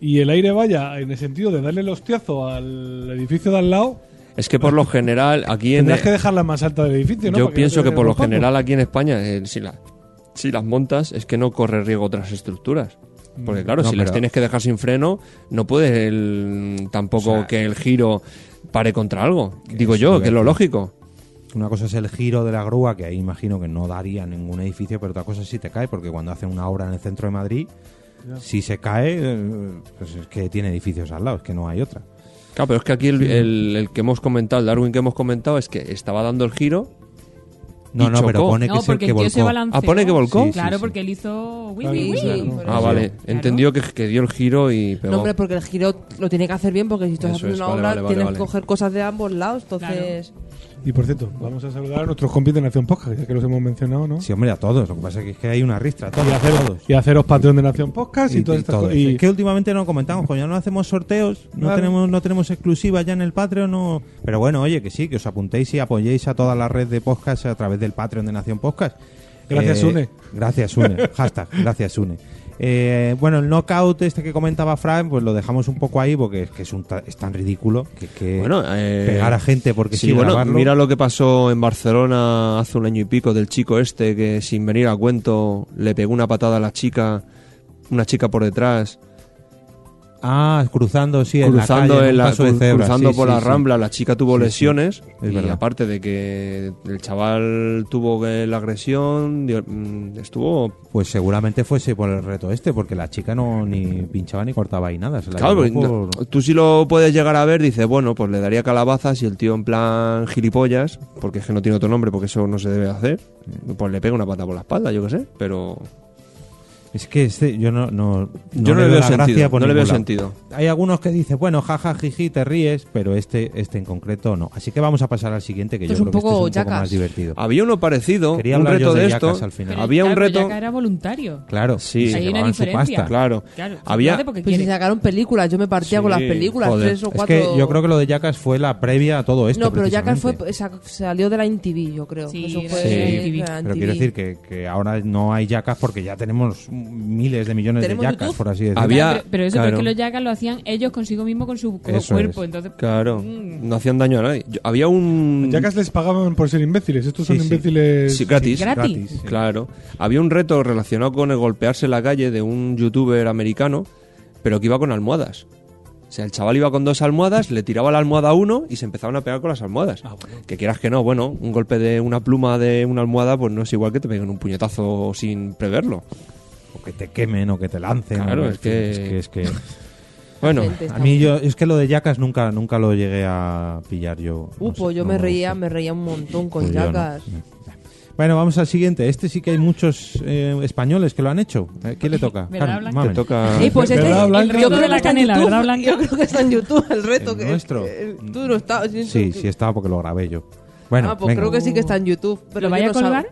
Speaker 8: y el aire vaya en el sentido de darle el hostiazo al edificio de al lado,
Speaker 3: Es que por lo general aquí en
Speaker 8: tendrás que dejarla más alta del edificio, ¿no?
Speaker 3: yo
Speaker 8: Para no
Speaker 3: pienso
Speaker 8: te
Speaker 3: que por lo
Speaker 8: rompan.
Speaker 3: general aquí en España eh, si las si las montas es que no corre riesgo otras estructuras. Porque claro,
Speaker 2: No,
Speaker 3: si las
Speaker 2: pero-
Speaker 3: tienes que dejar sin freno, no puede el- tampoco que el giro pare contra algo. Digo
Speaker 2: es
Speaker 3: yo,
Speaker 2: lo
Speaker 3: que es lo
Speaker 2: que-
Speaker 3: lógico.
Speaker 2: Una cosa es el giro de la grúa, que ahí imagino que no daría ningún edificio, pero otra cosa es si te cae, porque cuando hacen una obra en el centro de Madrid, si se cae, eh, pues es que tiene edificios al lado, es que no hay otra.
Speaker 3: Claro, pero es que aquí el, el- el que hemos comentado, el Darwin que hemos comentado, es que estaba dando el giro.
Speaker 2: No,
Speaker 3: ¿Y
Speaker 2: no, pero
Speaker 3: chocó?
Speaker 2: pone que,
Speaker 5: No,
Speaker 2: se-
Speaker 5: porque
Speaker 2: que
Speaker 5: el tío se
Speaker 2: volcó.
Speaker 5: balanceó.
Speaker 3: Ah, ¿pone que volcó? Sí,
Speaker 5: Claro,
Speaker 2: sí,
Speaker 5: porque él hizo... Wii,
Speaker 8: Claro,
Speaker 5: wii,
Speaker 8: sí,
Speaker 5: wii.
Speaker 8: claro.
Speaker 4: pues
Speaker 5: Por
Speaker 3: Ah,
Speaker 5: eso.
Speaker 3: vale.
Speaker 5: Claro.
Speaker 3: Entendió que, que dio el giro y pegó.
Speaker 4: No, hombre, porque el giro lo tiene que hacer bien, porque si estás
Speaker 3: Eso
Speaker 4: haciendo
Speaker 3: es,
Speaker 4: una
Speaker 3: vale,
Speaker 4: obra
Speaker 3: vale, vale,
Speaker 4: tienes
Speaker 3: vale.
Speaker 4: que coger cosas de ambos lados, entonces...
Speaker 8: Y por cierto, vamos a saludar a nuestros compis de Nación Podcast, ya que los hemos mencionado, ¿no?
Speaker 2: Sí, hombre, a todos. Lo que pasa es que, es que hay una ristra, a todos.
Speaker 8: Y, haceros, y haceros Patreon de Nación Podcast y,
Speaker 2: Y-
Speaker 8: todas
Speaker 2: y
Speaker 8: estas
Speaker 2: todo
Speaker 8: cosas.
Speaker 2: eso.
Speaker 8: Y-
Speaker 2: Es que últimamente no comentamos, como ya no hacemos sorteos, no
Speaker 8: Claro.
Speaker 2: tenemos no tenemos exclusivas ya en el Patreon, no. Pero bueno, oye, que sí, que os apuntéis y apoyéis a toda la red de podcast a través del Patreon de Nación Podcast. Eh,
Speaker 8: Gracias, Sune.
Speaker 2: Gracias, Sune. Hashtag, gracias, Sune. Eh, bueno, el knockout este que comentaba Fran, pues lo dejamos un poco ahí porque es que es, un ta- es tan ridículo que, que
Speaker 3: Bueno, eh,
Speaker 2: pegar a gente porque sí,
Speaker 3: sí, bueno,
Speaker 2: grabarlo.
Speaker 3: mira lo que pasó en Barcelona hace un año y pico del chico este que sin venir a cuento le pegó una patada a la chica, una chica por detrás,
Speaker 2: Ah, cruzando, sí,
Speaker 3: cruzando,
Speaker 2: en
Speaker 3: en
Speaker 2: la calle, en un
Speaker 3: la-
Speaker 2: paso de
Speaker 3: cru-
Speaker 2: cebra.
Speaker 3: cruzando
Speaker 2: Sí,
Speaker 3: por
Speaker 2: sí,
Speaker 3: la
Speaker 2: sí.
Speaker 3: rambla, la chica tuvo
Speaker 2: Sí, sí.
Speaker 3: lesiones
Speaker 2: Es
Speaker 3: y
Speaker 2: verdad.
Speaker 3: aparte de que el chaval tuvo que la agresión, dio- mm, estuvo
Speaker 2: Pues seguramente fuese por el reto este, porque la chica no ni pinchaba ni cortaba y nada. Se la
Speaker 3: Claro,
Speaker 2: llevó
Speaker 3: porque no-
Speaker 2: por-
Speaker 3: tú si lo puedes llegar a ver, dices, bueno, pues le daría calabazas y el tío en plan gilipollas, porque es que no tiene otro nombre, porque eso no se debe hacer, pues le pega una pata por la espalda, yo qué sé, pero
Speaker 2: Es que este, yo no, no,
Speaker 3: Yo no le veo
Speaker 2: la
Speaker 3: sentido,
Speaker 2: gracia por
Speaker 3: no le veo
Speaker 2: ningún lado.
Speaker 3: sentido.
Speaker 2: Hay algunos que dicen, bueno, jaja, jiji, te ríes, pero este, este en concreto no. Así que vamos a pasar al siguiente, que
Speaker 4: Esto
Speaker 2: yo
Speaker 4: es
Speaker 2: creo
Speaker 4: un
Speaker 2: que este
Speaker 4: poco
Speaker 2: es un poco
Speaker 4: Jackass.
Speaker 2: más divertido. Ah,
Speaker 3: Había uno parecido,
Speaker 2: Quería
Speaker 3: un
Speaker 2: hablar
Speaker 3: reto
Speaker 2: yo de
Speaker 3: de
Speaker 2: Jackass
Speaker 3: esto.
Speaker 2: al final.
Speaker 5: Pero,
Speaker 3: Había un
Speaker 5: claro, pero
Speaker 3: reto.
Speaker 5: Jaca era voluntario.
Speaker 2: Claro,
Speaker 3: Sí,
Speaker 2: se
Speaker 5: Hay una
Speaker 2: llevaban su
Speaker 5: diferencia.
Speaker 2: pasta.
Speaker 3: Claro.
Speaker 5: Claro, si lo
Speaker 3: Había
Speaker 5: hace porque
Speaker 4: Pues si
Speaker 5: quiere.
Speaker 4: sacaron películas, yo me partía
Speaker 3: Sí,
Speaker 4: con las películas,
Speaker 3: joder.
Speaker 4: tres o
Speaker 2: Es
Speaker 4: cuatro.
Speaker 2: que yo creo que lo de Jackass fue la previa a todo esto.
Speaker 4: No, pero Jackass fue,
Speaker 2: precisamente.
Speaker 4: sa- salió de la MTV, yo creo.
Speaker 5: Sí,
Speaker 4: Eso
Speaker 5: era
Speaker 4: fue
Speaker 3: de la
Speaker 4: eh,
Speaker 5: MTV.
Speaker 4: la
Speaker 2: Pero quiero decir
Speaker 4: MTV.
Speaker 2: que, que ahora no hay Jackass porque ya tenemos miles de millones de
Speaker 4: Tenemos
Speaker 2: Jackass,
Speaker 4: YouTube.
Speaker 2: por así decirlo.
Speaker 3: Había-
Speaker 5: Claro, pero, pero eso
Speaker 3: claro.
Speaker 5: porque los yakas lo hacían ellos consigo mismo con su cu-
Speaker 2: Eso
Speaker 5: cuerpo.
Speaker 2: es.
Speaker 5: Entonces,
Speaker 3: Claro,
Speaker 5: Mm.
Speaker 3: no hacían daño a nadie. Yo- había un.
Speaker 8: Jackass les pagaban por ser imbéciles. Estos son
Speaker 2: Sí, sí.
Speaker 8: imbéciles.
Speaker 3: Sí, gratis.
Speaker 5: gratis.
Speaker 2: sí.
Speaker 3: Claro. Había un reto relacionado con el golpearse en la calle de un youtuber americano, pero que iba con almohadas. O sea, el chaval iba con dos almohadas, le tiraba la almohada a uno y se empezaban a pegar con las almohadas. Que quieras que no, bueno, un golpe de una pluma de una almohada, pues no es igual que te peguen un puñetazo sin preverlo.
Speaker 2: o que te quemen o que te lancen.
Speaker 3: Claro,
Speaker 2: o
Speaker 3: es que-
Speaker 2: es que, es que-
Speaker 3: Bueno,
Speaker 4: gente
Speaker 2: A
Speaker 4: está
Speaker 2: mí
Speaker 4: muy-
Speaker 2: yo, es que lo de Yacas nunca, nunca lo llegué a pillar yo. No
Speaker 4: Upo,
Speaker 2: sé,
Speaker 4: yo
Speaker 2: no
Speaker 4: me reía,
Speaker 2: gustó.
Speaker 4: me reía un montón con
Speaker 2: Pues yo no.
Speaker 4: Jackass.
Speaker 2: Bueno, vamos al siguiente. Este sí que hay muchos eh, españoles que lo han hecho.
Speaker 3: Eh,
Speaker 2: ¿A ¿Quién le toca?
Speaker 5: ¿Verdad,
Speaker 2: Carmen,
Speaker 5: Blanca?
Speaker 2: mamen.
Speaker 3: te toca.
Speaker 4: Eh, pues este,
Speaker 8: ¿Verdad, Blanca?
Speaker 5: El
Speaker 4: yo
Speaker 5: reto
Speaker 4: creo
Speaker 5: de
Speaker 4: que
Speaker 5: la
Speaker 4: está en
Speaker 5: canela,
Speaker 4: YouTube.
Speaker 5: ¿verdad, Blanca?
Speaker 4: Yo creo que está en YouTube el reto
Speaker 2: El
Speaker 4: que
Speaker 2: nuestro.
Speaker 4: que- tú no estabas. yo
Speaker 2: Sí,
Speaker 4: creo
Speaker 2: sí
Speaker 4: que-
Speaker 2: estaba porque lo grabé yo. Bueno,
Speaker 4: ah, pues
Speaker 2: venga.
Speaker 4: creo que sí que está en YouTube. Pero
Speaker 5: ¿Lo
Speaker 4: yo
Speaker 5: vaya a
Speaker 4: no salgo.
Speaker 5: colgar?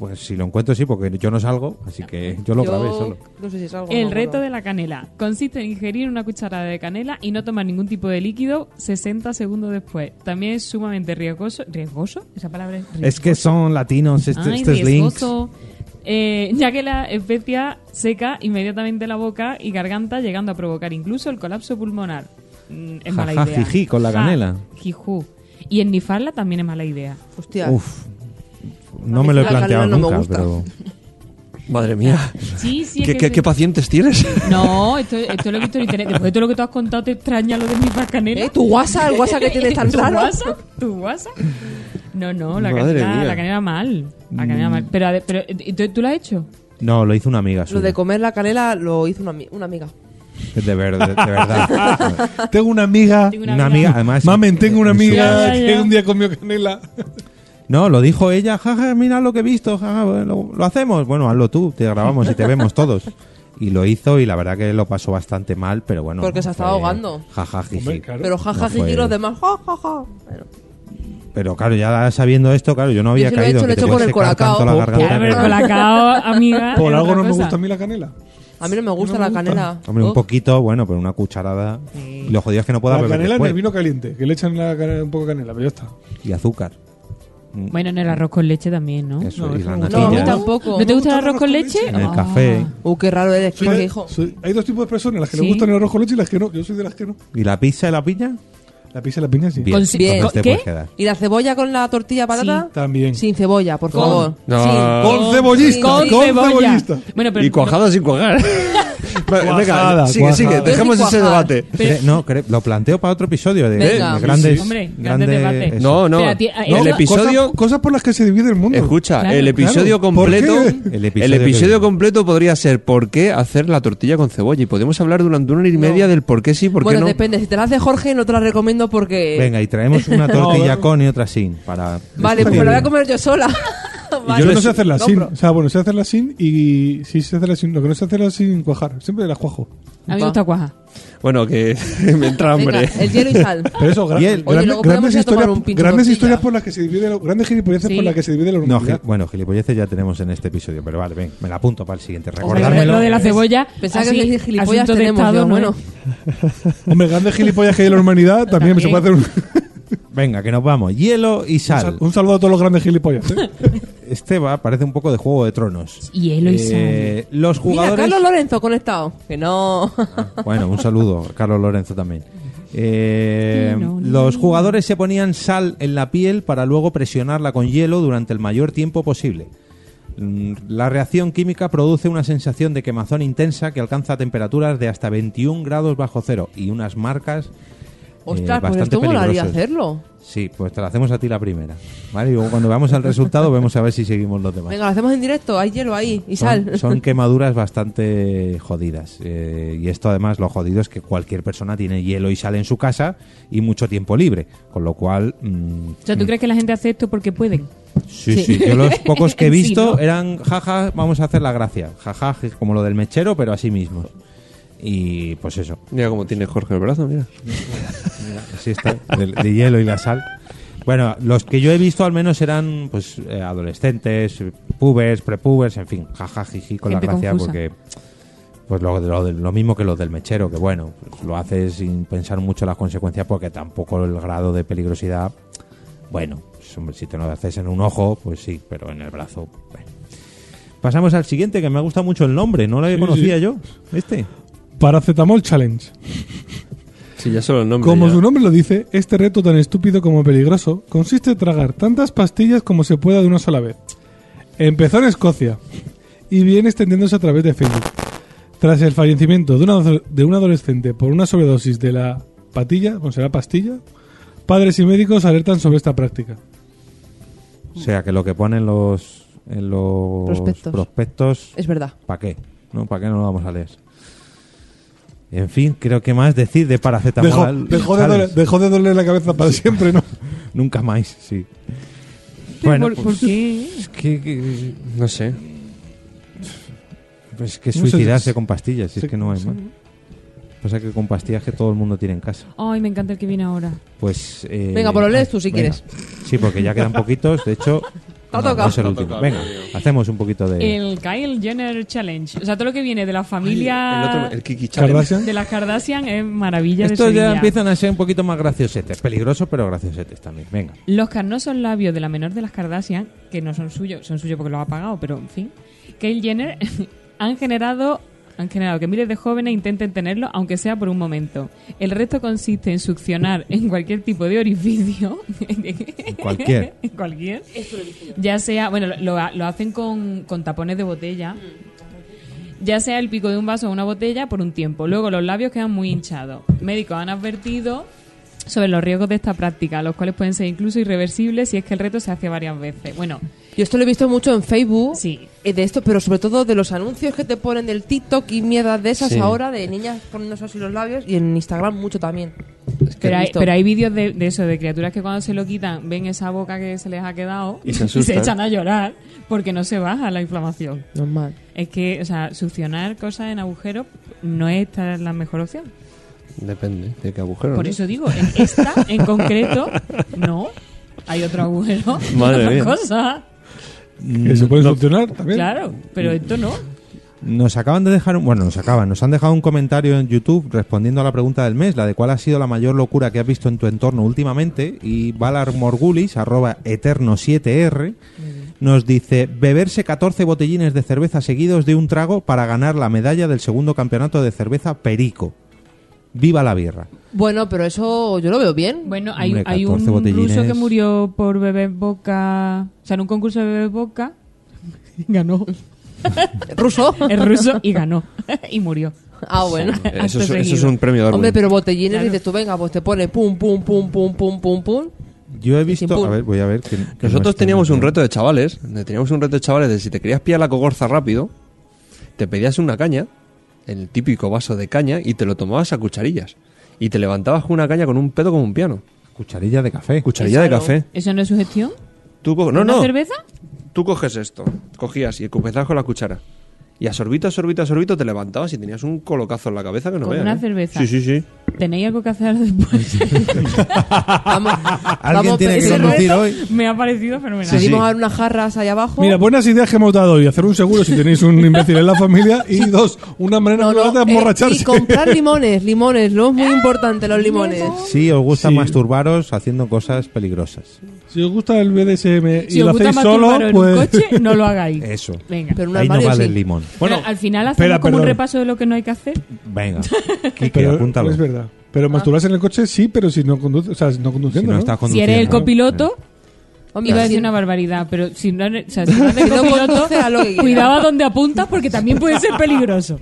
Speaker 2: Pues si lo encuentro sí, porque yo no salgo, así que yo lo
Speaker 4: Yo
Speaker 2: grabé solo.
Speaker 4: No sé si es algo.
Speaker 5: El reto de la canela. Consiste en ingerir una cucharada de canela y no tomar ningún tipo de líquido 60 segundos después. También es sumamente riesgoso. ¿Riesgoso? Esa palabra es riesgoso.
Speaker 2: Es que son latinos este, estos,
Speaker 5: Ay,
Speaker 2: estos links.
Speaker 5: riesgoso. Eh, ya que la especia seca inmediatamente la boca y garganta, llegando a provocar incluso el colapso pulmonar. Mm, Es mala
Speaker 2: Ja, ja,
Speaker 5: idea.
Speaker 2: jijí, con la
Speaker 5: Ja,
Speaker 2: canela.
Speaker 5: jijú. Y ennifarla también es mala idea.
Speaker 4: Hostia.
Speaker 2: Uf, no me lo he
Speaker 4: La canela
Speaker 2: planteado
Speaker 4: no me
Speaker 2: nunca,
Speaker 4: gusta.
Speaker 2: pero
Speaker 3: Madre mía.
Speaker 5: Sí, sí. es
Speaker 3: ¿Qué,
Speaker 5: que
Speaker 3: qué-
Speaker 5: se-
Speaker 3: qué pacientes tienes?
Speaker 5: No, esto, esto lo he visto en internet. Después de todo lo que tú has contado, te extraña lo de ennifar canela.
Speaker 4: ¿Eh? ¿Tu WhatsApp? ¿El WhatsApp que tienes tan
Speaker 5: ¿Tu
Speaker 4: raro?
Speaker 5: WhatsApp? ¿Tu WhatsApp? No, no, la
Speaker 3: Madre
Speaker 5: canela,
Speaker 3: mía.
Speaker 5: la canela mal. La canela mal. Pero, a ver, pero ¿y ¿tú, tú lo has hecho?
Speaker 2: no, lo hizo una amiga
Speaker 4: Lo
Speaker 2: suya.
Speaker 4: de comer la canela lo hizo una, ami- una amiga.
Speaker 2: De, ver- de- de verdad.
Speaker 8: Tengo una amiga.
Speaker 5: Tengo
Speaker 2: una, amiga, además. eh,
Speaker 8: Mamen, tengo una
Speaker 2: en su-
Speaker 8: amiga
Speaker 5: Ya, ya. Ah,
Speaker 8: que un día comió canela.
Speaker 2: No, lo dijo ella, jaja, mira lo que he visto, jaja, lo, lo hacemos. Bueno, hazlo tú, te grabamos y te vemos todos. Y lo hizo y la verdad que lo pasó bastante mal, pero bueno.
Speaker 4: Porque se
Speaker 2: fue
Speaker 4: estaba ahogando.
Speaker 2: Jaja, jiji.
Speaker 8: Hombre, claro.
Speaker 4: Pero jaja,
Speaker 2: No fue-
Speaker 4: jiji, los demás. Ja, ja, ja. Bueno,
Speaker 2: Pero claro, ya sabiendo esto, claro, yo no había
Speaker 4: Yo se lo he
Speaker 2: caído.
Speaker 4: hecho,
Speaker 2: en
Speaker 4: lo he
Speaker 2: que
Speaker 4: hecho
Speaker 2: te
Speaker 4: con
Speaker 2: puede
Speaker 4: el
Speaker 2: secar
Speaker 4: colacao.
Speaker 2: tanto la
Speaker 4: Po-
Speaker 2: garganta,
Speaker 5: Ya, pero
Speaker 2: pero-
Speaker 5: con la cao, amiga.
Speaker 8: Por
Speaker 5: es
Speaker 8: algo
Speaker 5: otra
Speaker 8: no me
Speaker 5: cosa.
Speaker 8: gusta a mí la canela.
Speaker 4: a mí no me gusta
Speaker 8: No me
Speaker 4: la
Speaker 8: gusta.
Speaker 4: canela.
Speaker 2: Hombre, un
Speaker 4: Oh,
Speaker 2: poquito, bueno, pero una cucharada. Y lo jodido es que no pueda
Speaker 8: La
Speaker 2: beber
Speaker 8: canela en
Speaker 2: después.
Speaker 8: el vino caliente, que le echan la canela- un poco de canela, pero ya está.
Speaker 5: Pues
Speaker 2: Y azúcar.
Speaker 5: Bueno, en el arroz con leche también, ¿no?
Speaker 2: Eso,
Speaker 8: No,
Speaker 2: y
Speaker 8: eso
Speaker 2: la
Speaker 8: no.
Speaker 4: No, a mí
Speaker 2: natilla.
Speaker 4: tampoco.
Speaker 5: ¿No te
Speaker 8: me
Speaker 5: gusta el arroz con leche?
Speaker 2: En el
Speaker 5: Ah.
Speaker 2: café.
Speaker 4: Uh, qué raro eres,
Speaker 8: Soy
Speaker 4: Kike,
Speaker 8: de-
Speaker 4: hijo.
Speaker 8: soy- hay dos tipos de personas, las que
Speaker 5: Sí.
Speaker 8: le gustan el arroz con leche y las que no. Yo soy de las que no.
Speaker 2: ¿Y la pizza y la piña?
Speaker 8: La pizza y la piña sí.
Speaker 2: Bien.
Speaker 5: Con- bien.
Speaker 2: Entonces te
Speaker 5: ¿Qué?
Speaker 2: puedes quedar.
Speaker 4: ¿Y la cebolla con la tortilla de patata?
Speaker 8: También.
Speaker 4: Sin cebolla, por favor.
Speaker 3: No.
Speaker 8: Con cebollista.
Speaker 5: Con
Speaker 8: con
Speaker 5: cebolla.
Speaker 8: cebollista.
Speaker 5: Bueno, pero,
Speaker 3: Y cuajada sin cuajar. Venga,
Speaker 8: Cuajada,
Speaker 3: sigue, sigue.
Speaker 8: cuajada.
Speaker 3: Dejemos
Speaker 4: Sin
Speaker 3: ese
Speaker 4: cuajar.
Speaker 3: debate.
Speaker 5: Pero-
Speaker 2: Cre- no, cre- lo planteo para otro episodio de,
Speaker 4: Venga.
Speaker 2: de grandes,
Speaker 5: Sí, hombre, grandes
Speaker 2: grandes
Speaker 5: debates.
Speaker 2: eso.
Speaker 3: No, no.
Speaker 5: Espera, tía,
Speaker 8: No,
Speaker 3: el
Speaker 5: eso-
Speaker 3: episodio.
Speaker 8: Cosas, cosas por las que se divide el mundo.
Speaker 3: Escucha,
Speaker 5: Claro.
Speaker 3: el episodio
Speaker 8: Claro. ¿Por
Speaker 3: completo.
Speaker 8: qué?
Speaker 2: El
Speaker 3: El
Speaker 2: episodio
Speaker 3: episodio,
Speaker 2: que viene.
Speaker 3: completo podría ser ¿Por qué hacer la tortilla con cebolla? Y podemos hablar durante una hora y media del por qué sí, por qué
Speaker 4: bueno,
Speaker 3: no.
Speaker 4: depende. Si te la hace Jorge, no te la recomiendo porque.
Speaker 2: Venga, y traemos una
Speaker 8: No,
Speaker 2: tortilla
Speaker 8: a ver.
Speaker 2: con y otra sin. Para
Speaker 4: Vale, pues me la voy a comer yo sola. Vale. Pues
Speaker 8: Yo
Speaker 3: les-
Speaker 8: no sé hacerla
Speaker 4: No,
Speaker 8: sin.
Speaker 4: pero-
Speaker 8: O sea, bueno, sé hacerla sin y sí sé hacerla sin. Lo que no sé hacerla sin cuajar. Siempre la cuajo.
Speaker 5: a mí me gusta cuaja.
Speaker 3: Bueno, que me entra
Speaker 4: Venga,
Speaker 3: hambre.
Speaker 4: el hielo y sal.
Speaker 8: Pero eso, gra-
Speaker 2: Y el-
Speaker 8: grandes-
Speaker 4: Oye, luego podemos
Speaker 8: grandes,
Speaker 4: ir a tomar
Speaker 8: historias,
Speaker 4: un pincho
Speaker 8: grandes
Speaker 4: tortilla.
Speaker 8: historias por las que se divide la, grandes gilipolleces
Speaker 5: Sí.
Speaker 8: por las que se divide la
Speaker 2: No,
Speaker 8: humanidad.
Speaker 2: gil- bueno, gilipolleces ya tenemos en este episodio, pero vale, ven, me la apunto para el siguiente.
Speaker 5: lo
Speaker 2: Recordármelo.
Speaker 5: de la cebolla.
Speaker 4: Pensaba
Speaker 5: así,
Speaker 4: que decir gilipollas
Speaker 5: asunto de
Speaker 4: tenemos.
Speaker 5: Estado,
Speaker 4: yo,
Speaker 5: ¿no?
Speaker 4: bueno,
Speaker 8: Hombre, grandes gilipollas que hay en la humanidad también, se puede hacer un,
Speaker 2: Venga, que nos vamos. Hielo y sal.
Speaker 8: un saludo a todos los grandes gilipollas. ¿eh?
Speaker 2: Este va, parece un poco de Juego de Tronos.
Speaker 5: Hielo y
Speaker 2: Eh, Los
Speaker 4: Mira,
Speaker 2: jugadores... Eh,
Speaker 4: Carlos Lorenzo conectado. Que no.
Speaker 2: Ah, Bueno, un saludo, Carlos Lorenzo también. Eh,
Speaker 5: Sí, no, no,
Speaker 2: los jugadores se ponían sal en la piel para luego presionarla con hielo durante el mayor tiempo posible. Mm, La reacción química produce una sensación de quemazón intensa que alcanza temperaturas de hasta 21 grados bajo cero y unas marcas
Speaker 4: Ostras,
Speaker 2: eh,
Speaker 4: pues
Speaker 2: bastante
Speaker 4: esto molaría
Speaker 2: peligrosas.
Speaker 4: hacerlo.
Speaker 2: Sí, pues te la hacemos a ti la primera. ¿vale? Y luego cuando veamos el resultado vemos a ver si seguimos los demás.
Speaker 4: Venga, lo hacemos en directo. Hay hielo ahí y sal.
Speaker 2: Son, son quemaduras bastante jodidas. eh, y esto además lo jodido es que cualquier persona tiene hielo y sal en su casa y mucho tiempo libre. Con lo cual... mm,
Speaker 5: O sea, ¿tú crees que la gente hace esto porque pueden?
Speaker 2: sí, sí,
Speaker 4: Sí.
Speaker 2: Yo los pocos que he
Speaker 5: Sí,
Speaker 2: visto
Speaker 5: ¿no?
Speaker 2: eran jaja, vamos a hacer la gracia. Jaja, como lo del mechero, pero así mismo. Y pues eso.
Speaker 3: Mira cómo tiene Jorge el brazo, mira.
Speaker 2: Así está, de, de hielo y la sal. Bueno, los que yo he visto al menos eran pues eh, adolescentes, pubers, prepubers, en fin, jaja, jiji, con
Speaker 5: Gente
Speaker 2: la gracia
Speaker 5: confusa.
Speaker 2: porque pues lo, lo del- lo mismo que los del mechero, que bueno, pues, lo haces sin pensar mucho las consecuencias porque tampoco el grado de peligrosidad, bueno, pues, hombre, si te lo haces en un ojo, pues sí, pero en el brazo, bueno. Pasamos al siguiente, que me ha gustado mucho el nombre, no lo
Speaker 8: Sí,
Speaker 2: conocía
Speaker 8: sí.
Speaker 2: yo, este.
Speaker 8: Paracetamol Challenge.
Speaker 3: Sí, ya solo el nombre.
Speaker 8: Como
Speaker 3: ya.
Speaker 8: su nombre lo dice, este reto tan estúpido como peligroso consiste en tragar tantas pastillas como se pueda de una sola vez. Empezó en Escocia y viene extendiéndose a través de Facebook. Tras el fallecimiento de, una, de un adolescente por una sobredosis de la patilla, bueno, será pastilla, padres y médicos alertan sobre esta práctica.
Speaker 2: O sea, que lo que ponen los, en los
Speaker 4: Prospectos.
Speaker 2: prospectos
Speaker 4: Es verdad.
Speaker 2: ¿Para qué? ¿No? ¿Para qué no lo vamos a leer? En fin, creo que más decir de
Speaker 8: Dejó,
Speaker 2: paracetamol.
Speaker 8: dejó de
Speaker 2: ¿sabes?
Speaker 8: doler, dejó de doler la cabeza para siempre, ¿no?
Speaker 2: Nunca más, sí.
Speaker 5: Pero
Speaker 2: Bueno,
Speaker 5: ¿por,
Speaker 2: pues-
Speaker 5: por qué?
Speaker 2: Es que, que-
Speaker 3: No sé.
Speaker 2: pues que
Speaker 8: No sé,
Speaker 2: suicidarse
Speaker 8: sí.
Speaker 2: con pastillas, si
Speaker 8: Sí,
Speaker 2: es que no hay
Speaker 8: sí.
Speaker 2: más. Pasa que con pastillas que todo el mundo tiene en casa.
Speaker 5: Ay, me encanta el que viene ahora.
Speaker 2: Pues. eh,
Speaker 4: Venga, pues lo lees
Speaker 2: ay,
Speaker 4: tú si
Speaker 2: venga.
Speaker 4: quieres.
Speaker 2: Sí, porque ya quedan poquitos. De hecho,
Speaker 4: Te ha
Speaker 2: no, no
Speaker 4: tocado. Eh,
Speaker 2: es el
Speaker 4: Te ha
Speaker 2: último. Venga, hacemos un poquito
Speaker 3: Eh.
Speaker 2: de.
Speaker 5: El Kyle Jenner Challenge. O sea, todo lo que viene de la familia
Speaker 3: El otro, el Kiki Challenge.
Speaker 8: Kardashian.
Speaker 5: de las Kardashian es maravilla de
Speaker 2: Estos ya
Speaker 5: Sevilla.
Speaker 2: empiezan a ser un poquito más graciosetes. Peligrosos, pero graciosetes también. Venga.
Speaker 5: Los carnosos labios de la menor de las Kardashian, que no son suyos, son suyos porque los ha pagado, pero en fin, Kylie Jenner han generado han generado que miles de jóvenes intenten tenerlo, aunque sea por un momento. El resto consiste en succionar en cualquier tipo de orificio.
Speaker 2: cualquier.
Speaker 5: En cualquier. Ya sea, bueno, lo, lo hacen con, con tapones de botella. Ya sea el pico de un vaso o una botella por un tiempo. Luego los labios quedan muy hinchados. Médicos han advertido sobre los riesgos de esta práctica, los cuales pueden ser incluso irreversibles si es que el reto se hace varias veces. Bueno,
Speaker 4: Yo esto lo he visto mucho en Facebook.
Speaker 5: Sí.
Speaker 4: eh, De esto, pero sobre todo de los anuncios que te ponen del TikTok y mierdas de esas
Speaker 3: Sí.
Speaker 4: ahora, de niñas poniéndose así los labios. Y en Instagram mucho también. Es que he
Speaker 5: pero hay,
Speaker 4: visto.
Speaker 5: pero hay vídeos de, de eso, de criaturas que cuando se lo quitan ven esa boca que se les ha quedado
Speaker 3: Y se asustan.
Speaker 5: echan a llorar porque no se baja la inflamación.
Speaker 4: Normal.
Speaker 5: Es que, o sea, succionar cosas en agujeros no es esta la mejor opción.
Speaker 3: Depende de qué agujero.
Speaker 5: Por
Speaker 3: ¿no?
Speaker 5: eso digo, en esta en concreto, no. Hay otro agujero,
Speaker 3: Madre
Speaker 5: otra
Speaker 3: mía.
Speaker 5: cosa.
Speaker 8: Que se pueden solucionar también.
Speaker 5: Claro, pero esto no.
Speaker 2: Nos acaban de dejar, un, bueno, nos acaban, nos han dejado un comentario en YouTube respondiendo a la pregunta del mes, la de cuál ha sido la mayor locura que has visto en tu entorno últimamente. Y Valar Morgulis, arroba eterno7r, nos dice: beberse 14 botellines de cerveza seguidos de un trago para ganar la medalla del segundo campeonato de cerveza Perico. ¡Viva la birra!
Speaker 4: Bueno, pero eso yo lo veo bien.
Speaker 5: Bueno, hay,
Speaker 2: Hombre,
Speaker 5: hay un
Speaker 2: 14 botellines.
Speaker 5: ruso que murió por beber boca. O sea, en un concurso de beber boca. Ganó.
Speaker 4: Ruso.
Speaker 5: Es ruso y ganó. y murió.
Speaker 4: ah, bueno.
Speaker 3: Eso,
Speaker 5: Acto
Speaker 3: es, eso es
Speaker 5: seguido.
Speaker 3: un premio de Orwell.
Speaker 4: Hombre, pero botellines
Speaker 5: Claro.
Speaker 4: dices tú, venga, pues te pone pum, pum, pum, pum, pum, pum, pum.
Speaker 2: Yo he
Speaker 4: sin
Speaker 2: visto.
Speaker 4: pul-
Speaker 2: A ver, voy a ver. que- que no
Speaker 3: Nosotros
Speaker 2: estoy
Speaker 3: teníamos un
Speaker 2: viendo.
Speaker 3: reto de chavales. de- Teníamos un reto de chavales de si te querías pillar la cogorza rápido, te pedías una caña, el típico vaso de caña, y te lo tomabas a cucharillas. Y te levantabas con una caña con un pedo como un piano.
Speaker 2: Cucharilla de café.
Speaker 3: Cucharilla de café.
Speaker 5: ¿Eso no es sugestión?
Speaker 3: Tú co- no,
Speaker 5: ¿Una
Speaker 3: no.
Speaker 5: cerveza?
Speaker 3: Tú coges esto, cogías y empezabas con la cuchara. Y a sorbito, a sorbito, a sorbito te levantabas y tenías un colocazo en la cabeza que no
Speaker 5: Con
Speaker 3: veas,
Speaker 5: una
Speaker 3: ¿eh?
Speaker 5: cerveza.
Speaker 3: Sí, sí, sí.
Speaker 5: ¿Tenéis algo que hacer después?
Speaker 4: Vamos,
Speaker 2: Alguien
Speaker 4: vamos,
Speaker 2: tiene que
Speaker 4: ese
Speaker 5: no
Speaker 2: conducir
Speaker 5: es-
Speaker 2: hoy.
Speaker 5: Me ha parecido fenomenal.
Speaker 4: Salimos a dar unas jarras ahí abajo.
Speaker 5: Oh.
Speaker 8: Mira, pues, buenas ideas que hemos dado hoy. Hacer un seguro si tenéis un imbécil en la familia. Y dos, una manera
Speaker 4: No,
Speaker 8: no,
Speaker 4: no,
Speaker 8: de
Speaker 4: eh,
Speaker 8: emborracharse.
Speaker 4: y comprar limones, limones, lo es muy importante, los limones.
Speaker 2: Si os gusta
Speaker 8: Sí.
Speaker 2: masturbaros haciendo cosas peligrosas.
Speaker 8: si os gusta el BDSM y
Speaker 5: Si
Speaker 8: lo
Speaker 5: os gusta
Speaker 8: hacéis solo,
Speaker 5: masturbaros en un
Speaker 8: pues.
Speaker 5: coche, no lo hagáis.
Speaker 2: Eso.
Speaker 5: Venga.
Speaker 4: Pero un
Speaker 2: Ahí no
Speaker 4: armario
Speaker 2: vale
Speaker 4: sí.
Speaker 2: el limón.
Speaker 5: Bueno, al final hacemos
Speaker 8: espera,
Speaker 5: como un
Speaker 8: perdón.
Speaker 5: repaso de lo que no hay que hacer.
Speaker 2: Venga, Kike,
Speaker 8: pero-
Speaker 2: apúntalo.
Speaker 8: Es verdad. Pero
Speaker 5: Ah.
Speaker 8: masturbarse en el coche sí, pero si no conduce, o sea, si no
Speaker 2: Si
Speaker 8: conduciendo,
Speaker 2: no
Speaker 8: ¿no?
Speaker 2: estás
Speaker 5: Si
Speaker 2: conduciendo.
Speaker 5: eres el copiloto,
Speaker 4: Hombre,
Speaker 5: iba a decir
Speaker 4: si-
Speaker 5: una barbaridad, pero si no eres, o sea, si no eres
Speaker 4: Si no
Speaker 5: copiloto,
Speaker 4: conduces, haz lo que quieras.
Speaker 5: cuidado a donde apuntas porque también puede ser peligroso.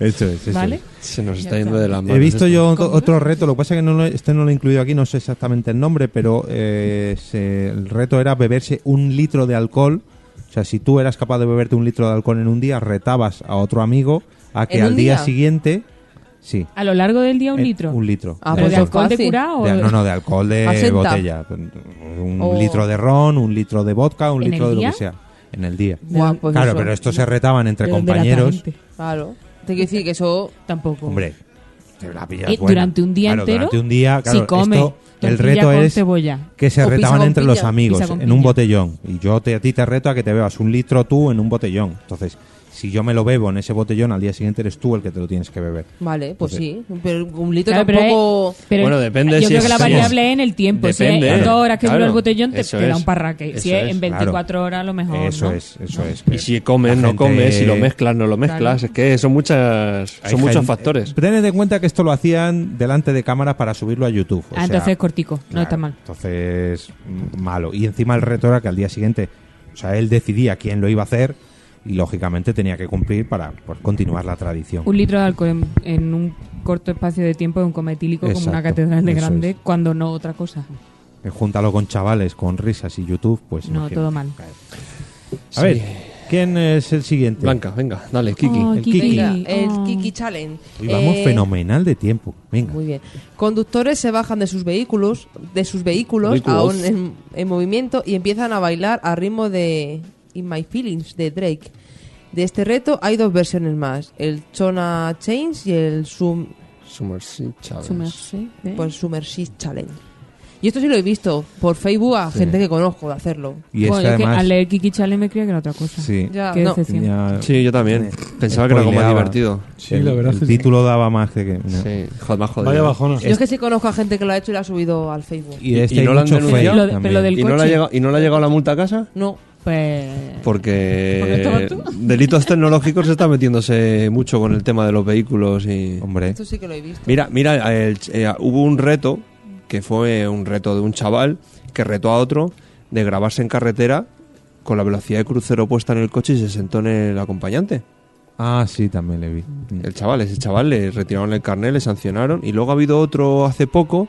Speaker 2: Eso es, eso
Speaker 5: ¿Vale?
Speaker 2: es.
Speaker 3: Se nos está yendo de las manos.
Speaker 2: He visto
Speaker 3: esto.
Speaker 2: yo otro, otro reto, lo que pasa es que no lo- este no lo he incluido aquí, no sé exactamente el nombre, pero eh, se- el reto era beberse un litro de alcohol. O sea, si tú eras capaz de beberte un litro de alcohol en un día, retabas a otro amigo a que
Speaker 4: ¿En
Speaker 2: al
Speaker 4: un
Speaker 2: día,
Speaker 4: día?
Speaker 2: siguiente... Sí.
Speaker 5: A lo largo del día un
Speaker 2: eh,
Speaker 5: litro.
Speaker 2: Un litro.
Speaker 4: Ah,
Speaker 2: de
Speaker 5: ¿Pero de
Speaker 4: Eso es
Speaker 5: alcohol de
Speaker 4: fácil.
Speaker 5: cura o
Speaker 2: De- no, no, de alcohol de
Speaker 4: Asenta.
Speaker 2: botella. Un
Speaker 4: Oh.
Speaker 2: litro de ron, un litro de vodka, un
Speaker 5: ¿En
Speaker 2: litro
Speaker 5: el
Speaker 2: de lo
Speaker 5: día?
Speaker 2: que sea. En el día.
Speaker 4: Buah, pues
Speaker 2: claro,
Speaker 4: eso.
Speaker 2: pero estos se retaban entre
Speaker 5: de donde la
Speaker 2: compañeros.
Speaker 5: gente?
Speaker 4: Claro. Te quiero decir que eso.
Speaker 5: Tampoco.
Speaker 2: Hombre, te la pillas
Speaker 5: Eh,
Speaker 2: buena.
Speaker 5: durante un día
Speaker 2: Claro,
Speaker 5: entero,
Speaker 2: Durante un día, claro,
Speaker 5: si come
Speaker 2: esto, el
Speaker 5: tortilla
Speaker 2: reto
Speaker 5: con
Speaker 2: es
Speaker 5: cebolla.
Speaker 2: que se
Speaker 4: O pizza
Speaker 2: retaban
Speaker 4: con
Speaker 2: entre
Speaker 4: piña.
Speaker 2: los amigos
Speaker 5: Pizza con
Speaker 2: en un
Speaker 5: piña.
Speaker 2: botellón. Y yo te, a ti te reto a que te bebas un litro tú en un botellón. Entonces, si yo me lo bebo en ese botellón, al día siguiente eres tú el que te lo tienes que beber.
Speaker 4: Vale, pues
Speaker 2: Pues
Speaker 4: sí. Pero un litro
Speaker 5: Claro, pero,
Speaker 4: tampoco.
Speaker 5: eh, pero
Speaker 3: Bueno, depende
Speaker 5: Yo
Speaker 3: si
Speaker 5: creo que la
Speaker 3: es-
Speaker 5: variable es en el tiempo. si
Speaker 3: Depende,
Speaker 5: es en
Speaker 3: claro.
Speaker 5: dos horas que dura
Speaker 3: Claro.
Speaker 5: el botellón, te,
Speaker 3: Eso
Speaker 5: te da
Speaker 3: es.
Speaker 5: un parraque. Si
Speaker 3: Eso
Speaker 5: es
Speaker 3: es,
Speaker 5: en 24 horas, a lo mejor.
Speaker 2: Eso
Speaker 5: ¿no? Ah.
Speaker 2: es, eso es.
Speaker 3: Y si comes,
Speaker 2: La
Speaker 3: no
Speaker 2: gente-
Speaker 3: comes, si lo mezclas, no lo mezclas.
Speaker 5: Claro.
Speaker 3: Es que son muchas son
Speaker 2: Hay
Speaker 3: muchos
Speaker 2: gente-
Speaker 3: factores.
Speaker 2: Tened en cuenta que esto lo hacían delante de cámaras para subirlo a YouTube. o
Speaker 5: Ah,
Speaker 2: sea,
Speaker 5: entonces cortico, no
Speaker 2: Claro,
Speaker 5: está mal.
Speaker 2: Entonces, mm, malo. Y encima el reto era que al día siguiente, o sea, él decidía quién lo iba a hacer y lógicamente tenía que cumplir para por continuar la tradición.
Speaker 5: Un litro de alcohol en, en un corto espacio de tiempo de un cometílico como una
Speaker 2: Exacto,
Speaker 5: catedral de
Speaker 2: eso
Speaker 5: grande,
Speaker 2: es.
Speaker 5: cuando no otra cosa.
Speaker 2: Eh, Júntalo con chavales, con risas y YouTube, pues.
Speaker 5: No,
Speaker 2: imagínate.
Speaker 5: todo mal.
Speaker 2: A ver, ¿Quién es el siguiente?
Speaker 3: Blanca, venga, dale, Kiki.
Speaker 5: Ay,
Speaker 2: el Kiki.
Speaker 5: Venga,
Speaker 4: el
Speaker 5: oh.
Speaker 4: Kiki Challenge.
Speaker 2: Y vamos
Speaker 4: Eh,
Speaker 2: fenomenal de tiempo. Venga.
Speaker 4: Muy bien. Conductores se bajan de sus vehículos, de sus vehículos,
Speaker 3: Vehículos.
Speaker 4: aún en, en movimiento y empiezan a bailar a ritmo de In My Feelings de Drake. De este reto hay dos versiones más, el Chona Change y el Sum,
Speaker 3: Sumersi Chávez.
Speaker 5: Su merced, ¿eh?
Speaker 4: pues Submersive Challenge. Y esto sí lo he visto por Facebook a gente que conozco de hacerlo.
Speaker 2: Y
Speaker 5: Bueno,
Speaker 2: es que
Speaker 5: yo es que
Speaker 2: además.
Speaker 5: al leer Kiki Chale me creía que era otra cosa.
Speaker 2: Sí.
Speaker 4: Ya,
Speaker 5: Qué
Speaker 4: no.
Speaker 5: decepción.
Speaker 2: ya-
Speaker 3: Sí, yo también.
Speaker 2: Eh,
Speaker 3: Pensaba que era como más
Speaker 2: spoileaba.
Speaker 3: divertido.
Speaker 8: Sí, la verdad
Speaker 2: El
Speaker 8: es que sí.
Speaker 2: título daba más de que. no.
Speaker 3: Sí, joder, más jodido.
Speaker 8: Vaya bajona.
Speaker 4: Yo es que sí conozco a gente que lo ha hecho y lo ha subido al Facebook.
Speaker 2: Y
Speaker 3: ¿Y-
Speaker 2: este
Speaker 3: y no
Speaker 2: hay
Speaker 3: lo han
Speaker 2: mucho fake
Speaker 3: denunciado?
Speaker 5: Lo de-
Speaker 2: también.
Speaker 5: pero del-
Speaker 3: ¿Y no, le ha
Speaker 5: coche.
Speaker 3: llegado, ¿Y no le ha llegado la multa a casa?
Speaker 4: No,
Speaker 5: Pues.
Speaker 3: Porque delitos tecnológicos se está metiéndose mucho con el tema de los vehículos y...
Speaker 2: Hombre.
Speaker 4: esto sí que lo he visto.
Speaker 3: Mira, mira, el- eh, hubo un reto, que fue un reto de un chaval, que retó a otro de grabarse en carretera con la velocidad de crucero puesta en el coche y se sentó en el acompañante.
Speaker 2: Ah, sí, también le vi. Mm.
Speaker 3: El chaval, ese chaval, le retiraron el carnet, le sancionaron. Y luego ha habido otro hace poco.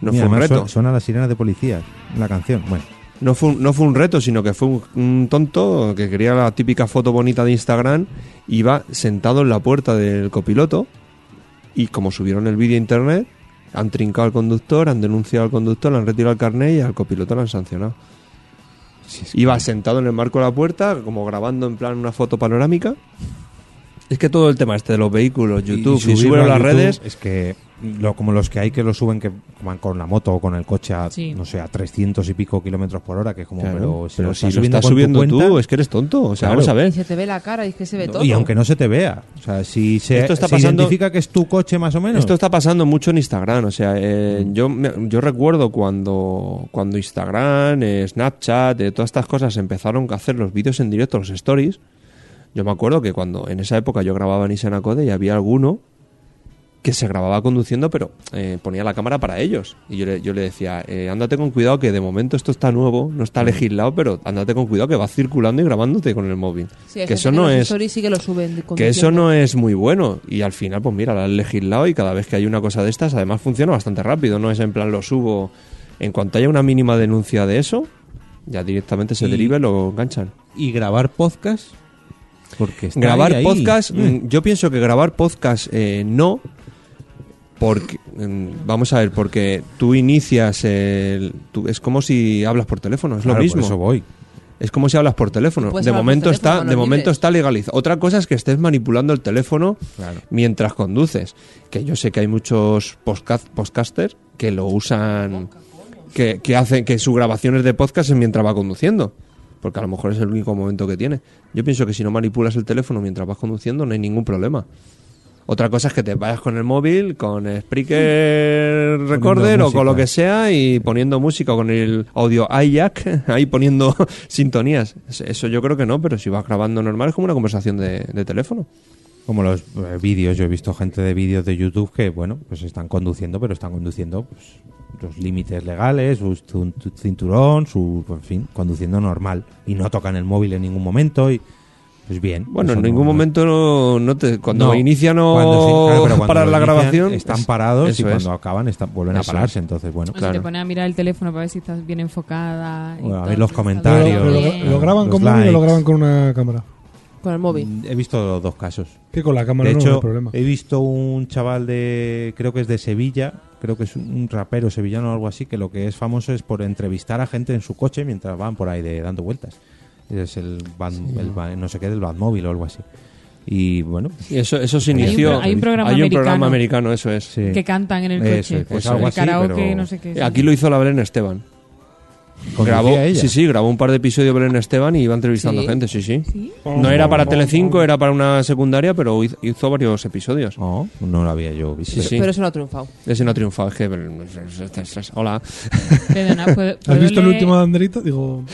Speaker 3: No
Speaker 2: Mira,
Speaker 3: fue un
Speaker 2: además
Speaker 3: reto.
Speaker 2: su- Suena las sirenas de policía. La canción. Bueno.
Speaker 3: No fue, un- no fue un reto, sino que fue un, un tonto que quería la típica foto bonita de Instagram. Iba sentado en la puerta del copiloto. Y como subieron el vídeo a internet, han trincado al conductor, han denunciado al conductor, le han retirado el carnet y al copiloto le han sancionado. Iba sentado en el marco de la puerta, como grabando en plan una foto panorámica. Es que todo el tema este de los vehículos, YouTube, y,
Speaker 2: subirlo
Speaker 3: subirlo a las
Speaker 2: YouTube
Speaker 3: redes,
Speaker 2: Es que lo, como los que hay que lo suben que van con la moto o con el coche a,
Speaker 5: Sí.
Speaker 2: no sé, a 300 y pico kilómetros por hora, que es como,
Speaker 3: Claro,
Speaker 2: pero si lo estás
Speaker 3: lo
Speaker 2: subiendo,
Speaker 3: estás
Speaker 2: con tu
Speaker 3: subiendo
Speaker 2: cuenta-
Speaker 3: tú, es que eres tonto. O sea,
Speaker 2: Claro.
Speaker 3: vamos a
Speaker 4: Y
Speaker 3: ver.
Speaker 4: se te ve la cara y es que se ve todo.
Speaker 2: y aunque no se te vea, o sea, si se,
Speaker 3: Esto está
Speaker 2: se
Speaker 3: pasando-
Speaker 2: identifica que es tu coche más o menos.
Speaker 3: Esto está pasando mucho en Instagram. O sea, eh, yo, me- yo recuerdo cuando, cuando Instagram, eh, Snapchat, eh, todas estas cosas empezaron a hacer los vídeos en directo, los stories. Yo me acuerdo que cuando en esa época yo grababa en Isenacode y había alguno que se grababa conduciendo, pero eh, ponía la cámara para ellos. Y yo le, yo le decía, eh, ándate con cuidado, que de momento esto está nuevo, no está legislado, pero ándate con cuidado, que va circulando y grabándote con el móvil.
Speaker 4: Sí, hay
Speaker 3: que
Speaker 4: gente
Speaker 3: eso no
Speaker 4: los
Speaker 3: es...
Speaker 4: stories sí que lo suben
Speaker 3: Que
Speaker 4: conduciendo.
Speaker 3: eso no es muy bueno. Y al final, pues mira, lo han legislado y cada vez que hay una cosa de estas, además funciona bastante rápido. No es en plan lo subo. En cuanto haya una mínima denuncia de eso, ya directamente se
Speaker 2: Y-
Speaker 3: deriva y lo enganchan.
Speaker 2: Y grabar podcast. Porque está
Speaker 3: grabar
Speaker 2: ahí, ahí.
Speaker 3: podcast,
Speaker 2: Mm.
Speaker 3: mm, yo pienso que grabar podcast eh, no. Porque, mm, vamos a ver, porque tú inicias el. tú- es como si hablas por teléfono, es
Speaker 2: Claro,
Speaker 3: lo mismo.
Speaker 2: Por eso voy.
Speaker 3: Es como si hablas por teléfono.
Speaker 4: Puedes
Speaker 3: De
Speaker 4: hablar por
Speaker 3: momento,
Speaker 4: teléfono,
Speaker 3: está,
Speaker 4: manos
Speaker 3: de momento
Speaker 4: libres.
Speaker 3: está legalizado. Otra cosa es que estés manipulando el teléfono
Speaker 2: Claro.
Speaker 3: mientras conduces. Que yo sé que hay muchos podcast, podcasters que lo usan. Que, que hacen que su grabación es de podcast es mientras va conduciendo. Porque a lo mejor es el único momento que tiene. Yo pienso que si no manipulas el teléfono mientras vas conduciendo, no hay ningún problema. Otra cosa es que te vayas con el móvil, con Spreaker Recorder o
Speaker 2: música.
Speaker 3: con lo que sea y poniendo música o con el audio iJack, ahí poniendo sintonías. Eso yo creo que no, pero si vas grabando normal es como una conversación de, de teléfono.
Speaker 2: Como los eh, vídeos, yo he visto gente de vídeos de YouTube que, bueno, pues están conduciendo, pero están conduciendo pues, los límites legales, su cin- cinturón, su, en fin, conduciendo normal. Y no tocan el móvil en ningún momento y, pues bien.
Speaker 3: Bueno,
Speaker 2: eso
Speaker 3: en
Speaker 2: no-
Speaker 3: ningún
Speaker 2: no-
Speaker 3: momento no, no te, cuando
Speaker 2: no.
Speaker 3: inicia no
Speaker 2: Cuando se- claro, pero cuando
Speaker 3: parar
Speaker 2: lo
Speaker 3: la
Speaker 2: inician,
Speaker 3: grabación.
Speaker 2: Están
Speaker 3: es-
Speaker 2: parados y
Speaker 3: eso es.
Speaker 2: cuando acaban están, vuelven
Speaker 3: Eso
Speaker 2: a
Speaker 3: es.
Speaker 2: pararse, entonces, bueno.
Speaker 5: O si
Speaker 3: Claro.
Speaker 5: te pones a mirar el teléfono para ver si estás bien enfocada. y pues,
Speaker 2: Bueno, a
Speaker 5: todo,
Speaker 2: ver los
Speaker 5: está todo
Speaker 8: Pero
Speaker 2: comentarios.
Speaker 8: lo,
Speaker 5: bien.
Speaker 8: lo graban
Speaker 2: Los
Speaker 8: con móvil o lo
Speaker 2: likes.
Speaker 8: graban con una cámara.
Speaker 4: Con el móvil.
Speaker 2: He visto dos casos.
Speaker 8: Que con la cámara
Speaker 2: de
Speaker 8: no,
Speaker 2: hecho,
Speaker 8: no hay problema.
Speaker 2: he visto un chaval de, creo que es de Sevilla, creo que es un rapero sevillano o algo así, que lo que es famoso es por entrevistar a gente en su coche mientras van por ahí de, dando vueltas. Es el, van- el van- no sé qué, del Batmóvil o algo así. Y bueno,
Speaker 3: Y eso, eso se
Speaker 2: Hay un
Speaker 3: inició.
Speaker 2: pro- hay un
Speaker 5: programa
Speaker 3: programa
Speaker 5: americano.
Speaker 3: americano, eso es.
Speaker 2: sí.
Speaker 5: Que cantan en el coche.
Speaker 2: Eso es, pues
Speaker 5: El
Speaker 2: algo así,
Speaker 5: karaoke,
Speaker 2: pero-
Speaker 5: no sé qué.
Speaker 3: Eh, Aquí lo hizo la Belén Esteban.
Speaker 2: ¿Conducía
Speaker 3: grabó,
Speaker 2: ella?
Speaker 3: Sí, sí, grabó un par de episodios de Belén Esteban y iba entrevistando
Speaker 4: Sí.
Speaker 3: gente, sí, sí. No era para Telecinco, era para una secundaria, pero hizo, hizo varios episodios.
Speaker 2: Oh, no lo había yo visto.
Speaker 3: Sí, sí.
Speaker 4: Pero eso no ha triunfado.
Speaker 3: Ese no ha triunfado, es que... Hola.
Speaker 5: Perdona, ¿puedo,
Speaker 8: ¿Has
Speaker 5: puedo
Speaker 8: visto el
Speaker 5: leer-
Speaker 8: último banderito? Digo,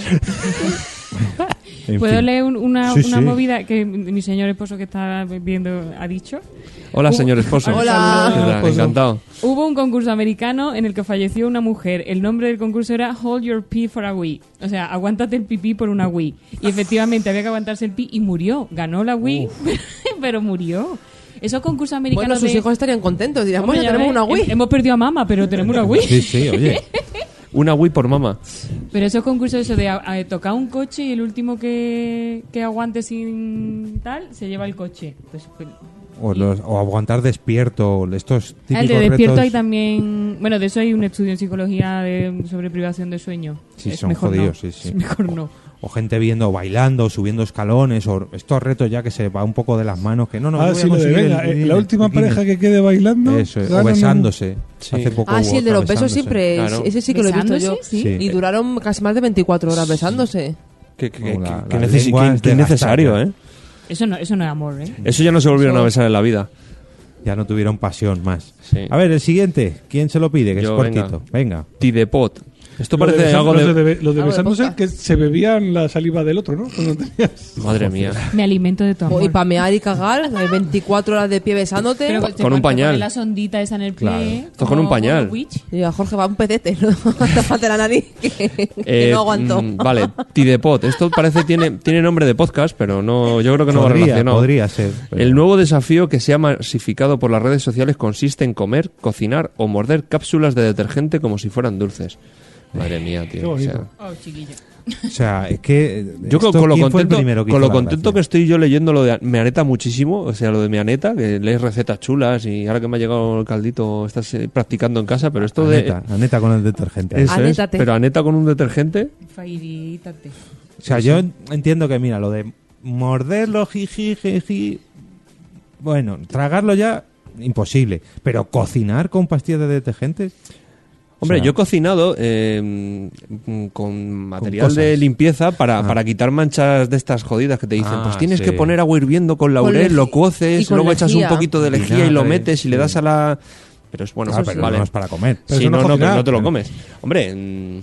Speaker 2: En
Speaker 5: ¿Puedo
Speaker 2: fin.
Speaker 5: leer un- una,
Speaker 2: Sí,
Speaker 5: una
Speaker 2: sí.
Speaker 5: movida que mi mi señor esposo que está viendo ha dicho?
Speaker 3: Hola, señor esposo.
Speaker 4: Uh, Hola.
Speaker 3: ¿Qué tal?
Speaker 8: Hola, esposo.
Speaker 3: Encantado.
Speaker 5: Hubo un concurso americano en el que falleció una mujer. El nombre del concurso era Hold Your Pee for a Wii. O sea, aguántate el pipí por una Wii. Y efectivamente había que aguantarse el pee y murió. Ganó la Wii, pero murió. Esos concursos
Speaker 4: Bueno,
Speaker 5: americanos.
Speaker 4: sus
Speaker 5: de-
Speaker 4: hijos estarían contentos. Dirán,
Speaker 5: Hombre,
Speaker 4: bueno,
Speaker 5: ya
Speaker 4: tenemos
Speaker 5: ves,
Speaker 4: una Wii.
Speaker 5: hem- Hemos perdido a mamá, pero tenemos una Wii.
Speaker 2: Sí, sí, oye.
Speaker 3: Una Wii por mama.
Speaker 5: Pero esos concursos, eso de a- a tocar un coche y el último que, que aguante sin tal, se lleva el coche. Entonces, pues,
Speaker 2: O, los- o aguantar despierto, estos típicos
Speaker 5: Ah, el de despierto
Speaker 2: retos.
Speaker 5: hay también. Bueno, de eso hay un estudio en psicología de- sobre privación de sueño.
Speaker 2: Sí,
Speaker 5: Es
Speaker 2: son
Speaker 5: mejor no.
Speaker 2: jodidos, sí, sí.
Speaker 5: Es mejor no.
Speaker 2: O gente viendo, bailando, subiendo escalones, o estos retos ya que se va un poco de las manos, que no, no,
Speaker 8: Ah,
Speaker 2: yo voy a
Speaker 8: sí, lo de,
Speaker 2: conseguir
Speaker 8: venga,
Speaker 2: el-
Speaker 8: eh,
Speaker 2: el-
Speaker 8: la
Speaker 2: el
Speaker 8: última
Speaker 2: Guinness.
Speaker 8: pareja que quede bailando.
Speaker 2: Eso, es, o
Speaker 8: ganan un-
Speaker 2: besándose.
Speaker 3: Sí.
Speaker 2: Hace poco
Speaker 4: Ah,
Speaker 2: hubo
Speaker 4: sí, el de
Speaker 2: otra
Speaker 4: los besos
Speaker 2: besándose.
Speaker 4: siempre.
Speaker 3: Claro.
Speaker 4: Ese sí que lo he visto yo.
Speaker 5: ¿Besándose? Sí.
Speaker 4: Y duraron casi más de 24 horas besándose.
Speaker 3: Que, que-
Speaker 2: Como
Speaker 3: que-
Speaker 2: la-
Speaker 3: que
Speaker 2: las
Speaker 3: necesi-
Speaker 2: lenguas
Speaker 3: que- que
Speaker 2: de
Speaker 3: necesario,
Speaker 2: gastar,
Speaker 3: ¿eh?
Speaker 5: Eso no, eso no es amor, ¿eh?
Speaker 3: Eso ya no se volvieron a besar en la vida.
Speaker 2: Ya no tuvieron pasión más.
Speaker 3: Sí.
Speaker 2: A ver, el siguiente. ¿Quién se lo pide? Que
Speaker 3: Yo,
Speaker 2: es
Speaker 3: venga.
Speaker 2: cortito. Venga.
Speaker 3: Tidepot. Esto
Speaker 8: Lo de
Speaker 3: parece
Speaker 8: besándose-
Speaker 3: algo
Speaker 8: Los de,
Speaker 3: de...
Speaker 8: be- los de
Speaker 4: Algo de
Speaker 8: besándose
Speaker 4: podcast.
Speaker 8: que se bebían la saliva del otro, ¿no? Cuando tenías-
Speaker 3: Madre mía.
Speaker 5: Me alimento de tu amor.
Speaker 4: Y pamear y cagar, hay 24 horas de pie besándote.
Speaker 5: Pero
Speaker 3: Con
Speaker 5: te-
Speaker 3: un
Speaker 5: te
Speaker 3: pañal.
Speaker 5: pones la sondita esa en el pie.
Speaker 2: Claro.
Speaker 3: Esto con un
Speaker 5: como
Speaker 3: pañal.
Speaker 5: Witch.
Speaker 4: Y yo, Jorge, va un pedete, ¿no? Hasta falta la nariz, que, que
Speaker 3: Eh,
Speaker 4: no aguantó.
Speaker 3: mm, vale, Tidepot. Esto parece tiene tiene nombre de podcast, pero no yo creo que no va
Speaker 2: podría,
Speaker 3: relacionado.
Speaker 2: podría ser. pero-
Speaker 3: El nuevo desafío que se ha masificado por las redes sociales consiste en comer, cocinar o morder cápsulas de detergente como si fueran dulces. Madre mía, tío.
Speaker 8: Qué
Speaker 3: o sea,
Speaker 8: bonito.
Speaker 5: Oh, chiquillo.
Speaker 2: O sea, es que. eh,
Speaker 3: yo con,
Speaker 2: esto,
Speaker 3: con lo
Speaker 2: ¿quién fue el
Speaker 3: contento,
Speaker 2: primero que
Speaker 3: con lo
Speaker 2: hizo la
Speaker 3: contento que
Speaker 2: gracia?
Speaker 3: estoy yo leyendo lo de Meaneta muchísimo, o sea, lo de Meaneta, que lees recetas chulas y ahora que me ha llegado el caldito estás eh, practicando en casa, pero esto de...
Speaker 2: Aneta, Aneta con el detergente.
Speaker 3: Eso es,
Speaker 4: Anétate.
Speaker 3: pero Aneta con un detergente,
Speaker 5: Fairítate.
Speaker 2: o sea, yo entiendo que, mira, lo de morderlo, jiji, jiji. Bueno, tragarlo ya, imposible. Pero cocinar con pastillas de detergentes.
Speaker 3: Hombre,
Speaker 2: O sea-
Speaker 3: yo he cocinado eh, mm, con material
Speaker 2: cosas.
Speaker 3: de limpieza para,
Speaker 2: Ah.
Speaker 3: para quitar manchas de estas jodidas que te dicen,
Speaker 2: Ah,
Speaker 3: pues tienes
Speaker 2: sí.
Speaker 3: que poner agua hirviendo con laurel,
Speaker 4: leji-
Speaker 3: lo
Speaker 4: y
Speaker 3: cuoces,
Speaker 4: con
Speaker 3: luego echas un
Speaker 4: lejía.
Speaker 3: poquito de lejía y lo
Speaker 2: Vinagre,
Speaker 3: metes y le
Speaker 2: sí.
Speaker 3: das a la... Pero es bueno,
Speaker 2: Ah, pero
Speaker 3: vale.
Speaker 2: no es para comer.
Speaker 8: Pero
Speaker 3: sí,
Speaker 8: eso no
Speaker 3: no,
Speaker 8: es
Speaker 3: no,
Speaker 8: cocinar.
Speaker 3: pero no te lo
Speaker 8: Pero-
Speaker 3: comes. Hombre, mm,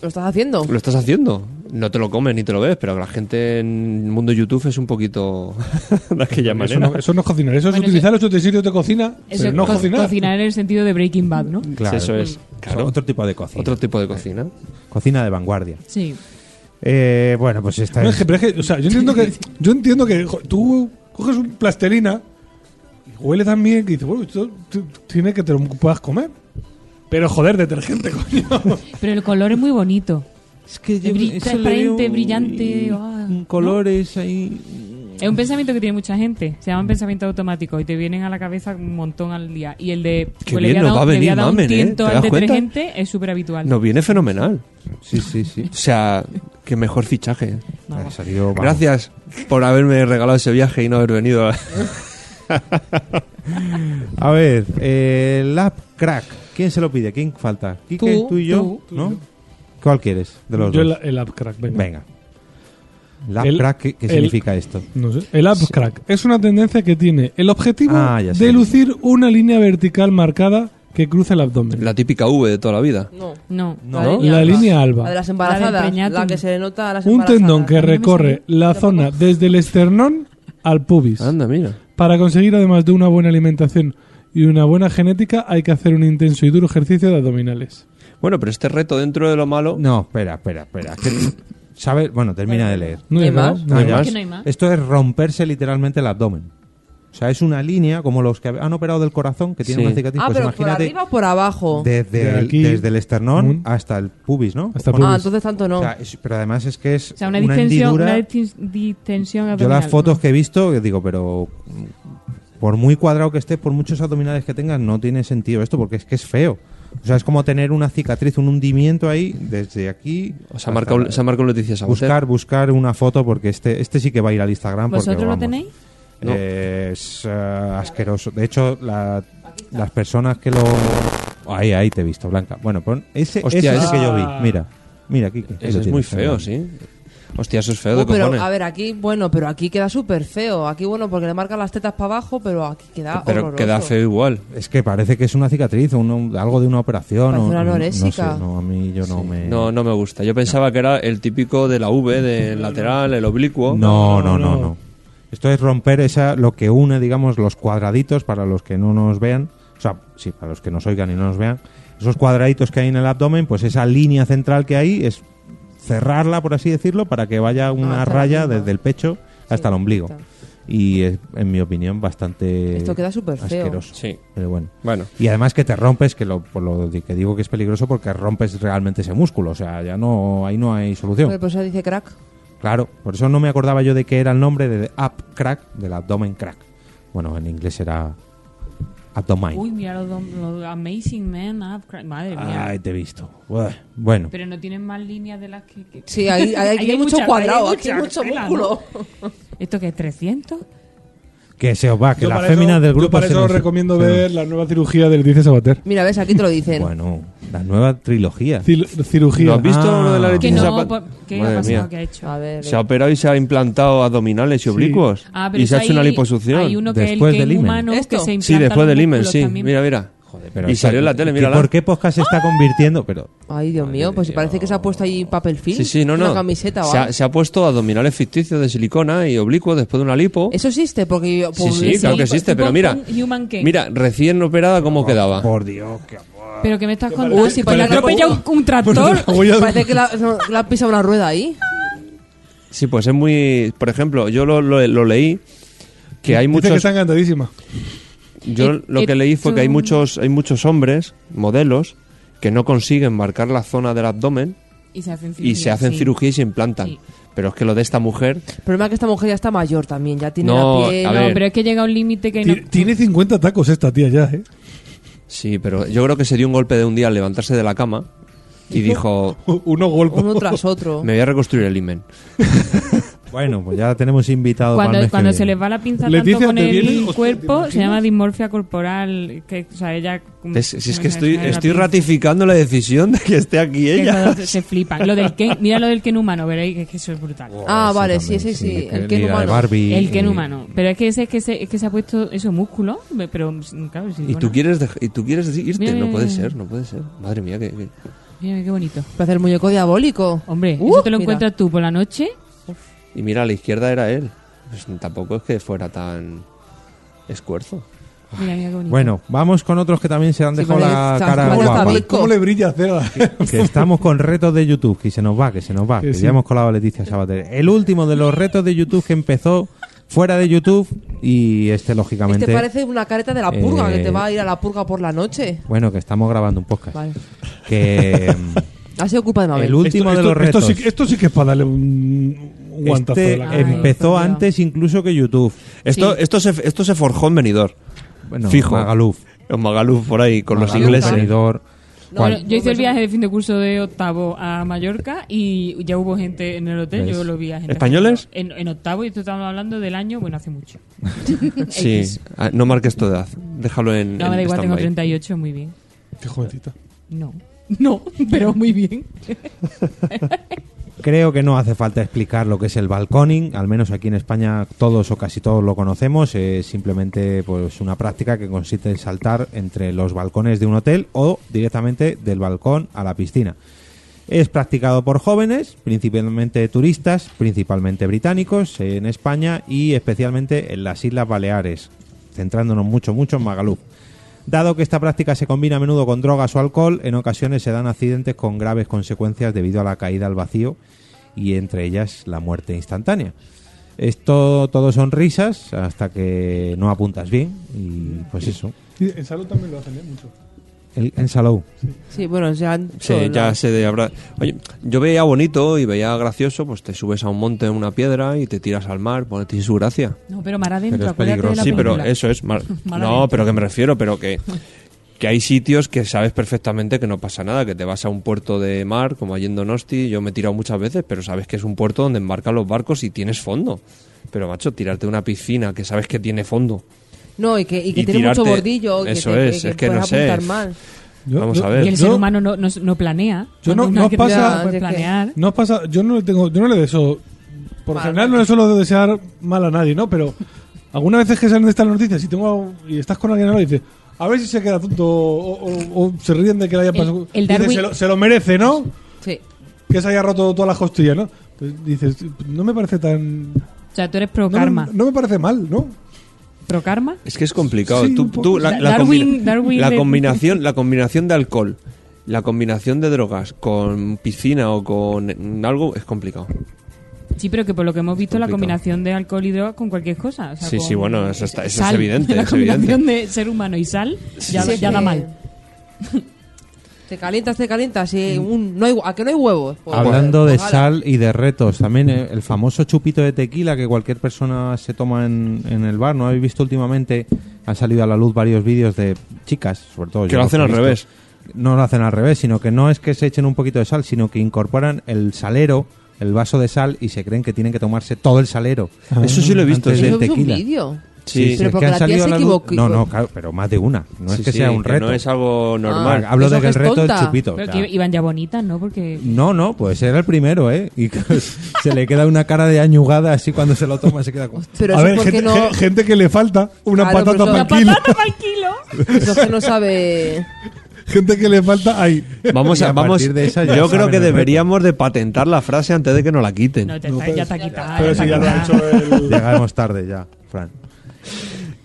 Speaker 4: ¿Lo estás haciendo?
Speaker 3: lo estás haciendo. No te lo comes ni te lo ves, pero la gente en el mundo YouTube es un poquito de aquella
Speaker 8: Eso
Speaker 3: manera.
Speaker 8: no, eso no es cocinar, eso es
Speaker 5: Bueno,
Speaker 8: utilizar los utensilios de cocina,
Speaker 5: Eso
Speaker 8: pero no
Speaker 5: co-
Speaker 8: cocinar.
Speaker 5: en el sentido de Breaking Bad, ¿no?
Speaker 2: Claro.
Speaker 3: Eso es, claro.
Speaker 2: Otro tipo de cocina.
Speaker 3: Otro tipo de cocina.
Speaker 2: Cocina de vanguardia.
Speaker 5: Sí.
Speaker 2: Eh, bueno, pues esta
Speaker 8: No,
Speaker 2: es-
Speaker 8: es que, pero es que, o sea, yo entiendo que, yo entiendo que jo, tú coges un plastelina y huele tan bien que dices, bueno, esto t- tiene que te lo puedas comer. Pero joder, detergente, coño.
Speaker 5: Pero el color es muy bonito.
Speaker 2: Es que
Speaker 5: Bri-
Speaker 2: eso le
Speaker 5: transparente,
Speaker 2: veo un-
Speaker 5: brillante, ah,
Speaker 2: un
Speaker 5: ¿no?
Speaker 2: colores ahí.
Speaker 5: Es un pensamiento que tiene mucha gente. Se llaman pensamientos automáticos y te vienen a la cabeza un montón al día. Y el de pues,
Speaker 3: Qué
Speaker 5: le
Speaker 3: bien
Speaker 5: voy a
Speaker 3: nos
Speaker 5: dar
Speaker 3: va a
Speaker 5: un- le voy
Speaker 3: venir,
Speaker 5: dar un
Speaker 3: mamen, ¿eh?
Speaker 5: tiento
Speaker 3: ¿Te
Speaker 5: al
Speaker 3: das cuenta?
Speaker 5: detergente es súper habitual.
Speaker 3: Nos viene fenomenal.
Speaker 2: Sí, sí, sí.
Speaker 3: O sea, qué mejor fichaje.
Speaker 2: Ha salido, vamos.
Speaker 3: Gracias por haberme regalado ese viaje y no haber venido. a-
Speaker 2: A ver, eh, Lab Crack. ¿Quién se lo pide? ¿Quién falta? ¿Quique, tú,
Speaker 5: Tú,
Speaker 2: y yo?
Speaker 5: tú.
Speaker 2: ¿No? ¿Cuál quieres de los
Speaker 8: Yo el,
Speaker 2: dos?
Speaker 8: el app crack, venga.
Speaker 2: Venga. Lab
Speaker 8: El-
Speaker 2: Crack, ¿qué, qué
Speaker 8: el-
Speaker 2: significa esto?
Speaker 8: No sé. El app crack es una tendencia que tiene el objetivo
Speaker 2: Ah, ya sé.
Speaker 8: de lucir una línea vertical marcada que cruza el abdomen.
Speaker 3: La típica V de toda la vida.
Speaker 4: No.
Speaker 5: No.
Speaker 2: No.
Speaker 4: de
Speaker 8: La
Speaker 4: alba.
Speaker 8: línea alba.
Speaker 4: La de las embarazadas.
Speaker 5: La del
Speaker 4: La,
Speaker 5: preñatum.
Speaker 4: que se le nota a las
Speaker 8: un
Speaker 4: embarazadas. Ah,
Speaker 8: tendón que
Speaker 5: me
Speaker 8: recorre la zona desde el esternón al pubis.
Speaker 3: Anda, mira.
Speaker 8: Para conseguir además de una buena alimentación y una buena genética hay que hacer un intenso y duro ejercicio de abdominales.
Speaker 3: Bueno, pero este reto dentro de lo malo.
Speaker 2: No, espera, espera, espera. ¿Qué- ¿Sabes? Bueno, termina de leer.
Speaker 8: No
Speaker 4: ¿No
Speaker 8: hay
Speaker 4: hay
Speaker 8: nada,
Speaker 4: más?
Speaker 8: no
Speaker 3: ¿No hay
Speaker 8: hay más.
Speaker 3: más?
Speaker 5: Que no hay más.
Speaker 2: Esto es romperse literalmente el abdomen. O sea, es una línea como los que han operado del corazón que tienen
Speaker 3: Sí.
Speaker 2: una cicatriz.
Speaker 4: Ah,
Speaker 2: pues
Speaker 4: pero por
Speaker 2: imagínate,
Speaker 4: arriba o por abajo. Ah,
Speaker 2: desde,
Speaker 8: De
Speaker 2: el,
Speaker 8: aquí,
Speaker 2: desde el esternón
Speaker 8: mm.
Speaker 2: hasta el pubis, ¿no?
Speaker 8: Hasta el
Speaker 2: Bueno,
Speaker 4: ah,
Speaker 8: pubis.
Speaker 4: entonces tanto no.
Speaker 2: o sea, es- pero además es que es
Speaker 5: O sea, una distensión,
Speaker 2: hendidura-
Speaker 5: una distin- distensión
Speaker 2: Yo
Speaker 5: abdominal.
Speaker 2: las fotos
Speaker 5: ¿no?
Speaker 2: que he visto, yo digo, pero mm, por muy cuadrado que estés, por muchos abdominales que tengas, no tiene sentido esto porque es que es feo. O sea, es como tener una cicatriz, un hundimiento ahí desde aquí.
Speaker 3: O sea,
Speaker 2: hasta
Speaker 3: marca, un- se ha marcado un Leticia Sabater.
Speaker 2: buscar, buscar una foto porque este, este sí que va a ir al Instagram. porque,
Speaker 5: ¿Vosotros lo
Speaker 2: vamos,
Speaker 5: tenéis?
Speaker 3: No.
Speaker 2: eh, es eh, asqueroso. De hecho, la- las personas que lo. Ahí, ahí te he visto, Blanca. Bueno, pon ese,
Speaker 3: Hostia,
Speaker 2: ese es el
Speaker 3: ese-
Speaker 2: que yo vi. Mira, mira, Kike. ahí
Speaker 3: Ese
Speaker 2: lo
Speaker 3: es muy
Speaker 2: tienes.
Speaker 3: feo, sí. Hostia, eso es feo
Speaker 4: Oh,
Speaker 3: de
Speaker 4: pero
Speaker 3: cojones.
Speaker 4: a ver, aquí, bueno, pero aquí queda súper feo. Aquí, bueno, porque le marcan las tetas para abajo, pero aquí queda
Speaker 3: pero
Speaker 4: horroroso.
Speaker 3: queda feo igual.
Speaker 2: Es que parece que es una cicatriz, o un- algo de una operación.
Speaker 4: Parece
Speaker 2: o-
Speaker 4: una
Speaker 2: no- No,
Speaker 4: anorésica.
Speaker 2: sé, no, a mí yo no me.
Speaker 3: No, no me gusta. Yo pensaba que era el típico de la V, del lateral, el oblicuo.
Speaker 2: no, no, no,
Speaker 8: no,
Speaker 2: no. Esto es romper esa, lo que une, digamos, los cuadraditos para los que no nos vean. O sea, sí, para los que nos oigan y no nos vean. Esos cuadraditos que hay en el abdomen, pues esa línea central que hay es cerrarla, por así decirlo, para que vaya una
Speaker 4: Ah, hasta la
Speaker 2: raya
Speaker 4: cintura.
Speaker 2: desde el pecho hasta el ombligo. y es, en mi opinión, bastante
Speaker 4: Esto queda superfeo.
Speaker 2: asqueroso.
Speaker 3: Sí.
Speaker 2: Pero bueno.
Speaker 3: Bueno.
Speaker 2: Y además que te rompes, que lo, por lo de que digo que es peligroso, porque rompes realmente ese músculo. O sea, ya no, ahí no hay solución.
Speaker 4: Pues por eso dice crack.
Speaker 2: Claro, por eso no me acordaba yo de que era el nombre de up crack, del abdomen crack. Bueno, en inglés era abdomen.
Speaker 5: Uy, mira los, dom- los Amazing Men. ah, cra- Madre mía.
Speaker 2: Ay, te he visto. Buah, Bueno,
Speaker 5: Pero no tienen más líneas de las que... que-
Speaker 4: Sí, ahí, ahí-
Speaker 5: Ahí
Speaker 4: aquí hay, mucho
Speaker 5: mucha-
Speaker 4: cuadrado,
Speaker 5: ahí hay
Speaker 4: aquí hay
Speaker 5: mucha
Speaker 4: mucho
Speaker 5: tela,
Speaker 4: músculo.
Speaker 5: ¿Esto que es 300?
Speaker 2: que se os va, que
Speaker 8: Yo
Speaker 2: las
Speaker 8: para eso-
Speaker 2: féminas del grupo
Speaker 8: Yo para
Speaker 2: se
Speaker 8: eso
Speaker 2: nos-
Speaker 8: recomiendo
Speaker 2: se nos-
Speaker 8: ver la nueva cirugía del Dice Sabater.
Speaker 4: Mira, ves, aquí te lo dicen.
Speaker 2: Bueno, la nueva trilogía.
Speaker 8: Cil- cirugía.
Speaker 3: ¿Lo has visto
Speaker 2: Ah.
Speaker 3: lo de la
Speaker 5: Que
Speaker 3: Leticia
Speaker 5: no,
Speaker 3: Zapata?
Speaker 5: po- ¿qué ha
Speaker 3: Madre
Speaker 5: pasado?
Speaker 3: mía.
Speaker 5: ¿Qué ha hecho?
Speaker 4: A ver,
Speaker 3: Se ha operado y se ha implantado abdominales y oblicuos.
Speaker 5: Ah, pero
Speaker 3: y se ha
Speaker 5: eso
Speaker 3: hecho una
Speaker 5: hay-
Speaker 3: liposucción.
Speaker 5: Hay uno que es el
Speaker 2: Después
Speaker 5: que
Speaker 2: del
Speaker 5: es
Speaker 2: himen.
Speaker 5: humano que
Speaker 4: ¿Esto?
Speaker 5: se
Speaker 3: Sí,
Speaker 5: implanta
Speaker 3: después
Speaker 5: los
Speaker 3: del himen,
Speaker 5: músculos
Speaker 3: sí.
Speaker 5: también.
Speaker 3: Mira, mira. Joder,
Speaker 2: Pero
Speaker 3: y
Speaker 2: esto-
Speaker 3: salió en la tele,
Speaker 2: ¿y
Speaker 3: mírala.
Speaker 2: ¿Por qué podcast se está convirtiendo? Pero
Speaker 4: Ay, Dios mío, pues si parece que se ha puesto ahí papel film.
Speaker 3: Sí, sí, no,
Speaker 4: una
Speaker 3: no.
Speaker 4: camiseta o
Speaker 3: se,
Speaker 4: algo.
Speaker 3: ha, se ha puesto abdominales ficticios de silicona y oblicuos después de una lipo.
Speaker 4: Eso existe, porque yo.
Speaker 3: Sí, sí,
Speaker 4: pobrecito.
Speaker 3: claro que existe,
Speaker 5: tipo
Speaker 3: pero mira.
Speaker 5: un human cake.
Speaker 3: Mira, recién operada, ¿cómo quedaba?
Speaker 2: por Dios, que
Speaker 5: Pero que me estás contando.
Speaker 4: Uy, si
Speaker 5: ¿Que le
Speaker 4: parece-
Speaker 5: atropella un, un tractor.
Speaker 4: Parece que la- no, le han pisado una rueda ahí.
Speaker 3: Sí, pues es muy. Por ejemplo, yo lo, lo- lo leí que hay
Speaker 8: Dice
Speaker 3: muchos.
Speaker 8: que está encantadísima.
Speaker 3: Yo
Speaker 5: It-
Speaker 3: lo que
Speaker 5: it
Speaker 3: leí fue que hay
Speaker 5: too-
Speaker 3: muchos, hay muchos hombres, modelos, que no consiguen marcar la zona del abdomen
Speaker 5: Y se hacen cirugía.
Speaker 3: y se hacen
Speaker 5: sí.
Speaker 3: cirugía y se implantan.
Speaker 5: Sí.
Speaker 3: Pero es que lo de esta mujer,
Speaker 4: El problema es que esta mujer ya está mayor también, ya tiene
Speaker 3: No,
Speaker 4: la piel.
Speaker 3: a
Speaker 5: No,
Speaker 3: ver.
Speaker 5: pero es que llega un límite que no.
Speaker 8: Ti- Tiene 50 tacos esta tía ya, ¿eh?
Speaker 3: sí, pero yo creo que se dio un golpe de un día al levantarse de la cama y dijo,
Speaker 8: Uno golpe.
Speaker 4: Uno tras otro.
Speaker 3: me voy a reconstruir el imen.
Speaker 2: Bueno, pues ya tenemos invitado para el
Speaker 5: Cuando,
Speaker 2: mes
Speaker 5: cuando
Speaker 2: que
Speaker 5: se
Speaker 2: viene.
Speaker 5: les va la pinza
Speaker 8: Leticia,
Speaker 5: tanto con el
Speaker 8: ¿te viene? Hostia, ¿te
Speaker 5: cuerpo, se
Speaker 8: imaginas?
Speaker 5: llama dismorfia corporal. Que, o sea, ella. mm,
Speaker 3: Es, si es
Speaker 5: se
Speaker 3: que
Speaker 5: me
Speaker 3: estoy,
Speaker 5: sale la
Speaker 3: estoy
Speaker 5: pinza.
Speaker 3: ratificando la decisión de que esté aquí
Speaker 5: Que
Speaker 3: ella.
Speaker 5: cuando se- se flipan. Lo del Ken, mira lo del Ken humano, veréis que, que eso es brutal.
Speaker 4: Ah, vale,
Speaker 2: también,
Speaker 4: sí, ese sí,
Speaker 2: que
Speaker 4: el Ken
Speaker 2: liga de
Speaker 4: humano.
Speaker 2: Barbie,
Speaker 5: el Ken
Speaker 2: eh,
Speaker 5: humano. Pero es que ese es que se, es que se ha puesto eso, músculo. Pero claro, si
Speaker 3: Y
Speaker 5: digo,
Speaker 3: tú
Speaker 5: no.
Speaker 3: quieres, dej- y tú quieres irte,
Speaker 5: Mira,
Speaker 3: no
Speaker 5: mira,
Speaker 3: puede
Speaker 5: mira.
Speaker 3: ser, no puede ser. Madre mía, que, que-
Speaker 5: Mira, qué bonito.
Speaker 4: Parece el muñeco diabólico.
Speaker 5: Hombre,
Speaker 4: Uh,
Speaker 5: eso te lo
Speaker 4: mira.
Speaker 5: encuentras tú por la noche.
Speaker 3: y mira a la izquierda era él. Pues tampoco es que fuera tan esfuerzo.
Speaker 5: Mira, mira qué bonito.
Speaker 2: Bueno, vamos con otros que también se han
Speaker 4: Sí,
Speaker 2: dejado
Speaker 4: pero
Speaker 2: la
Speaker 4: está-
Speaker 2: cara
Speaker 4: está-
Speaker 8: ¿Cómo,
Speaker 2: guapa.
Speaker 8: cómo le-
Speaker 4: rico.
Speaker 8: cómo le brilla hacer a-
Speaker 2: Que estamos con retos de YouTube, que se nos va, que se nos va.
Speaker 8: Que
Speaker 2: Que
Speaker 8: sí.
Speaker 2: ya hemos colado a Leticia Sabater. El último de los retos de YouTube que empezó fuera de YouTube y este, lógicamente...
Speaker 4: Este parece una careta de la purga,
Speaker 2: Eh,
Speaker 4: que te va a ir a la purga por la noche.
Speaker 2: Bueno, que estamos grabando un podcast.
Speaker 4: Vale.
Speaker 2: Que... mm,
Speaker 4: Ha sido culpa de Mabel.
Speaker 2: El último de los retos.
Speaker 8: sí, esto sí que es para darle un, un guantazo
Speaker 2: este
Speaker 8: de la
Speaker 5: Ay,
Speaker 8: cara. ¿eh?
Speaker 2: empezó
Speaker 5: por Dios.
Speaker 2: antes incluso que YouTube.
Speaker 3: Esto,
Speaker 5: Sí.
Speaker 3: esto, se, esto se forjó en venidor.
Speaker 2: Bueno,
Speaker 3: Fijo.
Speaker 2: Magaluf.
Speaker 3: En Magaluf por ahí, con los
Speaker 2: Magaluf,
Speaker 3: ingleses.
Speaker 2: Benidorm,
Speaker 5: No,
Speaker 2: ¿cuál?
Speaker 5: no, yo hice el viaje de fin de curso de octavo a Mallorca y ya hubo gente en el hotel,
Speaker 2: ¿Ves?
Speaker 5: yo lo vi a gente.
Speaker 3: ¿Españoles?
Speaker 5: En, en octavo, y esto estamos hablando del año, bueno, hace mucho.
Speaker 3: Sí,
Speaker 5: X.
Speaker 3: Ah, no marques tu edad. Déjalo en.
Speaker 5: No,
Speaker 3: en
Speaker 5: me da igual, tengo
Speaker 3: stand-by.
Speaker 5: 38, muy bien.
Speaker 8: Qué jovencita.
Speaker 5: No, no, pero muy bien.
Speaker 2: Creo que no hace falta explicar lo que es el balconing, al menos aquí en España todos o casi todos lo conocemos, es simplemente pues una práctica que consiste en saltar entre los balcones de un hotel o directamente del balcón a la piscina. Es practicado por jóvenes, principalmente turistas, principalmente británicos en España y especialmente en las Islas Baleares, centrándonos mucho mucho en Magaluf. Dado que esta práctica se combina a menudo con drogas o alcohol, en ocasiones se dan accidentes con graves consecuencias debido a la caída al vacío y entre ellas la muerte instantánea. Esto todo son risas hasta que no apuntas bien y pues eso.
Speaker 8: Sí, en salud también lo hacen, ¿eh? Mucho.
Speaker 2: El, en Salou.
Speaker 4: Sí, bueno, se han.
Speaker 3: Sí,
Speaker 4: todo,
Speaker 3: ya
Speaker 4: ¿no?
Speaker 3: se de habrá. Oye, yo veía bonito y veía gracioso, pues te subes a un monte, a una piedra y te tiras al mar, pues tiene su gracia.
Speaker 5: No, pero mar adentro,
Speaker 2: Pero es
Speaker 5: acuérdate de
Speaker 2: peligroso.
Speaker 5: la
Speaker 3: Sí, pero
Speaker 5: película.
Speaker 3: eso es. mar-
Speaker 5: Mal
Speaker 3: no,
Speaker 5: adentro.
Speaker 3: pero que me refiero, pero que, que hay sitios que sabes perfectamente que no pasa nada, que te vas a un puerto de mar, como allí en Donosti, yo me he tirado muchas veces, pero sabes que es un puerto donde embarcan los barcos y tienes fondo. Pero macho, tirarte a una piscina que sabes que tiene fondo.
Speaker 4: No, y que, y que
Speaker 3: y
Speaker 4: tiene mucho
Speaker 3: tirarte-
Speaker 4: bordillo. y
Speaker 3: Eso
Speaker 4: que te-
Speaker 3: es, es que
Speaker 4: puedes
Speaker 3: no sé.
Speaker 4: apuntar mal.
Speaker 8: Yo-
Speaker 3: Vamos
Speaker 8: yo-
Speaker 3: a ver.
Speaker 5: Y el ser
Speaker 8: yo-
Speaker 5: humano no, no, no planea.
Speaker 8: Yo no-
Speaker 5: Cuando una
Speaker 8: no
Speaker 5: Pues que
Speaker 8: pasa-
Speaker 5: tenga- puede
Speaker 4: Ya, es que-
Speaker 5: planear.
Speaker 8: No pasa, yo no le tengo, yo no le deseo. Por lo
Speaker 4: Mal.
Speaker 8: general no le suelo desear mal a nadie, ¿no? Pero algunas veces que salen de estas noticias y tengo y estás con alguien al lado y dices, a ver si se queda tonto o, o- o se ríen de que le haya
Speaker 5: El-
Speaker 8: pasado.
Speaker 5: el
Speaker 8: Dices,
Speaker 5: Darwin-
Speaker 8: se, lo, se lo merece, ¿no?
Speaker 4: Sí.
Speaker 8: Que se haya roto todas las costillas, ¿no? Entonces dices, no me parece tan.
Speaker 5: O sea, tú eres pro
Speaker 8: No,
Speaker 5: karma.
Speaker 8: me- no me parece mal, ¿no?
Speaker 5: ¿Pro karma?
Speaker 3: Es que es complicado.
Speaker 8: Sí,
Speaker 3: Tú-
Speaker 8: un poco.
Speaker 3: tú, la,
Speaker 5: Da-
Speaker 3: la
Speaker 5: Darwin-
Speaker 3: combina-
Speaker 5: Darwin
Speaker 3: la
Speaker 5: de-
Speaker 3: combinación, la combinación de alcohol, la combinación de drogas con piscina o con algo es complicado.
Speaker 5: Sí, pero que por lo que hemos visto, la
Speaker 3: Complicado.
Speaker 5: combinación de alcohol y droga con cualquier cosa. o sea,
Speaker 3: Sí,
Speaker 5: con-
Speaker 3: sí, bueno, eso está- eso es
Speaker 5: sal.
Speaker 3: evidente,
Speaker 5: La
Speaker 3: es
Speaker 5: combinación de ser humano y sal ya,
Speaker 4: sí,
Speaker 5: ya da
Speaker 4: sí.
Speaker 5: mal.
Speaker 4: Te calientas, te calientas y un, no hay, hu- a que no hay huevos. Pues,
Speaker 2: Hablando de
Speaker 4: pues, ala.
Speaker 2: sal y de retos, también eh, el famoso chupito de tequila que cualquier persona se toma en, en el bar, ¿no habéis visto últimamente? Han salido a la luz varios vídeos de chicas, sobre todo.
Speaker 3: Que
Speaker 2: yo
Speaker 3: lo
Speaker 2: los
Speaker 3: hacen
Speaker 2: he
Speaker 3: al
Speaker 2: visto.
Speaker 3: revés.
Speaker 2: No lo hacen al revés, sino que no es que se echen un poquito de sal, sino que incorporan el salero, el vaso de sal y se creen que tienen que tomarse todo el salero.
Speaker 3: Ah. Eso sí lo he visto,
Speaker 2: Antes
Speaker 3: sí.
Speaker 2: del
Speaker 4: Eso es un
Speaker 2: tequila.
Speaker 4: vídeo.
Speaker 3: Sí,
Speaker 2: es
Speaker 4: Pero porque
Speaker 2: han
Speaker 4: la tía
Speaker 2: salido
Speaker 4: se
Speaker 2: a luz-
Speaker 4: equivocó.
Speaker 2: No, no, claro, pero más de una. No
Speaker 3: Sí,
Speaker 2: es que
Speaker 3: sí,
Speaker 2: sea un reto.
Speaker 3: No es algo normal.
Speaker 4: Ah.
Speaker 2: Hablo
Speaker 4: Eso
Speaker 2: de que
Speaker 4: que
Speaker 2: el
Speaker 4: es
Speaker 2: reto del
Speaker 4: tonta.
Speaker 2: chupito.
Speaker 5: Pero
Speaker 2: o
Speaker 5: que
Speaker 2: sea.
Speaker 5: iban ya bonitas, ¿no? Porque
Speaker 2: No, no, pues era el primero, ¿eh? Y que se le queda una cara de añugada así cuando se lo toma, se queda como...
Speaker 4: Pero
Speaker 8: a
Speaker 4: eso
Speaker 8: ver,
Speaker 4: porque
Speaker 8: gente,
Speaker 4: no.
Speaker 8: ge- gente que le falta una
Speaker 4: Claro,
Speaker 8: patata
Speaker 4: pero
Speaker 8: para
Speaker 4: eso-
Speaker 8: el kilo.
Speaker 5: al kilo!
Speaker 4: Eso que no sabe.
Speaker 8: Gente que le falta ahí.
Speaker 3: Vamos
Speaker 2: Y
Speaker 3: a,
Speaker 2: a
Speaker 3: vamos.
Speaker 2: partir de esa ya
Speaker 3: yo
Speaker 2: saben
Speaker 3: creo que
Speaker 2: el reto.
Speaker 3: deberíamos de patentar la frase antes de que nos la quiten.
Speaker 5: No, te está, ya está quitada.
Speaker 8: Pero
Speaker 5: está
Speaker 8: si ya lo ha
Speaker 5: quitada.
Speaker 8: hecho el.
Speaker 2: Llegamos tarde ya, Fran.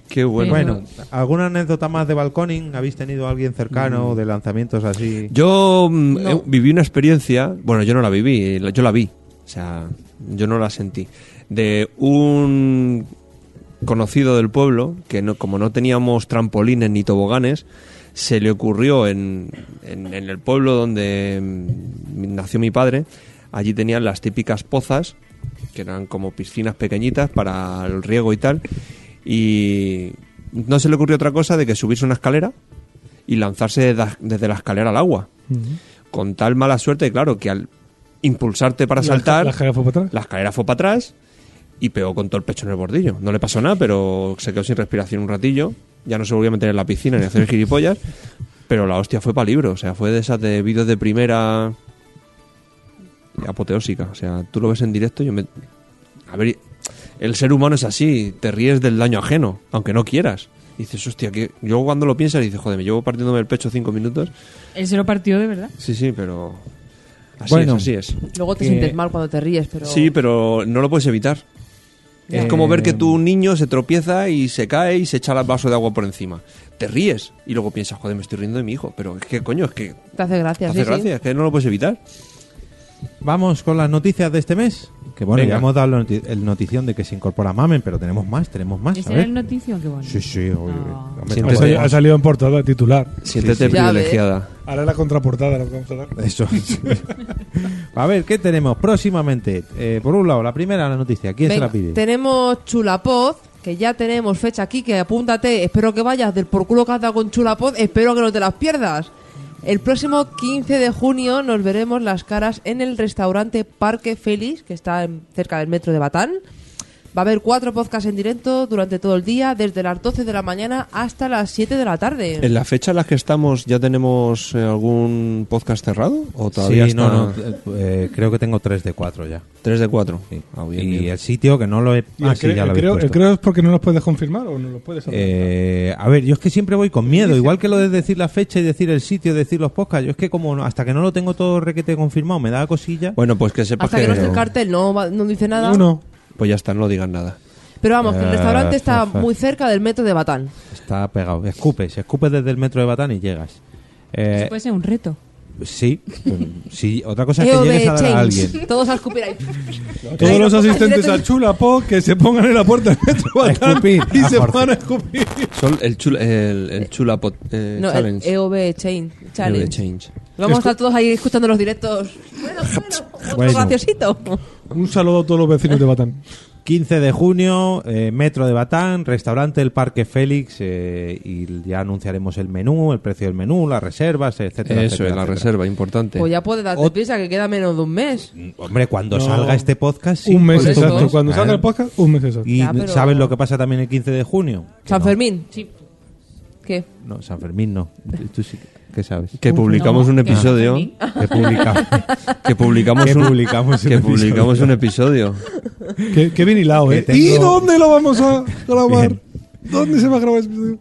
Speaker 3: Qué bueno.
Speaker 2: Bueno, ¿alguna anécdota más de balconing? ¿Habéis tenido a alguien
Speaker 3: Mm.
Speaker 2: cercano de lanzamientos así?
Speaker 3: Yo mm,
Speaker 4: No.
Speaker 3: eh, viví una experiencia, bueno, yo no la viví, la- yo la vi, o sea, yo no la sentí, de un conocido del pueblo que no, como no teníamos trampolines ni toboganes, se le ocurrió en, en- en el pueblo donde mm, nació mi padre, allí tenían las típicas pozas, que eran como piscinas pequeñitas para el riego y tal, y no se le ocurrió otra cosa de que subirse una escalera y lanzarse de la- desde la escalera al agua. Con tal mala suerte, claro, que al impulsarte para
Speaker 8: La-
Speaker 3: saltar,
Speaker 8: la escalera fue para atrás.
Speaker 3: la escalera fue para atrás y pegó con todo el pecho en el bordillo. No le pasó nada, pero se quedó sin respiración un ratillo. Ya no se volvió a meter en la piscina ni a hacer gilipollas. Pero la hostia fue para libro. O sea, fue de esas de vídeos de primera apoteósica. O sea, tú lo ves en directo y yo me... A ver, el ser humano es así. Te ríes del daño ajeno, aunque no quieras. Y dices, hostia, que yo cuando lo piensas dices, joder, me llevo partiéndome el pecho cinco minutos.
Speaker 8: eh.
Speaker 5: Él se lo partió de verdad.
Speaker 3: Sí, sí, pero... Así
Speaker 2: Bueno.
Speaker 3: es, así es.
Speaker 4: Luego te sientes mal cuando te ríes, pero.
Speaker 3: Sí, pero no lo puedes evitar. Es
Speaker 2: Eh,
Speaker 3: como ver que tu niño se tropieza y se cae y se echa el vaso de agua por encima. Te ríes y luego piensas, joder, me estoy riendo de mi hijo. Pero es que, coño, es que
Speaker 4: Te hace
Speaker 3: te
Speaker 4: gracia,
Speaker 3: hace
Speaker 4: sí, sí.
Speaker 3: gracia, es que no lo puedes evitar.
Speaker 2: Vamos con las noticias de este mes. Que bueno,
Speaker 3: Venga.
Speaker 2: ya hemos dado la noti- el notición de que se incorpora Mamen, pero tenemos más, tenemos más.
Speaker 5: ¿Ese
Speaker 2: a
Speaker 5: era
Speaker 2: ver.
Speaker 5: el noticio? Qué bueno.
Speaker 2: Sí, sí, obvio.
Speaker 5: No.
Speaker 2: Hombre,
Speaker 3: Siéntese
Speaker 8: Ha
Speaker 2: no
Speaker 8: salido,
Speaker 2: podemos-
Speaker 8: ha salido en portada titular.
Speaker 3: Siéntete
Speaker 4: sí. Ya ves.
Speaker 3: privilegiada.
Speaker 8: Ahora la contraportada. La contraportada.
Speaker 2: Eso. a ver, ¿qué tenemos próximamente? Eh, por un lado, la primera noticia. ¿Quién
Speaker 4: Venga,
Speaker 2: se la pide?
Speaker 4: Tenemos Chulapoz, que ya tenemos fecha aquí, que apúntate, espero que vayas del por culo que has dado con Chulapoz, espero que no te las pierdas. El próximo 15 de junio nos veremos las caras en el restaurante Parque Félix, que está en- cerca del metro de Batán. Va a haber cuatro podcasts en directo durante todo el día, desde las 12 de la mañana hasta las 7 de la tarde.
Speaker 3: ¿En la fecha en la que estamos ya tenemos eh, algún podcast cerrado? ¿O
Speaker 2: Sí,
Speaker 3: todavía está
Speaker 2: no, no. eh, eh, creo que tengo 3 de 4 ya.
Speaker 3: 3 de Ah, 4?
Speaker 2: y el sitio que no lo he.
Speaker 8: Y
Speaker 2: Ah,
Speaker 8: el
Speaker 2: sí,
Speaker 8: creo-
Speaker 2: ya lo
Speaker 8: el
Speaker 2: habéis
Speaker 8: creo, el
Speaker 2: puesto.
Speaker 8: creo es porque no los puedes confirmar o no los puedes hacer.
Speaker 2: Eh, a ver, yo es que siempre voy con miedo, igual que lo de decir la fecha y decir el sitio, decir los podcasts. Yo es que como no- hasta que no lo tengo todo requete confirmado, me da cosilla.
Speaker 3: Bueno, pues que sepas
Speaker 4: hasta que no esté el
Speaker 3: que...
Speaker 4: cartel, no, va- no dice nada.
Speaker 8: Uno.
Speaker 3: Pues ya está, no digas nada.
Speaker 4: Pero vamos, que el
Speaker 2: Ah,
Speaker 4: restaurante está
Speaker 2: ajá.
Speaker 4: muy cerca del metro de Batán.
Speaker 2: Está pegado. Escupes, escupes desde el metro de Batán y llegas.
Speaker 5: Eso
Speaker 2: Eh,
Speaker 5: puede ser un reto.
Speaker 2: sí, pues, sí, otra cosa es que
Speaker 4: EOB
Speaker 2: llegues a dar a
Speaker 4: Chains.
Speaker 2: alguien.
Speaker 4: Todos a escupir ahí.
Speaker 8: Todos los asistentes al Chulapo que se pongan en la puerta del metro Batán
Speaker 2: escupir,
Speaker 8: y
Speaker 2: a
Speaker 8: se
Speaker 2: Jorge.
Speaker 8: van a escupir.
Speaker 3: Son el, chula, el, el chula pot- eh,
Speaker 4: No, el
Speaker 3: challenge.
Speaker 4: EOB Chain Challenge.
Speaker 3: EOB Change.
Speaker 4: Vamos a estar todos ahí escuchando los directos. Bueno, bueno, otro
Speaker 2: Bueno.
Speaker 4: graciosito.
Speaker 8: Un saludo a todos los vecinos de Batán.
Speaker 2: 15 de junio, eh, metro de Batán, restaurante El Parque Félix eh, y ya anunciaremos el menú, el precio del menú, las reservas,
Speaker 3: Eso
Speaker 2: etcétera. etcétera,
Speaker 3: es, la
Speaker 2: etcétera.
Speaker 3: reserva, importante.
Speaker 4: Pues ya puedes darte prisa que queda menos de un mes.
Speaker 2: Hombre, cuando
Speaker 8: No.
Speaker 2: salga este podcast, sí,
Speaker 8: un mes
Speaker 4: por eso.
Speaker 8: exacto. Cuando
Speaker 2: Claro.
Speaker 8: salga el podcast, un mes exacto.
Speaker 2: Y
Speaker 4: Ya, pero-
Speaker 2: ¿sabes lo que pasa también el 15 de junio? Que
Speaker 4: San
Speaker 2: no.
Speaker 4: Fermín.
Speaker 5: Sí.
Speaker 4: ¿Qué?
Speaker 2: No, San Fermín no. Tú sí que- que sabes.
Speaker 3: Que publicamos un
Speaker 5: No, que no,
Speaker 3: episodio.
Speaker 5: Fermín.
Speaker 2: Que publicamos.
Speaker 8: Ah,
Speaker 3: Que publicamos
Speaker 2: Que
Speaker 3: un,
Speaker 2: publicamos
Speaker 3: que
Speaker 2: un
Speaker 3: publicamos un episodio.
Speaker 8: Qué, qué bien hilado,
Speaker 2: Que
Speaker 8: ¿eh?
Speaker 2: tengo-
Speaker 8: ¿Y dónde lo vamos a grabar?
Speaker 2: Bien.
Speaker 8: ¿Dónde se va a grabar ese episodio?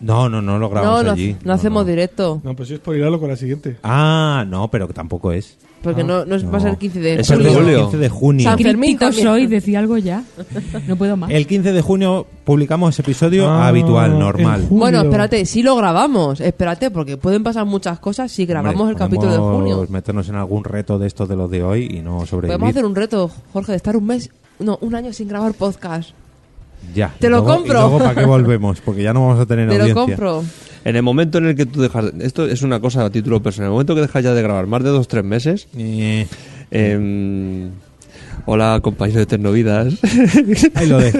Speaker 2: No, no, no lo grabamos
Speaker 4: No, no,
Speaker 2: allí.
Speaker 4: no hacemos directo.
Speaker 8: No, pues yo es por irlo con la siguiente.
Speaker 2: Ah, no, pero que tampoco es.
Speaker 4: Porque no, no es- va a ser el 15 de
Speaker 3: Es el
Speaker 4: julio.
Speaker 3: de julio.
Speaker 2: 15 de junio.
Speaker 4: San Fermín
Speaker 5: Crítico
Speaker 4: también.
Speaker 5: soy, decía algo ya. No puedo más.
Speaker 2: El 15 de junio publicamos ese episodio
Speaker 8: Ah,
Speaker 2: habitual,
Speaker 8: en
Speaker 2: normal.
Speaker 8: julio.
Speaker 4: Bueno, espérate, si lo grabamos, espérate, porque pueden pasar muchas cosas si grabamos
Speaker 2: Hombre,
Speaker 4: el capítulo de
Speaker 2: podemos
Speaker 4: junio.
Speaker 2: meternos en algún reto de estos de los de hoy y no sobrevivir.
Speaker 4: Podemos hacer un reto, Jorge, de estar un mes, no, un año sin grabar podcast.
Speaker 2: Ya.
Speaker 4: Te
Speaker 2: y
Speaker 4: lo
Speaker 2: luego-
Speaker 4: compro.
Speaker 2: Y luego para qué volvemos, porque ya no vamos a tener
Speaker 4: Te lo
Speaker 2: audiencia.
Speaker 4: compro.
Speaker 3: En el momento en el que tú dejas, esto es una cosa a título personal, en el momento que dejas ya de grabar más de dos tres meses,
Speaker 2: Eh,
Speaker 3: em, hola compañeros de Tecnovidas,
Speaker 2: ahí lo dejo.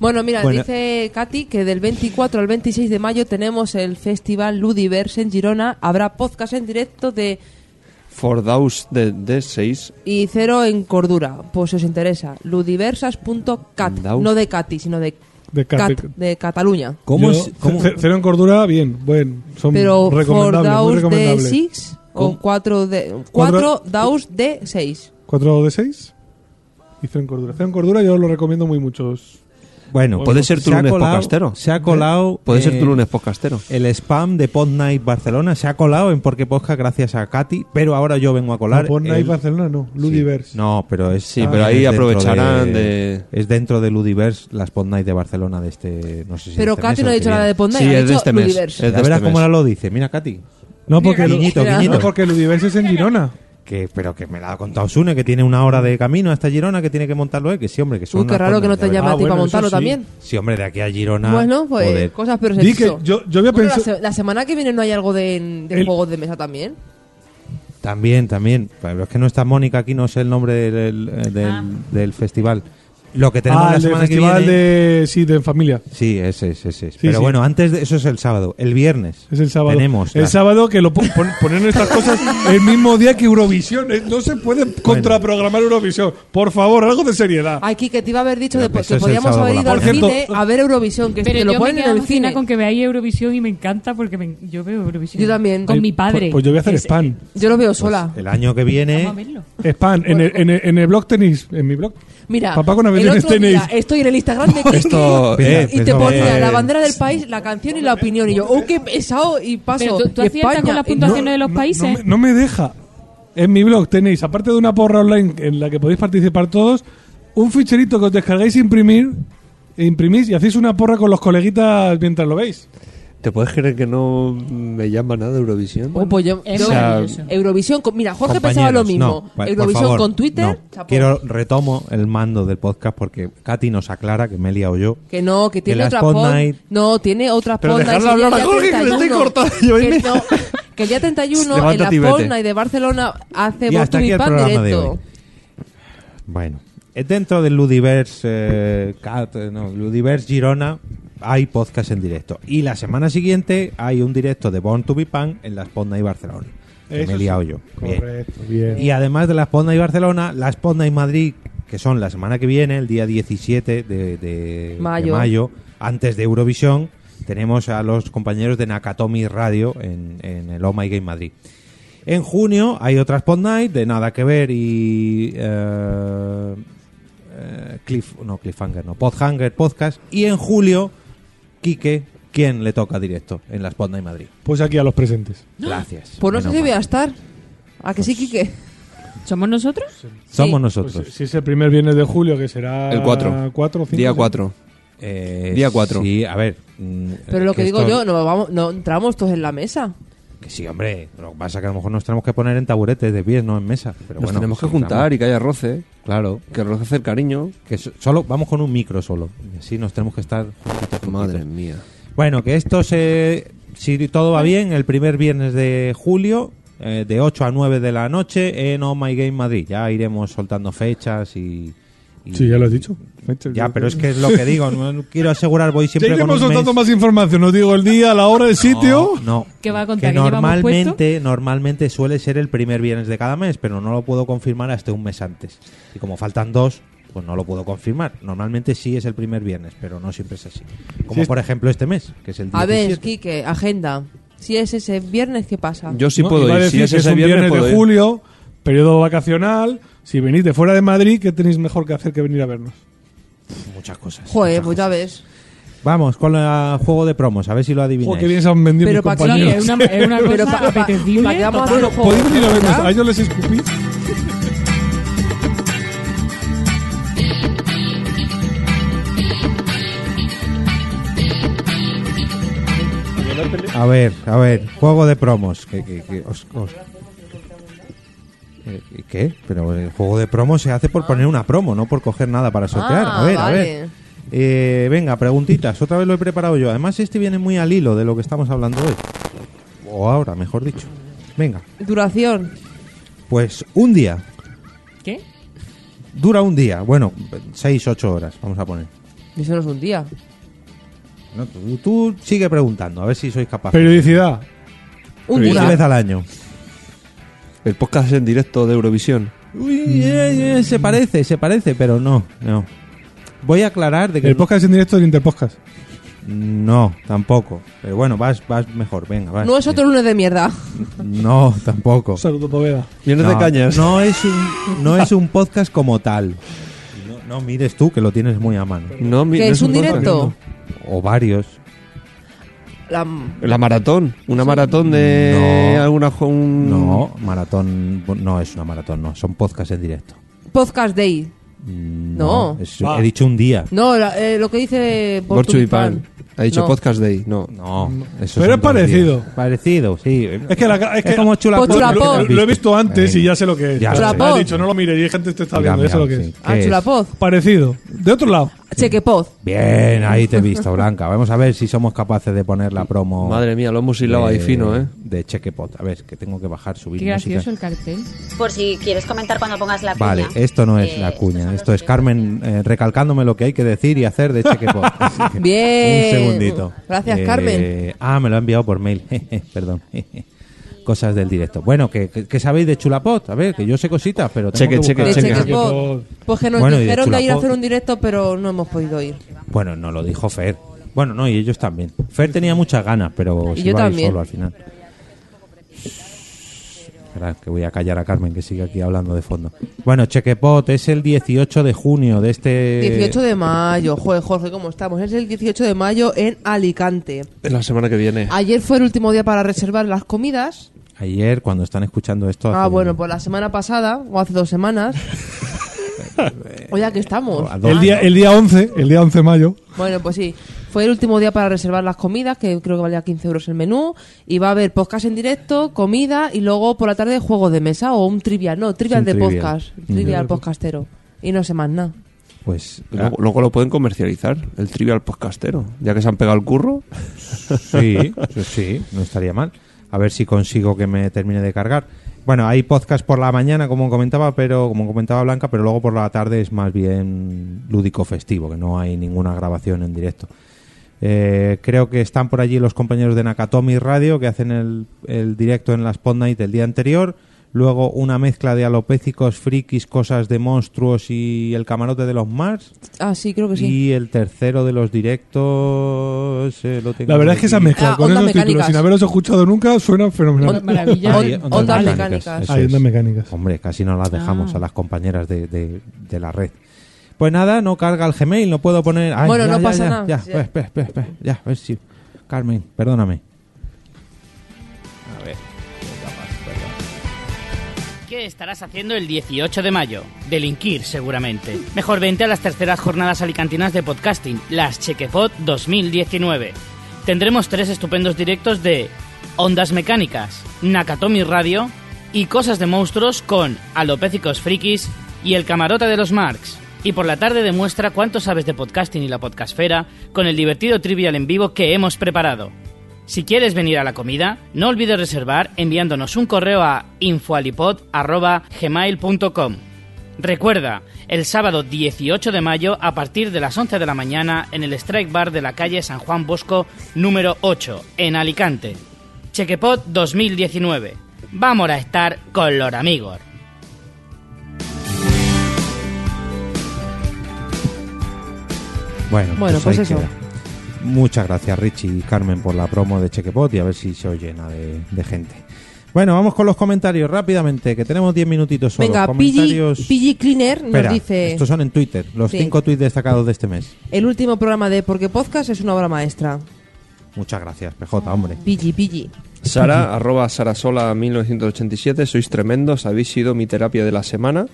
Speaker 4: Bueno, mira,
Speaker 2: Bueno.
Speaker 4: dice Katy que del 24 al 26 de mayo tenemos el Festival Ludiverse en Girona. Habrá podcast en directo de
Speaker 3: for those de D6,
Speaker 4: Y Cero en Cordura, pues si os interesa. Ludiversas.cat.
Speaker 3: Daus.
Speaker 4: No de Katy, sino de,
Speaker 8: De Cat-
Speaker 4: Cat, de Cataluña.
Speaker 2: ¿Cómo
Speaker 8: Yo-
Speaker 2: es- cómo-
Speaker 8: ce- Cero en cordura, bien, buen. Son
Speaker 4: Pero for
Speaker 8: recomendables, muy
Speaker 4: Daus de
Speaker 8: recomendables.
Speaker 4: 6 o
Speaker 8: ¿Cómo?
Speaker 4: 4 de
Speaker 8: Cuatro-
Speaker 4: 4 Daus de 6.
Speaker 8: ¿Cuatro de seis? Y cero en cordura. Cero en cordura yo os lo recomiendo muy muchos.
Speaker 2: Bueno,
Speaker 3: ¿Puede ser tu
Speaker 2: se ha
Speaker 3: lunes
Speaker 2: colado-
Speaker 3: podcastero?
Speaker 2: Se ha colado.
Speaker 3: puede ser
Speaker 2: eh,
Speaker 3: tu lunes podcastero.
Speaker 2: El spam de Podnight Barcelona se ha colado en Porque Podcast gracias a Katy, pero ahora yo vengo a colar.
Speaker 8: No, Fortnite
Speaker 2: el-
Speaker 8: Barcelona no,
Speaker 2: Sí.
Speaker 8: Ludiverse.
Speaker 2: No, pero es.
Speaker 3: Sí, pero ahí
Speaker 2: es dentro
Speaker 3: aprovecharán de-
Speaker 2: Es dentro de Ludiverse las Podnight de Barcelona de este. No sé si
Speaker 4: Pero
Speaker 2: este mes
Speaker 4: Katy
Speaker 2: o
Speaker 4: no ha
Speaker 2: el
Speaker 4: dicho
Speaker 2: que
Speaker 4: nada de
Speaker 2: viene.
Speaker 4: Pondai,
Speaker 3: Sí,
Speaker 4: ha
Speaker 3: es de
Speaker 4: dicho
Speaker 3: este mes.
Speaker 4: Ludiverse.
Speaker 3: Es de
Speaker 2: Ya verás
Speaker 3: este
Speaker 2: cómo
Speaker 3: mes.
Speaker 2: ahora lo dice. Mira, Katy.
Speaker 8: No, porque, lo-
Speaker 2: Guiñito,
Speaker 4: Mira.
Speaker 2: guiñito.
Speaker 8: Ah, no, porque Ludiverse es en Girona.
Speaker 2: Que, pero que me la ha contado Sune, que tiene una hora de camino hasta Girona, que tiene que montarlo, eh, que sí, hombre, que son
Speaker 4: Uy, qué
Speaker 2: las
Speaker 4: raro que no
Speaker 2: Podnight,
Speaker 4: te
Speaker 2: de
Speaker 4: llame
Speaker 2: verdad.
Speaker 4: a
Speaker 8: Ah,
Speaker 4: ti para
Speaker 8: bueno, eso
Speaker 4: montarlo
Speaker 8: sí.
Speaker 4: también.
Speaker 2: Sí, hombre, de aquí a Girona.
Speaker 4: Bueno, pues
Speaker 8: eh,
Speaker 2: joder.
Speaker 4: cosas pero se
Speaker 8: Di que yo, yo había
Speaker 4: Bueno, la,
Speaker 8: pensado...
Speaker 4: se- la semana que viene no hay algo de, de
Speaker 8: El-
Speaker 4: juegos de mesa también.
Speaker 2: También, también. Pero es que no está Mónica aquí, no sé el nombre del, del- del festival. Lo que tenemos
Speaker 8: Ah,
Speaker 2: la
Speaker 8: el de
Speaker 2: semana que
Speaker 8: festival
Speaker 2: viene.
Speaker 8: de... Sí, de en familia.
Speaker 2: Sí, ese es, ese es. Pero
Speaker 8: sí.
Speaker 2: bueno, antes de eso es el sábado. El viernes.
Speaker 8: Es el sábado.
Speaker 2: Tenemos.
Speaker 8: el
Speaker 2: la-
Speaker 8: sábado que lo pon- pon- ponen estas cosas el mismo día que Eurovisión. Eh, No se puede contraprogramar Eurovisión. Por favor, algo de seriedad.
Speaker 4: Ay, que te iba a haber dicho
Speaker 2: Pero
Speaker 4: de-
Speaker 2: que pues eso
Speaker 4: que
Speaker 2: es el
Speaker 4: podíamos
Speaker 2: sábado
Speaker 4: haber
Speaker 2: por
Speaker 4: ido
Speaker 2: la
Speaker 4: al
Speaker 8: tarde. Por
Speaker 4: cine
Speaker 8: cierto-
Speaker 4: a ver Eurovisión, que,
Speaker 5: Pero
Speaker 4: que lo
Speaker 5: yo
Speaker 4: ponen
Speaker 5: me
Speaker 4: en
Speaker 5: quedo
Speaker 4: el
Speaker 5: alucinada
Speaker 4: cine.
Speaker 5: con que veáis Eurovisión y me encanta porque me- yo veo Eurovisión.
Speaker 4: Yo también.
Speaker 5: Con
Speaker 8: Eh,
Speaker 5: mi padre.
Speaker 8: Pues, pues yo voy a hacer
Speaker 5: Es-
Speaker 8: spam.
Speaker 4: Yo lo veo
Speaker 2: pues,
Speaker 4: sola.
Speaker 2: el año que viene.
Speaker 5: Vamos a verlo.
Speaker 8: Spam. En el, en, el, en el blog tenis. En mi blog.
Speaker 4: eh, Mira,
Speaker 8: Papá con
Speaker 4: el
Speaker 8: aviones
Speaker 4: otro día
Speaker 8: tenis.
Speaker 4: estoy en el Instagram de Kiki
Speaker 3: Esto,
Speaker 4: y-
Speaker 2: eh,
Speaker 4: y te
Speaker 2: eh,
Speaker 4: ponía
Speaker 2: eh,
Speaker 4: la bandera del país, la canción y la opinión. Y yo, ¡oh, qué pesado! Y paso.
Speaker 5: Pero tú, tú
Speaker 4: y
Speaker 5: aciertas
Speaker 4: España,
Speaker 5: con las
Speaker 4: y
Speaker 5: puntuaciones de los países.
Speaker 8: No me, no me deja. En mi blog tenéis, aparte de una porra online en la que podéis participar todos, un ficherito que os descargáis e imprimir, e imprimís y hacéis una porra con los coleguitas mientras lo veis.
Speaker 3: ¿Te puedes creer que no me llama nada Eurovisión?
Speaker 4: Oh, pues yo-
Speaker 5: Es
Speaker 4: yo-
Speaker 5: maravilloso.
Speaker 4: Eurovisión. con- mira, Jorge
Speaker 2: compañeros,
Speaker 4: pensaba lo mismo.
Speaker 2: no, pa- por
Speaker 4: Eurovisión
Speaker 2: favor,
Speaker 4: con Twitter.
Speaker 2: no.
Speaker 4: chapó.
Speaker 2: Quiero retomo el mando del podcast porque Katy nos aclara que me he liado yo.
Speaker 4: Que no, que tiene
Speaker 2: las
Speaker 4: otra pod.
Speaker 2: Fortnite-
Speaker 4: No, tiene otra
Speaker 3: Pero
Speaker 4: Fortnite,
Speaker 3: dejarla
Speaker 4: sí, el
Speaker 3: hablar a
Speaker 4: día
Speaker 3: Jorge, que le estoy
Speaker 4: 31.
Speaker 3: cortando yo,
Speaker 4: Que,
Speaker 3: ¿eh?
Speaker 4: no, que el día 31 en la
Speaker 3: Levántate y vete.
Speaker 4: Fortnite de Barcelona hace
Speaker 2: Y
Speaker 4: Voz
Speaker 2: hasta
Speaker 4: to be
Speaker 2: aquí el
Speaker 4: Pan
Speaker 2: programa de
Speaker 4: directo.
Speaker 2: hoy. Bueno, eh, dentro del Ludiverse, eh, Cat- eh, no, Ludiverse Girona hay podcast en directo. Y la semana siguiente hay un directo de Born to be Punk en la Esponda y Barcelona. que
Speaker 8: Eso
Speaker 2: me he
Speaker 8: sí.
Speaker 2: liado yo. Bien.
Speaker 8: Correcto, bien.
Speaker 2: Y además de la Esponda y Barcelona, la Esponda y Madrid, que son la semana que viene, el día 17 de, de- de
Speaker 4: Mayo.
Speaker 2: mayo, antes de Eurovisión, tenemos a los compañeros de Nakatomi Radio en, en el Oh My Game Madrid. En junio hay otra Spot Night de Nada que Ver y. eh, eh, Cliff, no, Cliffhanger, no, Podhanger Podcast. Y en julio, Quique, quien le toca directo en la Spot Night Madrid.
Speaker 8: Pues aquí a los presentes.
Speaker 2: Gracias.
Speaker 4: Pues no sé
Speaker 2: Menos
Speaker 4: si voy
Speaker 2: mal.
Speaker 4: a estar. ¿A que sí, Quique?
Speaker 5: ¿Somos nosotros?
Speaker 2: Somos
Speaker 4: sí.
Speaker 2: nosotros.
Speaker 8: Pues, si es el primer viernes de julio, que será.
Speaker 3: El 4.
Speaker 8: Ah, cuatro, cinco,
Speaker 3: Día
Speaker 8: seis.
Speaker 3: 4.
Speaker 2: Eh,
Speaker 3: Día cuatro.
Speaker 2: Sí, a ver. mm,
Speaker 4: Pero lo que, digo
Speaker 2: esto-
Speaker 4: yo, no, vamos, no entramos todos en la mesa.
Speaker 2: Que sí, hombre. Lo que pasa es que a lo mejor nos tenemos que poner en taburetes de pies, no en mesa. Pero
Speaker 3: Nos
Speaker 2: bueno, pues
Speaker 3: tenemos que
Speaker 2: sí,
Speaker 3: juntar y que haya roce.
Speaker 2: estamos- Claro.
Speaker 3: Que roce hace el cariño.
Speaker 2: Que so- solo vamos con un micro solo. Y así nos tenemos que estar. juntitos, juntitos.
Speaker 3: Madre mía.
Speaker 2: Bueno, que esto se. Si todo va bien, el primer viernes de julio, eh, de 8 a 9 de la noche, en Oh My Game Madrid. Ya iremos soltando fechas y. y-
Speaker 8: Sí, ya lo has dicho.
Speaker 2: Ya, pero es que es lo que digo. No quiero asegurar, voy
Speaker 8: Ya
Speaker 2: siempre con
Speaker 8: iremos
Speaker 2: un mes.
Speaker 8: soltando más información. Os digo el día, la hora, el sitio.
Speaker 2: No.
Speaker 5: ¿Qué va a contar? ¿Que
Speaker 2: Que
Speaker 5: llevamos
Speaker 2: normalmente, normalmente suele ser el primer viernes de cada mes, pero no lo puedo confirmar hasta un mes antes. Y como faltan dos, pues no lo puedo confirmar. Normalmente sí es el primer viernes, pero no siempre es así. Como
Speaker 8: Sí,
Speaker 2: por ejemplo este mes, que es el
Speaker 4: A ver,
Speaker 2: 17.
Speaker 4: Quique, agenda. Si es ese viernes, ¿qué pasa?
Speaker 3: Yo sí
Speaker 8: No,
Speaker 3: puedo
Speaker 8: iba a
Speaker 3: ir.
Speaker 8: decir
Speaker 3: Si es
Speaker 8: que es
Speaker 3: ese
Speaker 8: un
Speaker 3: viernes,
Speaker 8: viernes
Speaker 3: puedo
Speaker 8: de
Speaker 3: ir.
Speaker 8: julio, periodo vacacional. Si venís de fuera de Madrid, ¿qué tenéis mejor que hacer que venir a vernos?
Speaker 2: Muchas cosas.
Speaker 4: Joder,
Speaker 2: muchas
Speaker 4: pues ya ves.
Speaker 2: cosas. Vamos con el juego de promos, a ver si lo adivináis.
Speaker 8: Joder, qué bien se han vendido
Speaker 4: Pero
Speaker 8: mis
Speaker 4: pa' qué,
Speaker 8: compañeros.
Speaker 5: es una, es una
Speaker 4: Pero
Speaker 5: cosa
Speaker 4: pa- pa-
Speaker 5: apetecible.
Speaker 4: pa' que vamos a
Speaker 5: total.
Speaker 4: hacer los juegos,
Speaker 8: ¿Podéis ir a vernos?
Speaker 4: ¿verdad?
Speaker 8: ¿A ellos les escupís?
Speaker 2: A ver, a ver, juego de promos. Que, que- que os- os- Eh, ¿Qué? Pero el juego de promos se hace por poner una promo, no por coger nada para sortear.
Speaker 4: Ah,
Speaker 2: a ver,
Speaker 4: vale.
Speaker 2: a ver. Eh, venga, preguntitas. Otra vez lo he preparado yo. Además, este viene muy al hilo de lo que estamos hablando hoy. O ahora, mejor dicho. Venga,
Speaker 4: Duración.
Speaker 2: pues un día.
Speaker 5: ¿Qué?
Speaker 2: Dura un día. Bueno, 6, 8 horas, vamos a poner.
Speaker 4: Eso no es un día.
Speaker 2: No, tú, tú sigue preguntando, a ver si sois capaz.
Speaker 8: Periodicidad.
Speaker 4: Un
Speaker 2: Una
Speaker 4: día.
Speaker 2: vez al año.
Speaker 3: El podcast en directo de Eurovisión.
Speaker 2: Uy, eh,
Speaker 8: Mm.
Speaker 2: eh, se parece, se parece, pero no, no. Voy a aclarar de que
Speaker 8: El podcast en directo del Interpodcast.
Speaker 2: no, tampoco. Pero bueno, vas, vas mejor, venga, vas.
Speaker 4: No es otro lunes de mierda.
Speaker 2: No, tampoco.
Speaker 8: Un saludo, Poveda.
Speaker 3: Lleno de
Speaker 2: No,
Speaker 3: cañas.
Speaker 2: No es un, no es un podcast como tal. No, no mires tú que lo tienes muy a mano.
Speaker 3: No, mi-
Speaker 4: Que
Speaker 3: no
Speaker 4: es un
Speaker 3: podcast.
Speaker 4: directo.
Speaker 2: O varios.
Speaker 4: La-
Speaker 3: La maratón. Una maratón de
Speaker 2: No.
Speaker 3: alguna. jo- un-
Speaker 2: No,
Speaker 4: Mm.
Speaker 2: maratón, no es una maratón, no, son podcasts en directo.
Speaker 4: Podcast Day.
Speaker 2: No,
Speaker 4: No.
Speaker 2: es-
Speaker 8: Ah.
Speaker 2: he dicho un día.
Speaker 4: No, la- eh, lo que dice
Speaker 3: Borchu y Pan. Ha dicho
Speaker 4: No.
Speaker 3: podcast day. No.
Speaker 2: No, esos
Speaker 8: Pero
Speaker 2: son
Speaker 8: es
Speaker 2: dos
Speaker 8: parecido.
Speaker 2: días. Parecido, sí.
Speaker 8: Es que, la, Ah, es que
Speaker 2: como chulapó.
Speaker 4: Pues chulapó.
Speaker 8: Lo, lo he visto antes y ya sé lo que es.
Speaker 2: Ya
Speaker 8: Pero
Speaker 4: sé.
Speaker 8: me has dicho, no lo mires y hay gente que te está
Speaker 2: Mira,
Speaker 8: viendo.
Speaker 2: mira,
Speaker 8: Eso
Speaker 3: ah,
Speaker 8: es Ah, lo que
Speaker 2: sí.
Speaker 8: es.
Speaker 2: ¿Qué
Speaker 4: Ah,
Speaker 2: es?
Speaker 4: Anchulapoz.
Speaker 8: Parecido. De otro lado.
Speaker 4: Chequepoz.
Speaker 2: Bien, ahí te he visto, Blanca. Vamos a ver si somos capaces de poner la promo.
Speaker 3: Madre mía, lo hemos hilado ahí
Speaker 2: de-
Speaker 3: fino, ¿eh?
Speaker 2: De Chequepot. A ver, que tengo que bajar, subir.
Speaker 5: Qué
Speaker 2: música.
Speaker 5: gracioso el cartel.
Speaker 10: Por si quieres comentar cuando pongas la
Speaker 2: Vale,
Speaker 10: cuña.
Speaker 2: esto no es
Speaker 10: Eh,
Speaker 2: la
Speaker 10: estos
Speaker 2: cuña.
Speaker 10: son
Speaker 2: Esto
Speaker 10: los
Speaker 2: es Carmen eh, recalcándome lo que hay que decir y hacer de Chequepot.
Speaker 4: Bien.
Speaker 2: Un segundito.
Speaker 4: Gracias,
Speaker 2: Eh,
Speaker 4: Carmen.
Speaker 2: Ah, me lo ha enviado por mail. Perdón. Cosas del directo. Bueno, que, que- que sabéis de Chulapot. A ver, que yo sé cositas, pero. tengo
Speaker 3: Cheque,
Speaker 2: que
Speaker 3: cheque,
Speaker 4: De
Speaker 2: buscar-
Speaker 3: cheque.
Speaker 4: Chequepoz. Pues que nos
Speaker 2: Ah, Bueno, y de
Speaker 4: dijeron que ir a
Speaker 2: Chulapoz.
Speaker 4: hacer un directo, pero no hemos podido ir.
Speaker 2: Bueno, no lo dijo Fer. Bueno, no, y ellos también. Fer tenía muchas ganas, pero
Speaker 4: Y
Speaker 2: se
Speaker 4: yo
Speaker 2: iba a ir
Speaker 4: también.
Speaker 2: solo al final. Espera, que voy a callar a Carmen, que sigue aquí hablando de fondo. Bueno, Chequepot es el 18 de junio de este...
Speaker 4: 18 de mayo. Joder, Jorge, ¿cómo estamos? Es el 18 de mayo en Alicante.
Speaker 3: Es la semana que viene.
Speaker 2: Ah.
Speaker 4: Ayer fue el último día para reservar las comidas.
Speaker 2: Ayer, cuando están escuchando esto...
Speaker 4: Ah,
Speaker 2: hace-
Speaker 4: bueno, pues la semana pasada, o hace dos semanas. Oye, aquí estamos.
Speaker 2: A dos-
Speaker 8: El día, el día 11, el día 11 de mayo.
Speaker 4: Bueno, pues sí. Fue el último día para reservar las comidas, que creo que valía 15 euros el menú. Y va a haber podcast en directo, comida y luego por la tarde juegos de mesa o un trivial. No, trivial
Speaker 2: un
Speaker 4: de
Speaker 2: trivial.
Speaker 4: podcast. Trivial podcastero. Y no sé más nada.
Speaker 2: Pues
Speaker 3: Luego, luego lo pueden comercializar, el trivial podcastero. Ya que se han pegado el curro,
Speaker 2: Sí, sí, sí, no estaría mal. A ver si consigo que me termine de cargar. Bueno, hay podcast por la mañana, como comentaba, pero como comentaba Blanca, pero luego por la tarde es más bien lúdico festivo, que no hay ninguna grabación en directo. Eh, creo que están por allí los compañeros de Nakatomi Radio que hacen el, el directo en la Spot Night el día anterior. Luego una mezcla de alopécicos, frikis, cosas de monstruos y el camarote de los Mars.
Speaker 4: Ah, sí, creo que sí.
Speaker 2: Y el tercero de los directos. eh, lo tengo
Speaker 8: La verdad
Speaker 2: por
Speaker 8: es
Speaker 2: aquí.
Speaker 8: que esa mezcla
Speaker 4: Ah,
Speaker 8: con
Speaker 4: ondas
Speaker 8: esos títulos,
Speaker 4: mecánicas.
Speaker 8: sin haberlos escuchado nunca, suena fenomenal.
Speaker 5: Maravilla.
Speaker 4: Ahí,
Speaker 2: Ondas
Speaker 4: ondas
Speaker 2: mecánicas,
Speaker 4: mecánicas. Ah.
Speaker 2: eso
Speaker 8: Ahí,
Speaker 2: es.
Speaker 8: ondas mecánicas.
Speaker 2: Hombre, casi no las dejamos a las compañeras de, de- de la red. Pues nada, no carga el Gmail, no puedo poner. Ay,
Speaker 4: Bueno,
Speaker 2: ya,
Speaker 4: no
Speaker 2: ya,
Speaker 4: pasa
Speaker 2: ya,
Speaker 4: nada.
Speaker 2: Ya, pues,
Speaker 4: Ya.
Speaker 2: espera, espera, espera, espera, ya, a ver si. Carmen, perdóname.
Speaker 11: ¿Qué estarás haciendo el 18 de mayo? Delinquir, seguramente. Mejor vente a las terceras jornadas alicantinas de podcasting, las Chequepod 2019. Tendremos tres estupendos directos de Ondas Mecánicas, Nakatomi Radio y Cosas de Monstruos con Alopécicos Frikis y El Camarote de los Marx. Y por la tarde demuestra cuánto sabes de podcasting y la podcastfera con el divertido trivial en vivo que hemos preparado. Si quieres venir a la comida, no olvides reservar enviándonos un correo a infoalipod.gmail.com. Recuerda, el sábado 18 de mayo a partir de las 11 de la mañana en el Strike Bar de la calle San Juan Bosco número 8, en Alicante. Chequepot 2019. Vamos a estar con los amigos.
Speaker 2: Bueno,
Speaker 4: Bueno, pues
Speaker 2: ahí
Speaker 4: eso.
Speaker 2: queda. Muchas gracias, Richie y Carmen, por la promo de Chequepot y a ver si se oye llena de, de gente. Bueno, vamos con los comentarios rápidamente, que tenemos 10 minutitos solo.
Speaker 4: Venga,
Speaker 2: comentarios...
Speaker 4: PG, PG Cleaner nos
Speaker 2: Espera,
Speaker 4: dice...
Speaker 2: Estos son en Twitter, los
Speaker 4: Sí.
Speaker 2: 5 tweets destacados de este mes.
Speaker 4: El último programa de Porque Podcast es una obra maestra.
Speaker 2: Muchas gracias, PJ, hombre.
Speaker 4: Pigi, pigi.
Speaker 3: Sara, arroba sarasola1987, sois tremendos, habéis sido mi terapia de la semana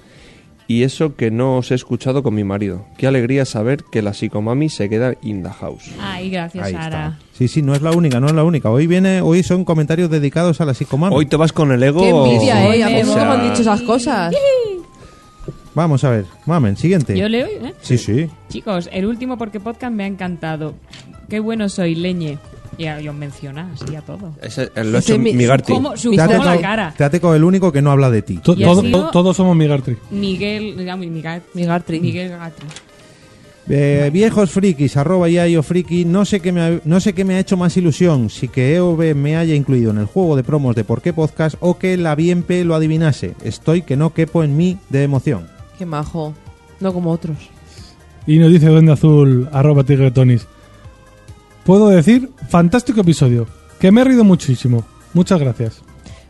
Speaker 3: y eso que no os he escuchado con mi marido. Qué alegría saber que la psicomami se queda in the house.
Speaker 5: Ay, gracias,
Speaker 3: Ahí
Speaker 5: Sara.
Speaker 2: Sí, sí, no es la única, no es la única. Hoy viene, hoy son comentarios dedicados a la psicomami.
Speaker 3: Hoy te vas con el ego.
Speaker 4: Qué
Speaker 2: Oh,
Speaker 4: envidia,
Speaker 3: o
Speaker 4: eh. A mí no
Speaker 3: sea,
Speaker 4: me han dicho esas cosas.
Speaker 2: Vamos a ver, mamen, siguiente.
Speaker 5: Yo leo, ¿eh?
Speaker 2: Sí, sí.
Speaker 5: Chicos, el último Porque Podcast me ha encantado. Qué bueno soy, leñe. Y a- y os menciona así a todos.
Speaker 3: ese- eh, lo ha
Speaker 4: Sí,
Speaker 3: hecho
Speaker 4: mi-
Speaker 3: Migarty.
Speaker 5: ¿Cómo? Su
Speaker 2: Te
Speaker 5: cómo
Speaker 2: hace
Speaker 5: la
Speaker 2: co-
Speaker 5: cara.
Speaker 2: te hace con el único que no habla de ti.
Speaker 8: To-
Speaker 5: Y ha
Speaker 8: todo-
Speaker 5: sido-
Speaker 8: to- todos somos Migartri.
Speaker 5: Miguel, digamos, Migat-
Speaker 4: Migartri.
Speaker 5: Miguel Gatri.
Speaker 2: Eh, viejos frikis, arroba yayo friki, no sé, qué me ha, no sé qué me ha hecho más ilusión, si que EOB me haya incluido en el juego de promos de Por qué Podcast o que la Bienpe lo adivinase. Estoy que no quepo en mí de emoción.
Speaker 4: Qué majo. No como otros.
Speaker 8: Y nos dice Duende Azul, arroba tigretonis. Puedo decir, fantástico episodio. Que me he reído muchísimo. Muchas gracias.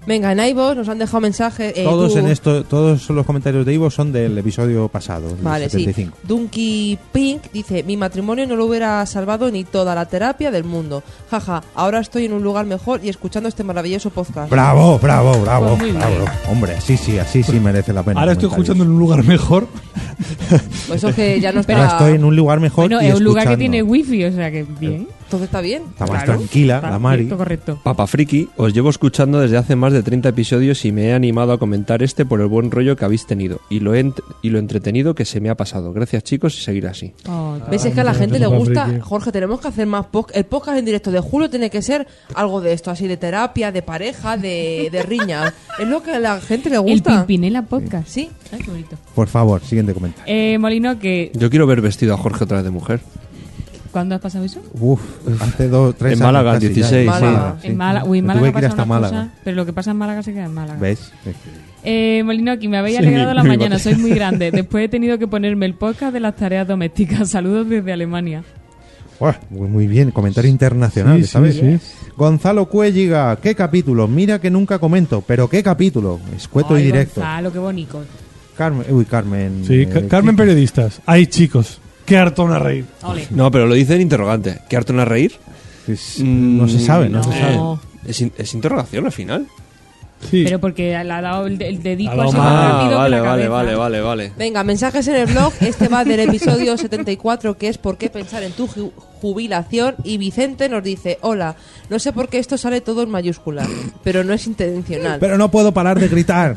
Speaker 4: Venga, en iVoox nos han dejado mensajes. eh,
Speaker 2: todos
Speaker 4: tú-
Speaker 2: en este esto, todos los comentarios de Ivo son del episodio pasado, el
Speaker 4: Vale, sí.
Speaker 2: 75.
Speaker 4: Dunky Pink dice: Mi matrimonio no lo hubiera salvado ni toda la terapia del mundo. Jaja, ahora estoy en un lugar mejor y escuchando este maravilloso podcast.
Speaker 2: Bravo, bravo, bravo,
Speaker 5: Pues muy
Speaker 2: bravo. Hombre, así sí, así sí merece la pena.
Speaker 8: Ahora estoy
Speaker 2: comentarios.
Speaker 8: escuchando en un lugar mejor.
Speaker 4: Pues eso es que ya no está.
Speaker 2: Ahora estoy en un lugar mejor
Speaker 5: Bueno,
Speaker 2: y
Speaker 5: es un lugar que
Speaker 2: escuchando.
Speaker 5: tiene wifi, o sea que bien.
Speaker 4: Entonces está bien.
Speaker 2: Está más
Speaker 5: Claro.
Speaker 2: tranquila la
Speaker 5: Correcto,
Speaker 2: Mari.
Speaker 5: Correcto.
Speaker 3: Papa Friki, os llevo escuchando desde hace más de 30 episodios y me he animado a comentar este por el buen rollo que habéis tenido y lo, ent- y lo entretenido que se me ha pasado. Gracias chicos y seguir así.
Speaker 5: Oh,
Speaker 4: ¿Ves? Es que a la
Speaker 8: Ah,
Speaker 4: gente
Speaker 8: entonces
Speaker 4: le
Speaker 8: va
Speaker 4: gusta.
Speaker 8: friki.
Speaker 4: Jorge, tenemos que hacer más podcast. El podcast en directo de Julio tiene que ser algo de esto, así de terapia, de pareja, de, de riñas. es lo que a la gente le
Speaker 5: el
Speaker 4: gusta.
Speaker 5: Pimpinela Podcast.
Speaker 4: Sí.
Speaker 5: Ay, qué bonito.
Speaker 2: Por favor, siguiente comentario.
Speaker 5: Eh, Molino, que
Speaker 3: Yo quiero ver vestido a Jorge otra vez de mujer.
Speaker 5: ¿cuándo has pasado eso?
Speaker 2: Uf, hace dos, tres
Speaker 3: En
Speaker 2: años
Speaker 3: Málaga,
Speaker 2: casi, ya,
Speaker 3: 16,
Speaker 2: en
Speaker 4: sí.
Speaker 2: Málaga, sí.
Speaker 5: En Málaga, uy, en
Speaker 2: Me
Speaker 5: Málaga
Speaker 2: tuve que ir
Speaker 5: pasa
Speaker 2: hasta
Speaker 5: una cosa,
Speaker 2: Málaga.
Speaker 5: pero lo que pasa en Málaga se queda en Málaga.
Speaker 2: ¿Ves?
Speaker 5: Eh, Molino, aquí me habéis
Speaker 3: Sí,
Speaker 5: alegrado
Speaker 3: mi-
Speaker 5: la
Speaker 3: mi
Speaker 5: mañana,
Speaker 3: bate.
Speaker 5: sois muy grande. Después he tenido que ponerme el podcast de las tareas domésticas. Saludos desde Alemania.
Speaker 2: Buah, muy muy bien, comentario internacional,
Speaker 8: Sí, sí,
Speaker 2: ¿sabes?
Speaker 8: sí.
Speaker 2: Gonzalo Cuelliga, qué capítulo. Mira que nunca comento, pero qué capítulo. Escueto
Speaker 5: Ay,
Speaker 2: y directo.
Speaker 5: Gonzalo, qué bonito.
Speaker 2: Carmen, uy, Carmen.
Speaker 8: Sí,
Speaker 2: eh,
Speaker 8: Ca- Carmen Periodistas. Ay, chicos. Qué harto una reír.
Speaker 5: Ole.
Speaker 3: No, pero lo dice en interrogante. ¿Qué harto a reír?
Speaker 2: es- no se sabe, no,
Speaker 8: Mm,
Speaker 5: no.
Speaker 2: se sabe.
Speaker 3: Es, in- es interrogación al final.
Speaker 8: Sí.
Speaker 5: Pero porque le ha dado el, el
Speaker 8: Ha
Speaker 5: dedico
Speaker 8: dado
Speaker 5: así
Speaker 8: más.
Speaker 5: más rápido que la
Speaker 3: Ah, vale, vale,
Speaker 5: cabeza.
Speaker 3: vale, vale, vale.
Speaker 4: Venga, mensajes en el blog. Este va del episodio 74, que es por qué pensar en tu ju- jubilación. Y Vicente nos dice, hola, no sé por qué esto sale todo en mayúscula, pero no es intencional.
Speaker 2: Pero no puedo parar de gritar.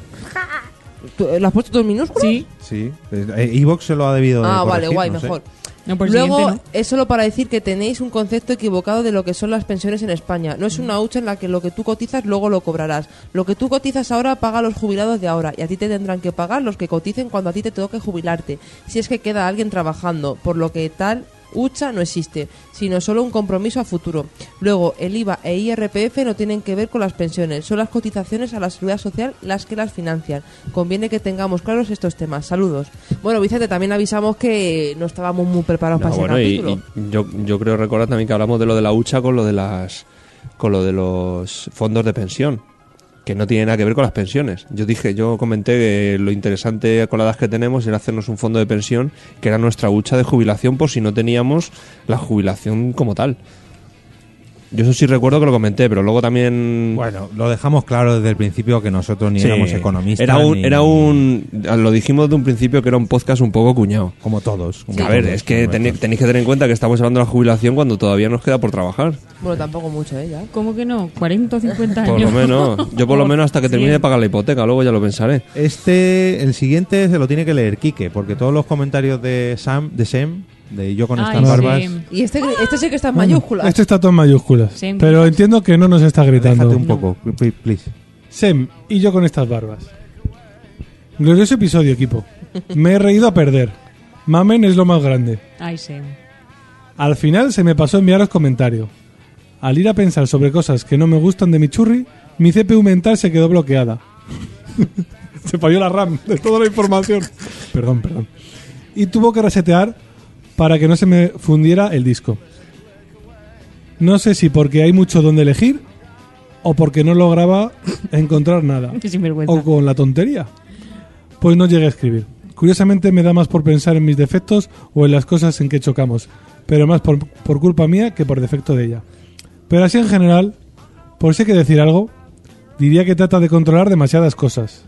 Speaker 4: ¿Tú- eh, ¿Lo has puesto todo en minúscula?
Speaker 5: Sí,
Speaker 2: Sí, Evox se lo ha debido. de
Speaker 4: Ah, vale,
Speaker 2: corregir,
Speaker 4: guay,
Speaker 2: no sé.
Speaker 4: mejor.
Speaker 5: No, por el
Speaker 4: Luego,
Speaker 5: siguiente
Speaker 4: es solo para decir que tenéis un concepto equivocado de lo que son las pensiones en España. No es una hucha en la que lo que tú cotizas luego lo cobrarás. Lo que tú cotizas ahora paga a los jubilados de ahora y a ti te tendrán que pagar los que coticen cuando a ti te toque jubilarte, si es que queda alguien trabajando, por lo que tal hucha no existe, sino solo un compromiso a futuro. Luego, el IVA e IRPF no tienen que ver con las pensiones, son las cotizaciones a la seguridad social las que las financian. Conviene que tengamos claros estos temas. Saludos. Bueno, Vicente, también avisamos que no estábamos muy preparados
Speaker 3: No,
Speaker 4: para
Speaker 3: Ah, bueno,
Speaker 4: ese
Speaker 3: y,
Speaker 4: capítulo.
Speaker 3: y yo, yo creo recordar también que hablamos de lo de la hucha con lo de las con lo de los fondos de pensión, que no tiene nada que ver con las pensiones. Yo dije, yo comenté que lo interesante con la edad que tenemos era hacernos un fondo de pensión, que era nuestra hucha de jubilación por si no teníamos la jubilación como tal. Yo eso sí recuerdo que lo comenté, pero luego también
Speaker 2: Bueno, lo dejamos claro desde el principio que nosotros ni
Speaker 3: Sí.
Speaker 2: éramos economistas.
Speaker 3: Era un,
Speaker 2: ni-
Speaker 3: era un. Lo dijimos de un principio que era un podcast un poco cuñado.
Speaker 2: Como todos. como
Speaker 3: A ver,
Speaker 2: todos,
Speaker 3: es que
Speaker 2: como
Speaker 3: tenéis,
Speaker 2: estos.
Speaker 3: tenéis que tener en cuenta que estamos hablando de la jubilación cuando todavía nos queda por trabajar.
Speaker 4: Bueno, tampoco mucho, ¿eh? Ya.
Speaker 5: no. ¿Cómo que no? 40 o 50 años.
Speaker 3: Por lo menos. Yo por lo menos hasta que termine de
Speaker 5: Cien.
Speaker 3: pagar la hipoteca, luego ya lo pensaré.
Speaker 2: Este, el siguiente se lo tiene que leer Quique, porque todos los comentarios de Sam, de Sem, de yo con
Speaker 5: Ay,
Speaker 2: estas barbas,
Speaker 5: Sem.
Speaker 4: Y este, este sí que está en
Speaker 8: Bueno,
Speaker 4: mayúsculas.
Speaker 8: Este está todo en mayúsculas.
Speaker 5: Sí, en
Speaker 8: pero
Speaker 5: mayúsculas.
Speaker 8: entiendo que no nos está gritando.
Speaker 2: déjate un poco, pl- please.
Speaker 8: Sem y yo con estas barbas. Glorioso episodio, equipo. Me he reído a perder. Mamen es lo más grande.
Speaker 5: Ay, sí.
Speaker 8: Al final se me pasó enviaros comentario. Al ir a pensar sobre cosas que no me gustan de mi churri, mi CPU mental se quedó bloqueada. se falló la RAM de toda la información. perdón, perdón. Y tuvo que resetear para que no se me fundiera el disco. No sé si porque hay mucho donde elegir o porque no lograba encontrar nada.
Speaker 5: Qué sinvergüenza.
Speaker 8: O con la tontería. Pues no llegué a escribir. Curiosamente me da más por pensar en mis defectos o en las cosas en que chocamos, pero más por, por culpa mía que por defecto de ella. Pero así en general, por si hay que decir algo, diría que trata de controlar demasiadas cosas.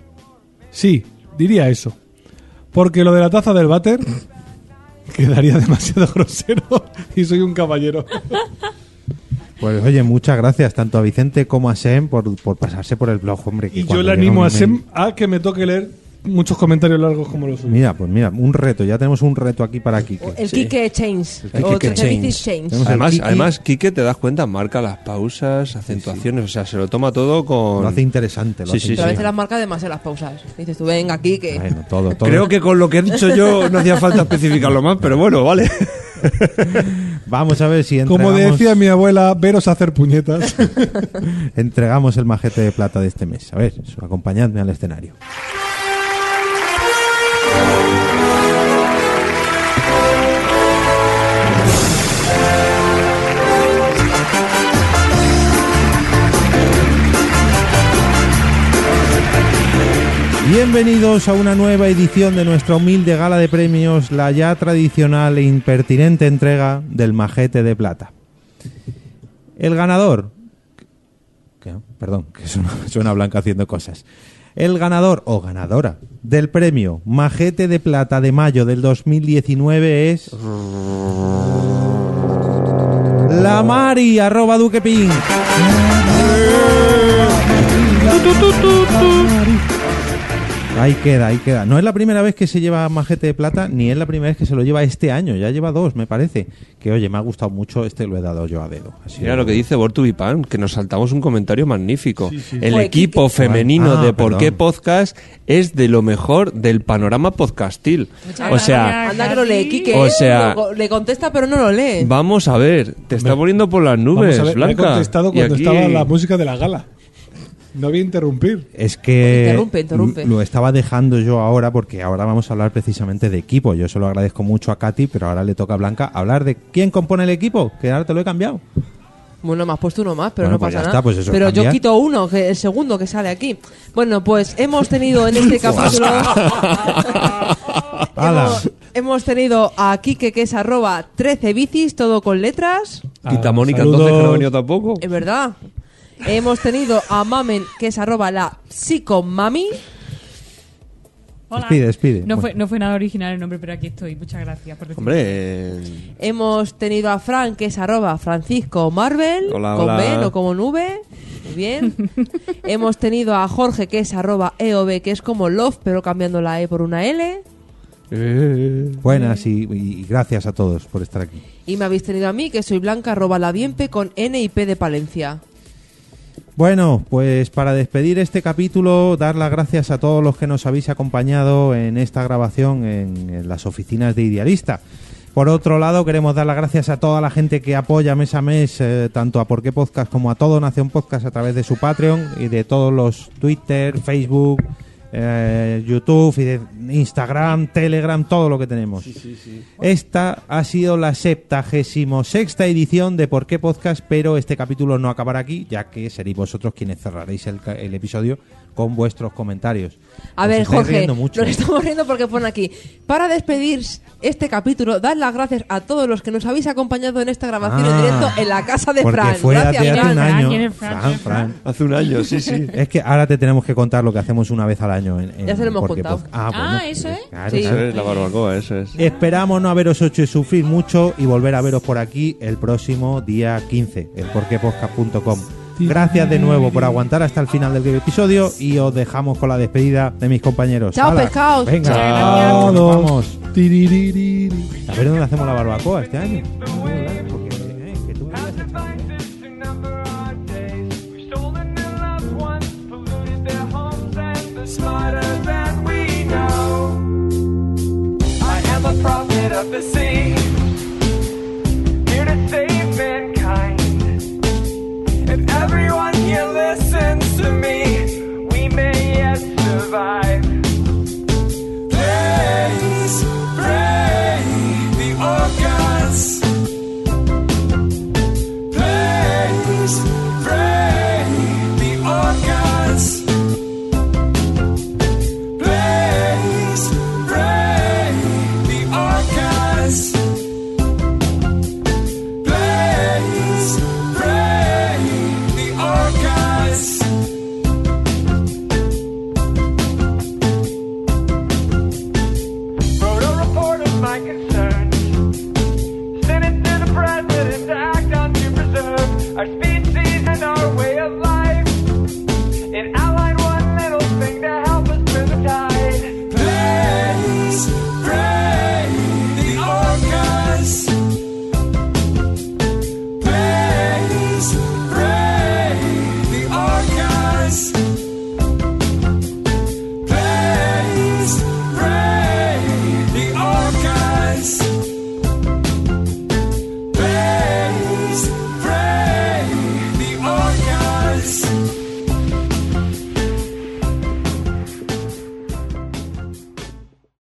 Speaker 8: Sí, diría eso. Porque lo de la taza del váter quedaría demasiado grosero y soy un caballero.
Speaker 2: Pues oye, muchas gracias tanto a Vicente como a Sem por, por pasarse por el blog, hombre. que
Speaker 8: Y yo
Speaker 2: cuando
Speaker 8: le
Speaker 2: llega
Speaker 8: animo
Speaker 2: un
Speaker 8: a
Speaker 2: email-
Speaker 8: Sem a que me toque leer muchos comentarios largos como los suyos.
Speaker 2: Mira, pues mira, un reto, ya tenemos un reto aquí para Kike.
Speaker 4: El Kike Change.
Speaker 2: El
Speaker 4: o
Speaker 2: Kike
Speaker 4: Services
Speaker 2: Change.
Speaker 4: Change.
Speaker 3: Además,
Speaker 2: Kike-
Speaker 3: además, Quique, te das cuenta, marca las pausas, acentuaciones, o sea, se lo toma todo con...
Speaker 2: Lo hace interesante, lo
Speaker 3: Sí,
Speaker 2: hace
Speaker 3: sí,
Speaker 4: Pero a
Speaker 3: sí.
Speaker 4: veces las marcas demasiado las pausas. Dices tú, venga, Kike.
Speaker 2: Bueno, todo, todo.
Speaker 3: Creo que con lo que he dicho yo no hacía falta especificarlo más, pero bueno, vale.
Speaker 2: Vamos a ver si entregamos,
Speaker 8: Como decía mi abuela, veros hacer puñetas.
Speaker 2: entregamos el majete de plata de este mes. A ver, eso, acompañadme al escenario. Bienvenidos a una nueva edición de nuestra humilde gala de premios, la ya tradicional e impertinente entrega del Majete de Plata. El ganador. que- Perdón, que suena, suena Blanca haciendo cosas. El ganador o ganadora del premio Majete de Plata de mayo del 2019 es. La Mari, arroba Duque Pink. Ahí queda, ahí queda. No es la primera vez que se lleva majete de plata, ni es la primera vez que se lo lleva este año. Ya lleva dos, me parece. Que oye, me ha gustado mucho. Este lo he dado yo a dedo. Así
Speaker 3: Mira lo que dice Bortubipan, que nos saltamos un comentario magnífico. El
Speaker 4: Joder,
Speaker 3: equipo femenino
Speaker 2: Ah,
Speaker 3: de Por qué
Speaker 2: perdón.
Speaker 3: Podcast es de lo mejor del panorama podcastil. O sea,
Speaker 4: Anda que lo lee, Kike.
Speaker 3: O sea-
Speaker 4: Lo- le contesta, pero no lo lee.
Speaker 3: vamos a ver, te está poniendo por las
Speaker 8: Vamos
Speaker 3: nubes,
Speaker 8: a ver, me he
Speaker 3: Blanca.
Speaker 8: contestado
Speaker 3: Y
Speaker 8: cuando
Speaker 3: aquí-
Speaker 8: estaba la música de la gala. No voy a interrumpir.
Speaker 2: Es que
Speaker 4: Interrumpe, interrumpe.
Speaker 2: lo estaba dejando yo ahora porque ahora vamos a hablar precisamente de equipo. Yo se lo agradezco mucho a Katy, pero ahora le toca a Blanca hablar de quién compone el equipo, que ahora te lo he cambiado.
Speaker 4: Bueno, me has puesto uno más, pero
Speaker 2: Bueno,
Speaker 4: no pasa
Speaker 2: pues ya
Speaker 4: nada.
Speaker 2: está, pues eso,
Speaker 4: pero yo
Speaker 2: cambiar.
Speaker 4: quito uno, que el segundo que sale aquí. Bueno, pues hemos tenido en este capítulo.
Speaker 2: Ala.
Speaker 4: hemos, hemos tenido a Kike, que es arroba 13 bicis, todo con letras.
Speaker 3: Quita
Speaker 8: Ah,
Speaker 3: Mónica,
Speaker 8: saludos.
Speaker 3: entonces que no ha venido tampoco.
Speaker 4: Es verdad. Hemos tenido a Mamen, que es arroba la psicomami.
Speaker 5: Hola.
Speaker 2: Despide, despide.
Speaker 5: No
Speaker 2: Bueno.
Speaker 5: fue, no fue nada original el nombre, pero aquí estoy. Muchas gracias por decirlo.
Speaker 3: Hombre, eh,
Speaker 4: Hemos tenido a Fran, que es arroba Francisco Marvel,
Speaker 3: Hola,
Speaker 4: con
Speaker 3: hola.
Speaker 4: B, no como nube. Muy bien. Hemos tenido a Jorge, que es arroba EOB, que es como Love, pero cambiando la E por una L.
Speaker 8: Eh.
Speaker 2: Buenas y, y gracias a todos por estar aquí.
Speaker 4: Y me habéis tenido a mí, que soy blanca, arroba la bienpe con N y P de Palencia.
Speaker 2: Bueno, pues para despedir este capítulo, dar las gracias a todos los que nos habéis acompañado en esta grabación en, en las oficinas de Idealista. Por otro lado, queremos dar las gracias a toda la gente que apoya mes a mes, eh, tanto a Por qué Podcast como a todo Nación Podcast a través de su Patreon y de todos los Twitter, Facebook, eh, YouTube, y de Instagram, Telegram, todo lo que tenemos. Esta ha sido la 76 sexta edición de Por qué Podcast, pero este capítulo no acabará aquí, ya que seréis vosotros quienes cerraréis el, ca- el episodio con vuestros comentarios.
Speaker 4: A
Speaker 2: Os
Speaker 4: ver,
Speaker 2: estáis
Speaker 4: Jorge,
Speaker 2: riendo mucho.
Speaker 4: nos estamos riendo porque pone aquí. Para despedir este capítulo, dar las gracias a todos los que nos habéis acompañado en esta grabación en
Speaker 2: Ah,
Speaker 4: directo en la casa de
Speaker 2: porque
Speaker 4: Fran.
Speaker 2: fue
Speaker 4: gracias,
Speaker 2: hace, hace
Speaker 4: Fran.
Speaker 2: un
Speaker 5: Fran,
Speaker 2: año.
Speaker 5: ¿quién es Fran? ¿Quién
Speaker 2: Fran,
Speaker 5: es
Speaker 2: Fran.
Speaker 3: hace un año, sí, sí.
Speaker 2: Es que ahora te tenemos que contar lo que hacemos una vez al año. En, en
Speaker 4: Ya se lo hemos
Speaker 2: Por qué
Speaker 4: contado.
Speaker 2: Podcast.
Speaker 5: Ah,
Speaker 2: bueno, pues,
Speaker 5: ¿eso es?
Speaker 2: claro,
Speaker 4: Sí.
Speaker 2: claro.
Speaker 3: Eso es la barbacoa, eso es.
Speaker 2: Esperamos no haberos hecho sufrir mucho y volver a veros por aquí el próximo día 15 en porquepodcast.com. Gracias de nuevo por aguantar hasta el final del episodio y os dejamos con la despedida de mis compañeros.
Speaker 4: Chao,
Speaker 2: ¡Hala!
Speaker 4: pescaos.
Speaker 2: Venga,
Speaker 8: Chao.
Speaker 2: vamos.
Speaker 8: Tiriririri.
Speaker 2: A ver dónde hacemos la barbacoa este año. Porque, eh, que tú me digas, chaval.
Speaker 7: Praise, praise my God.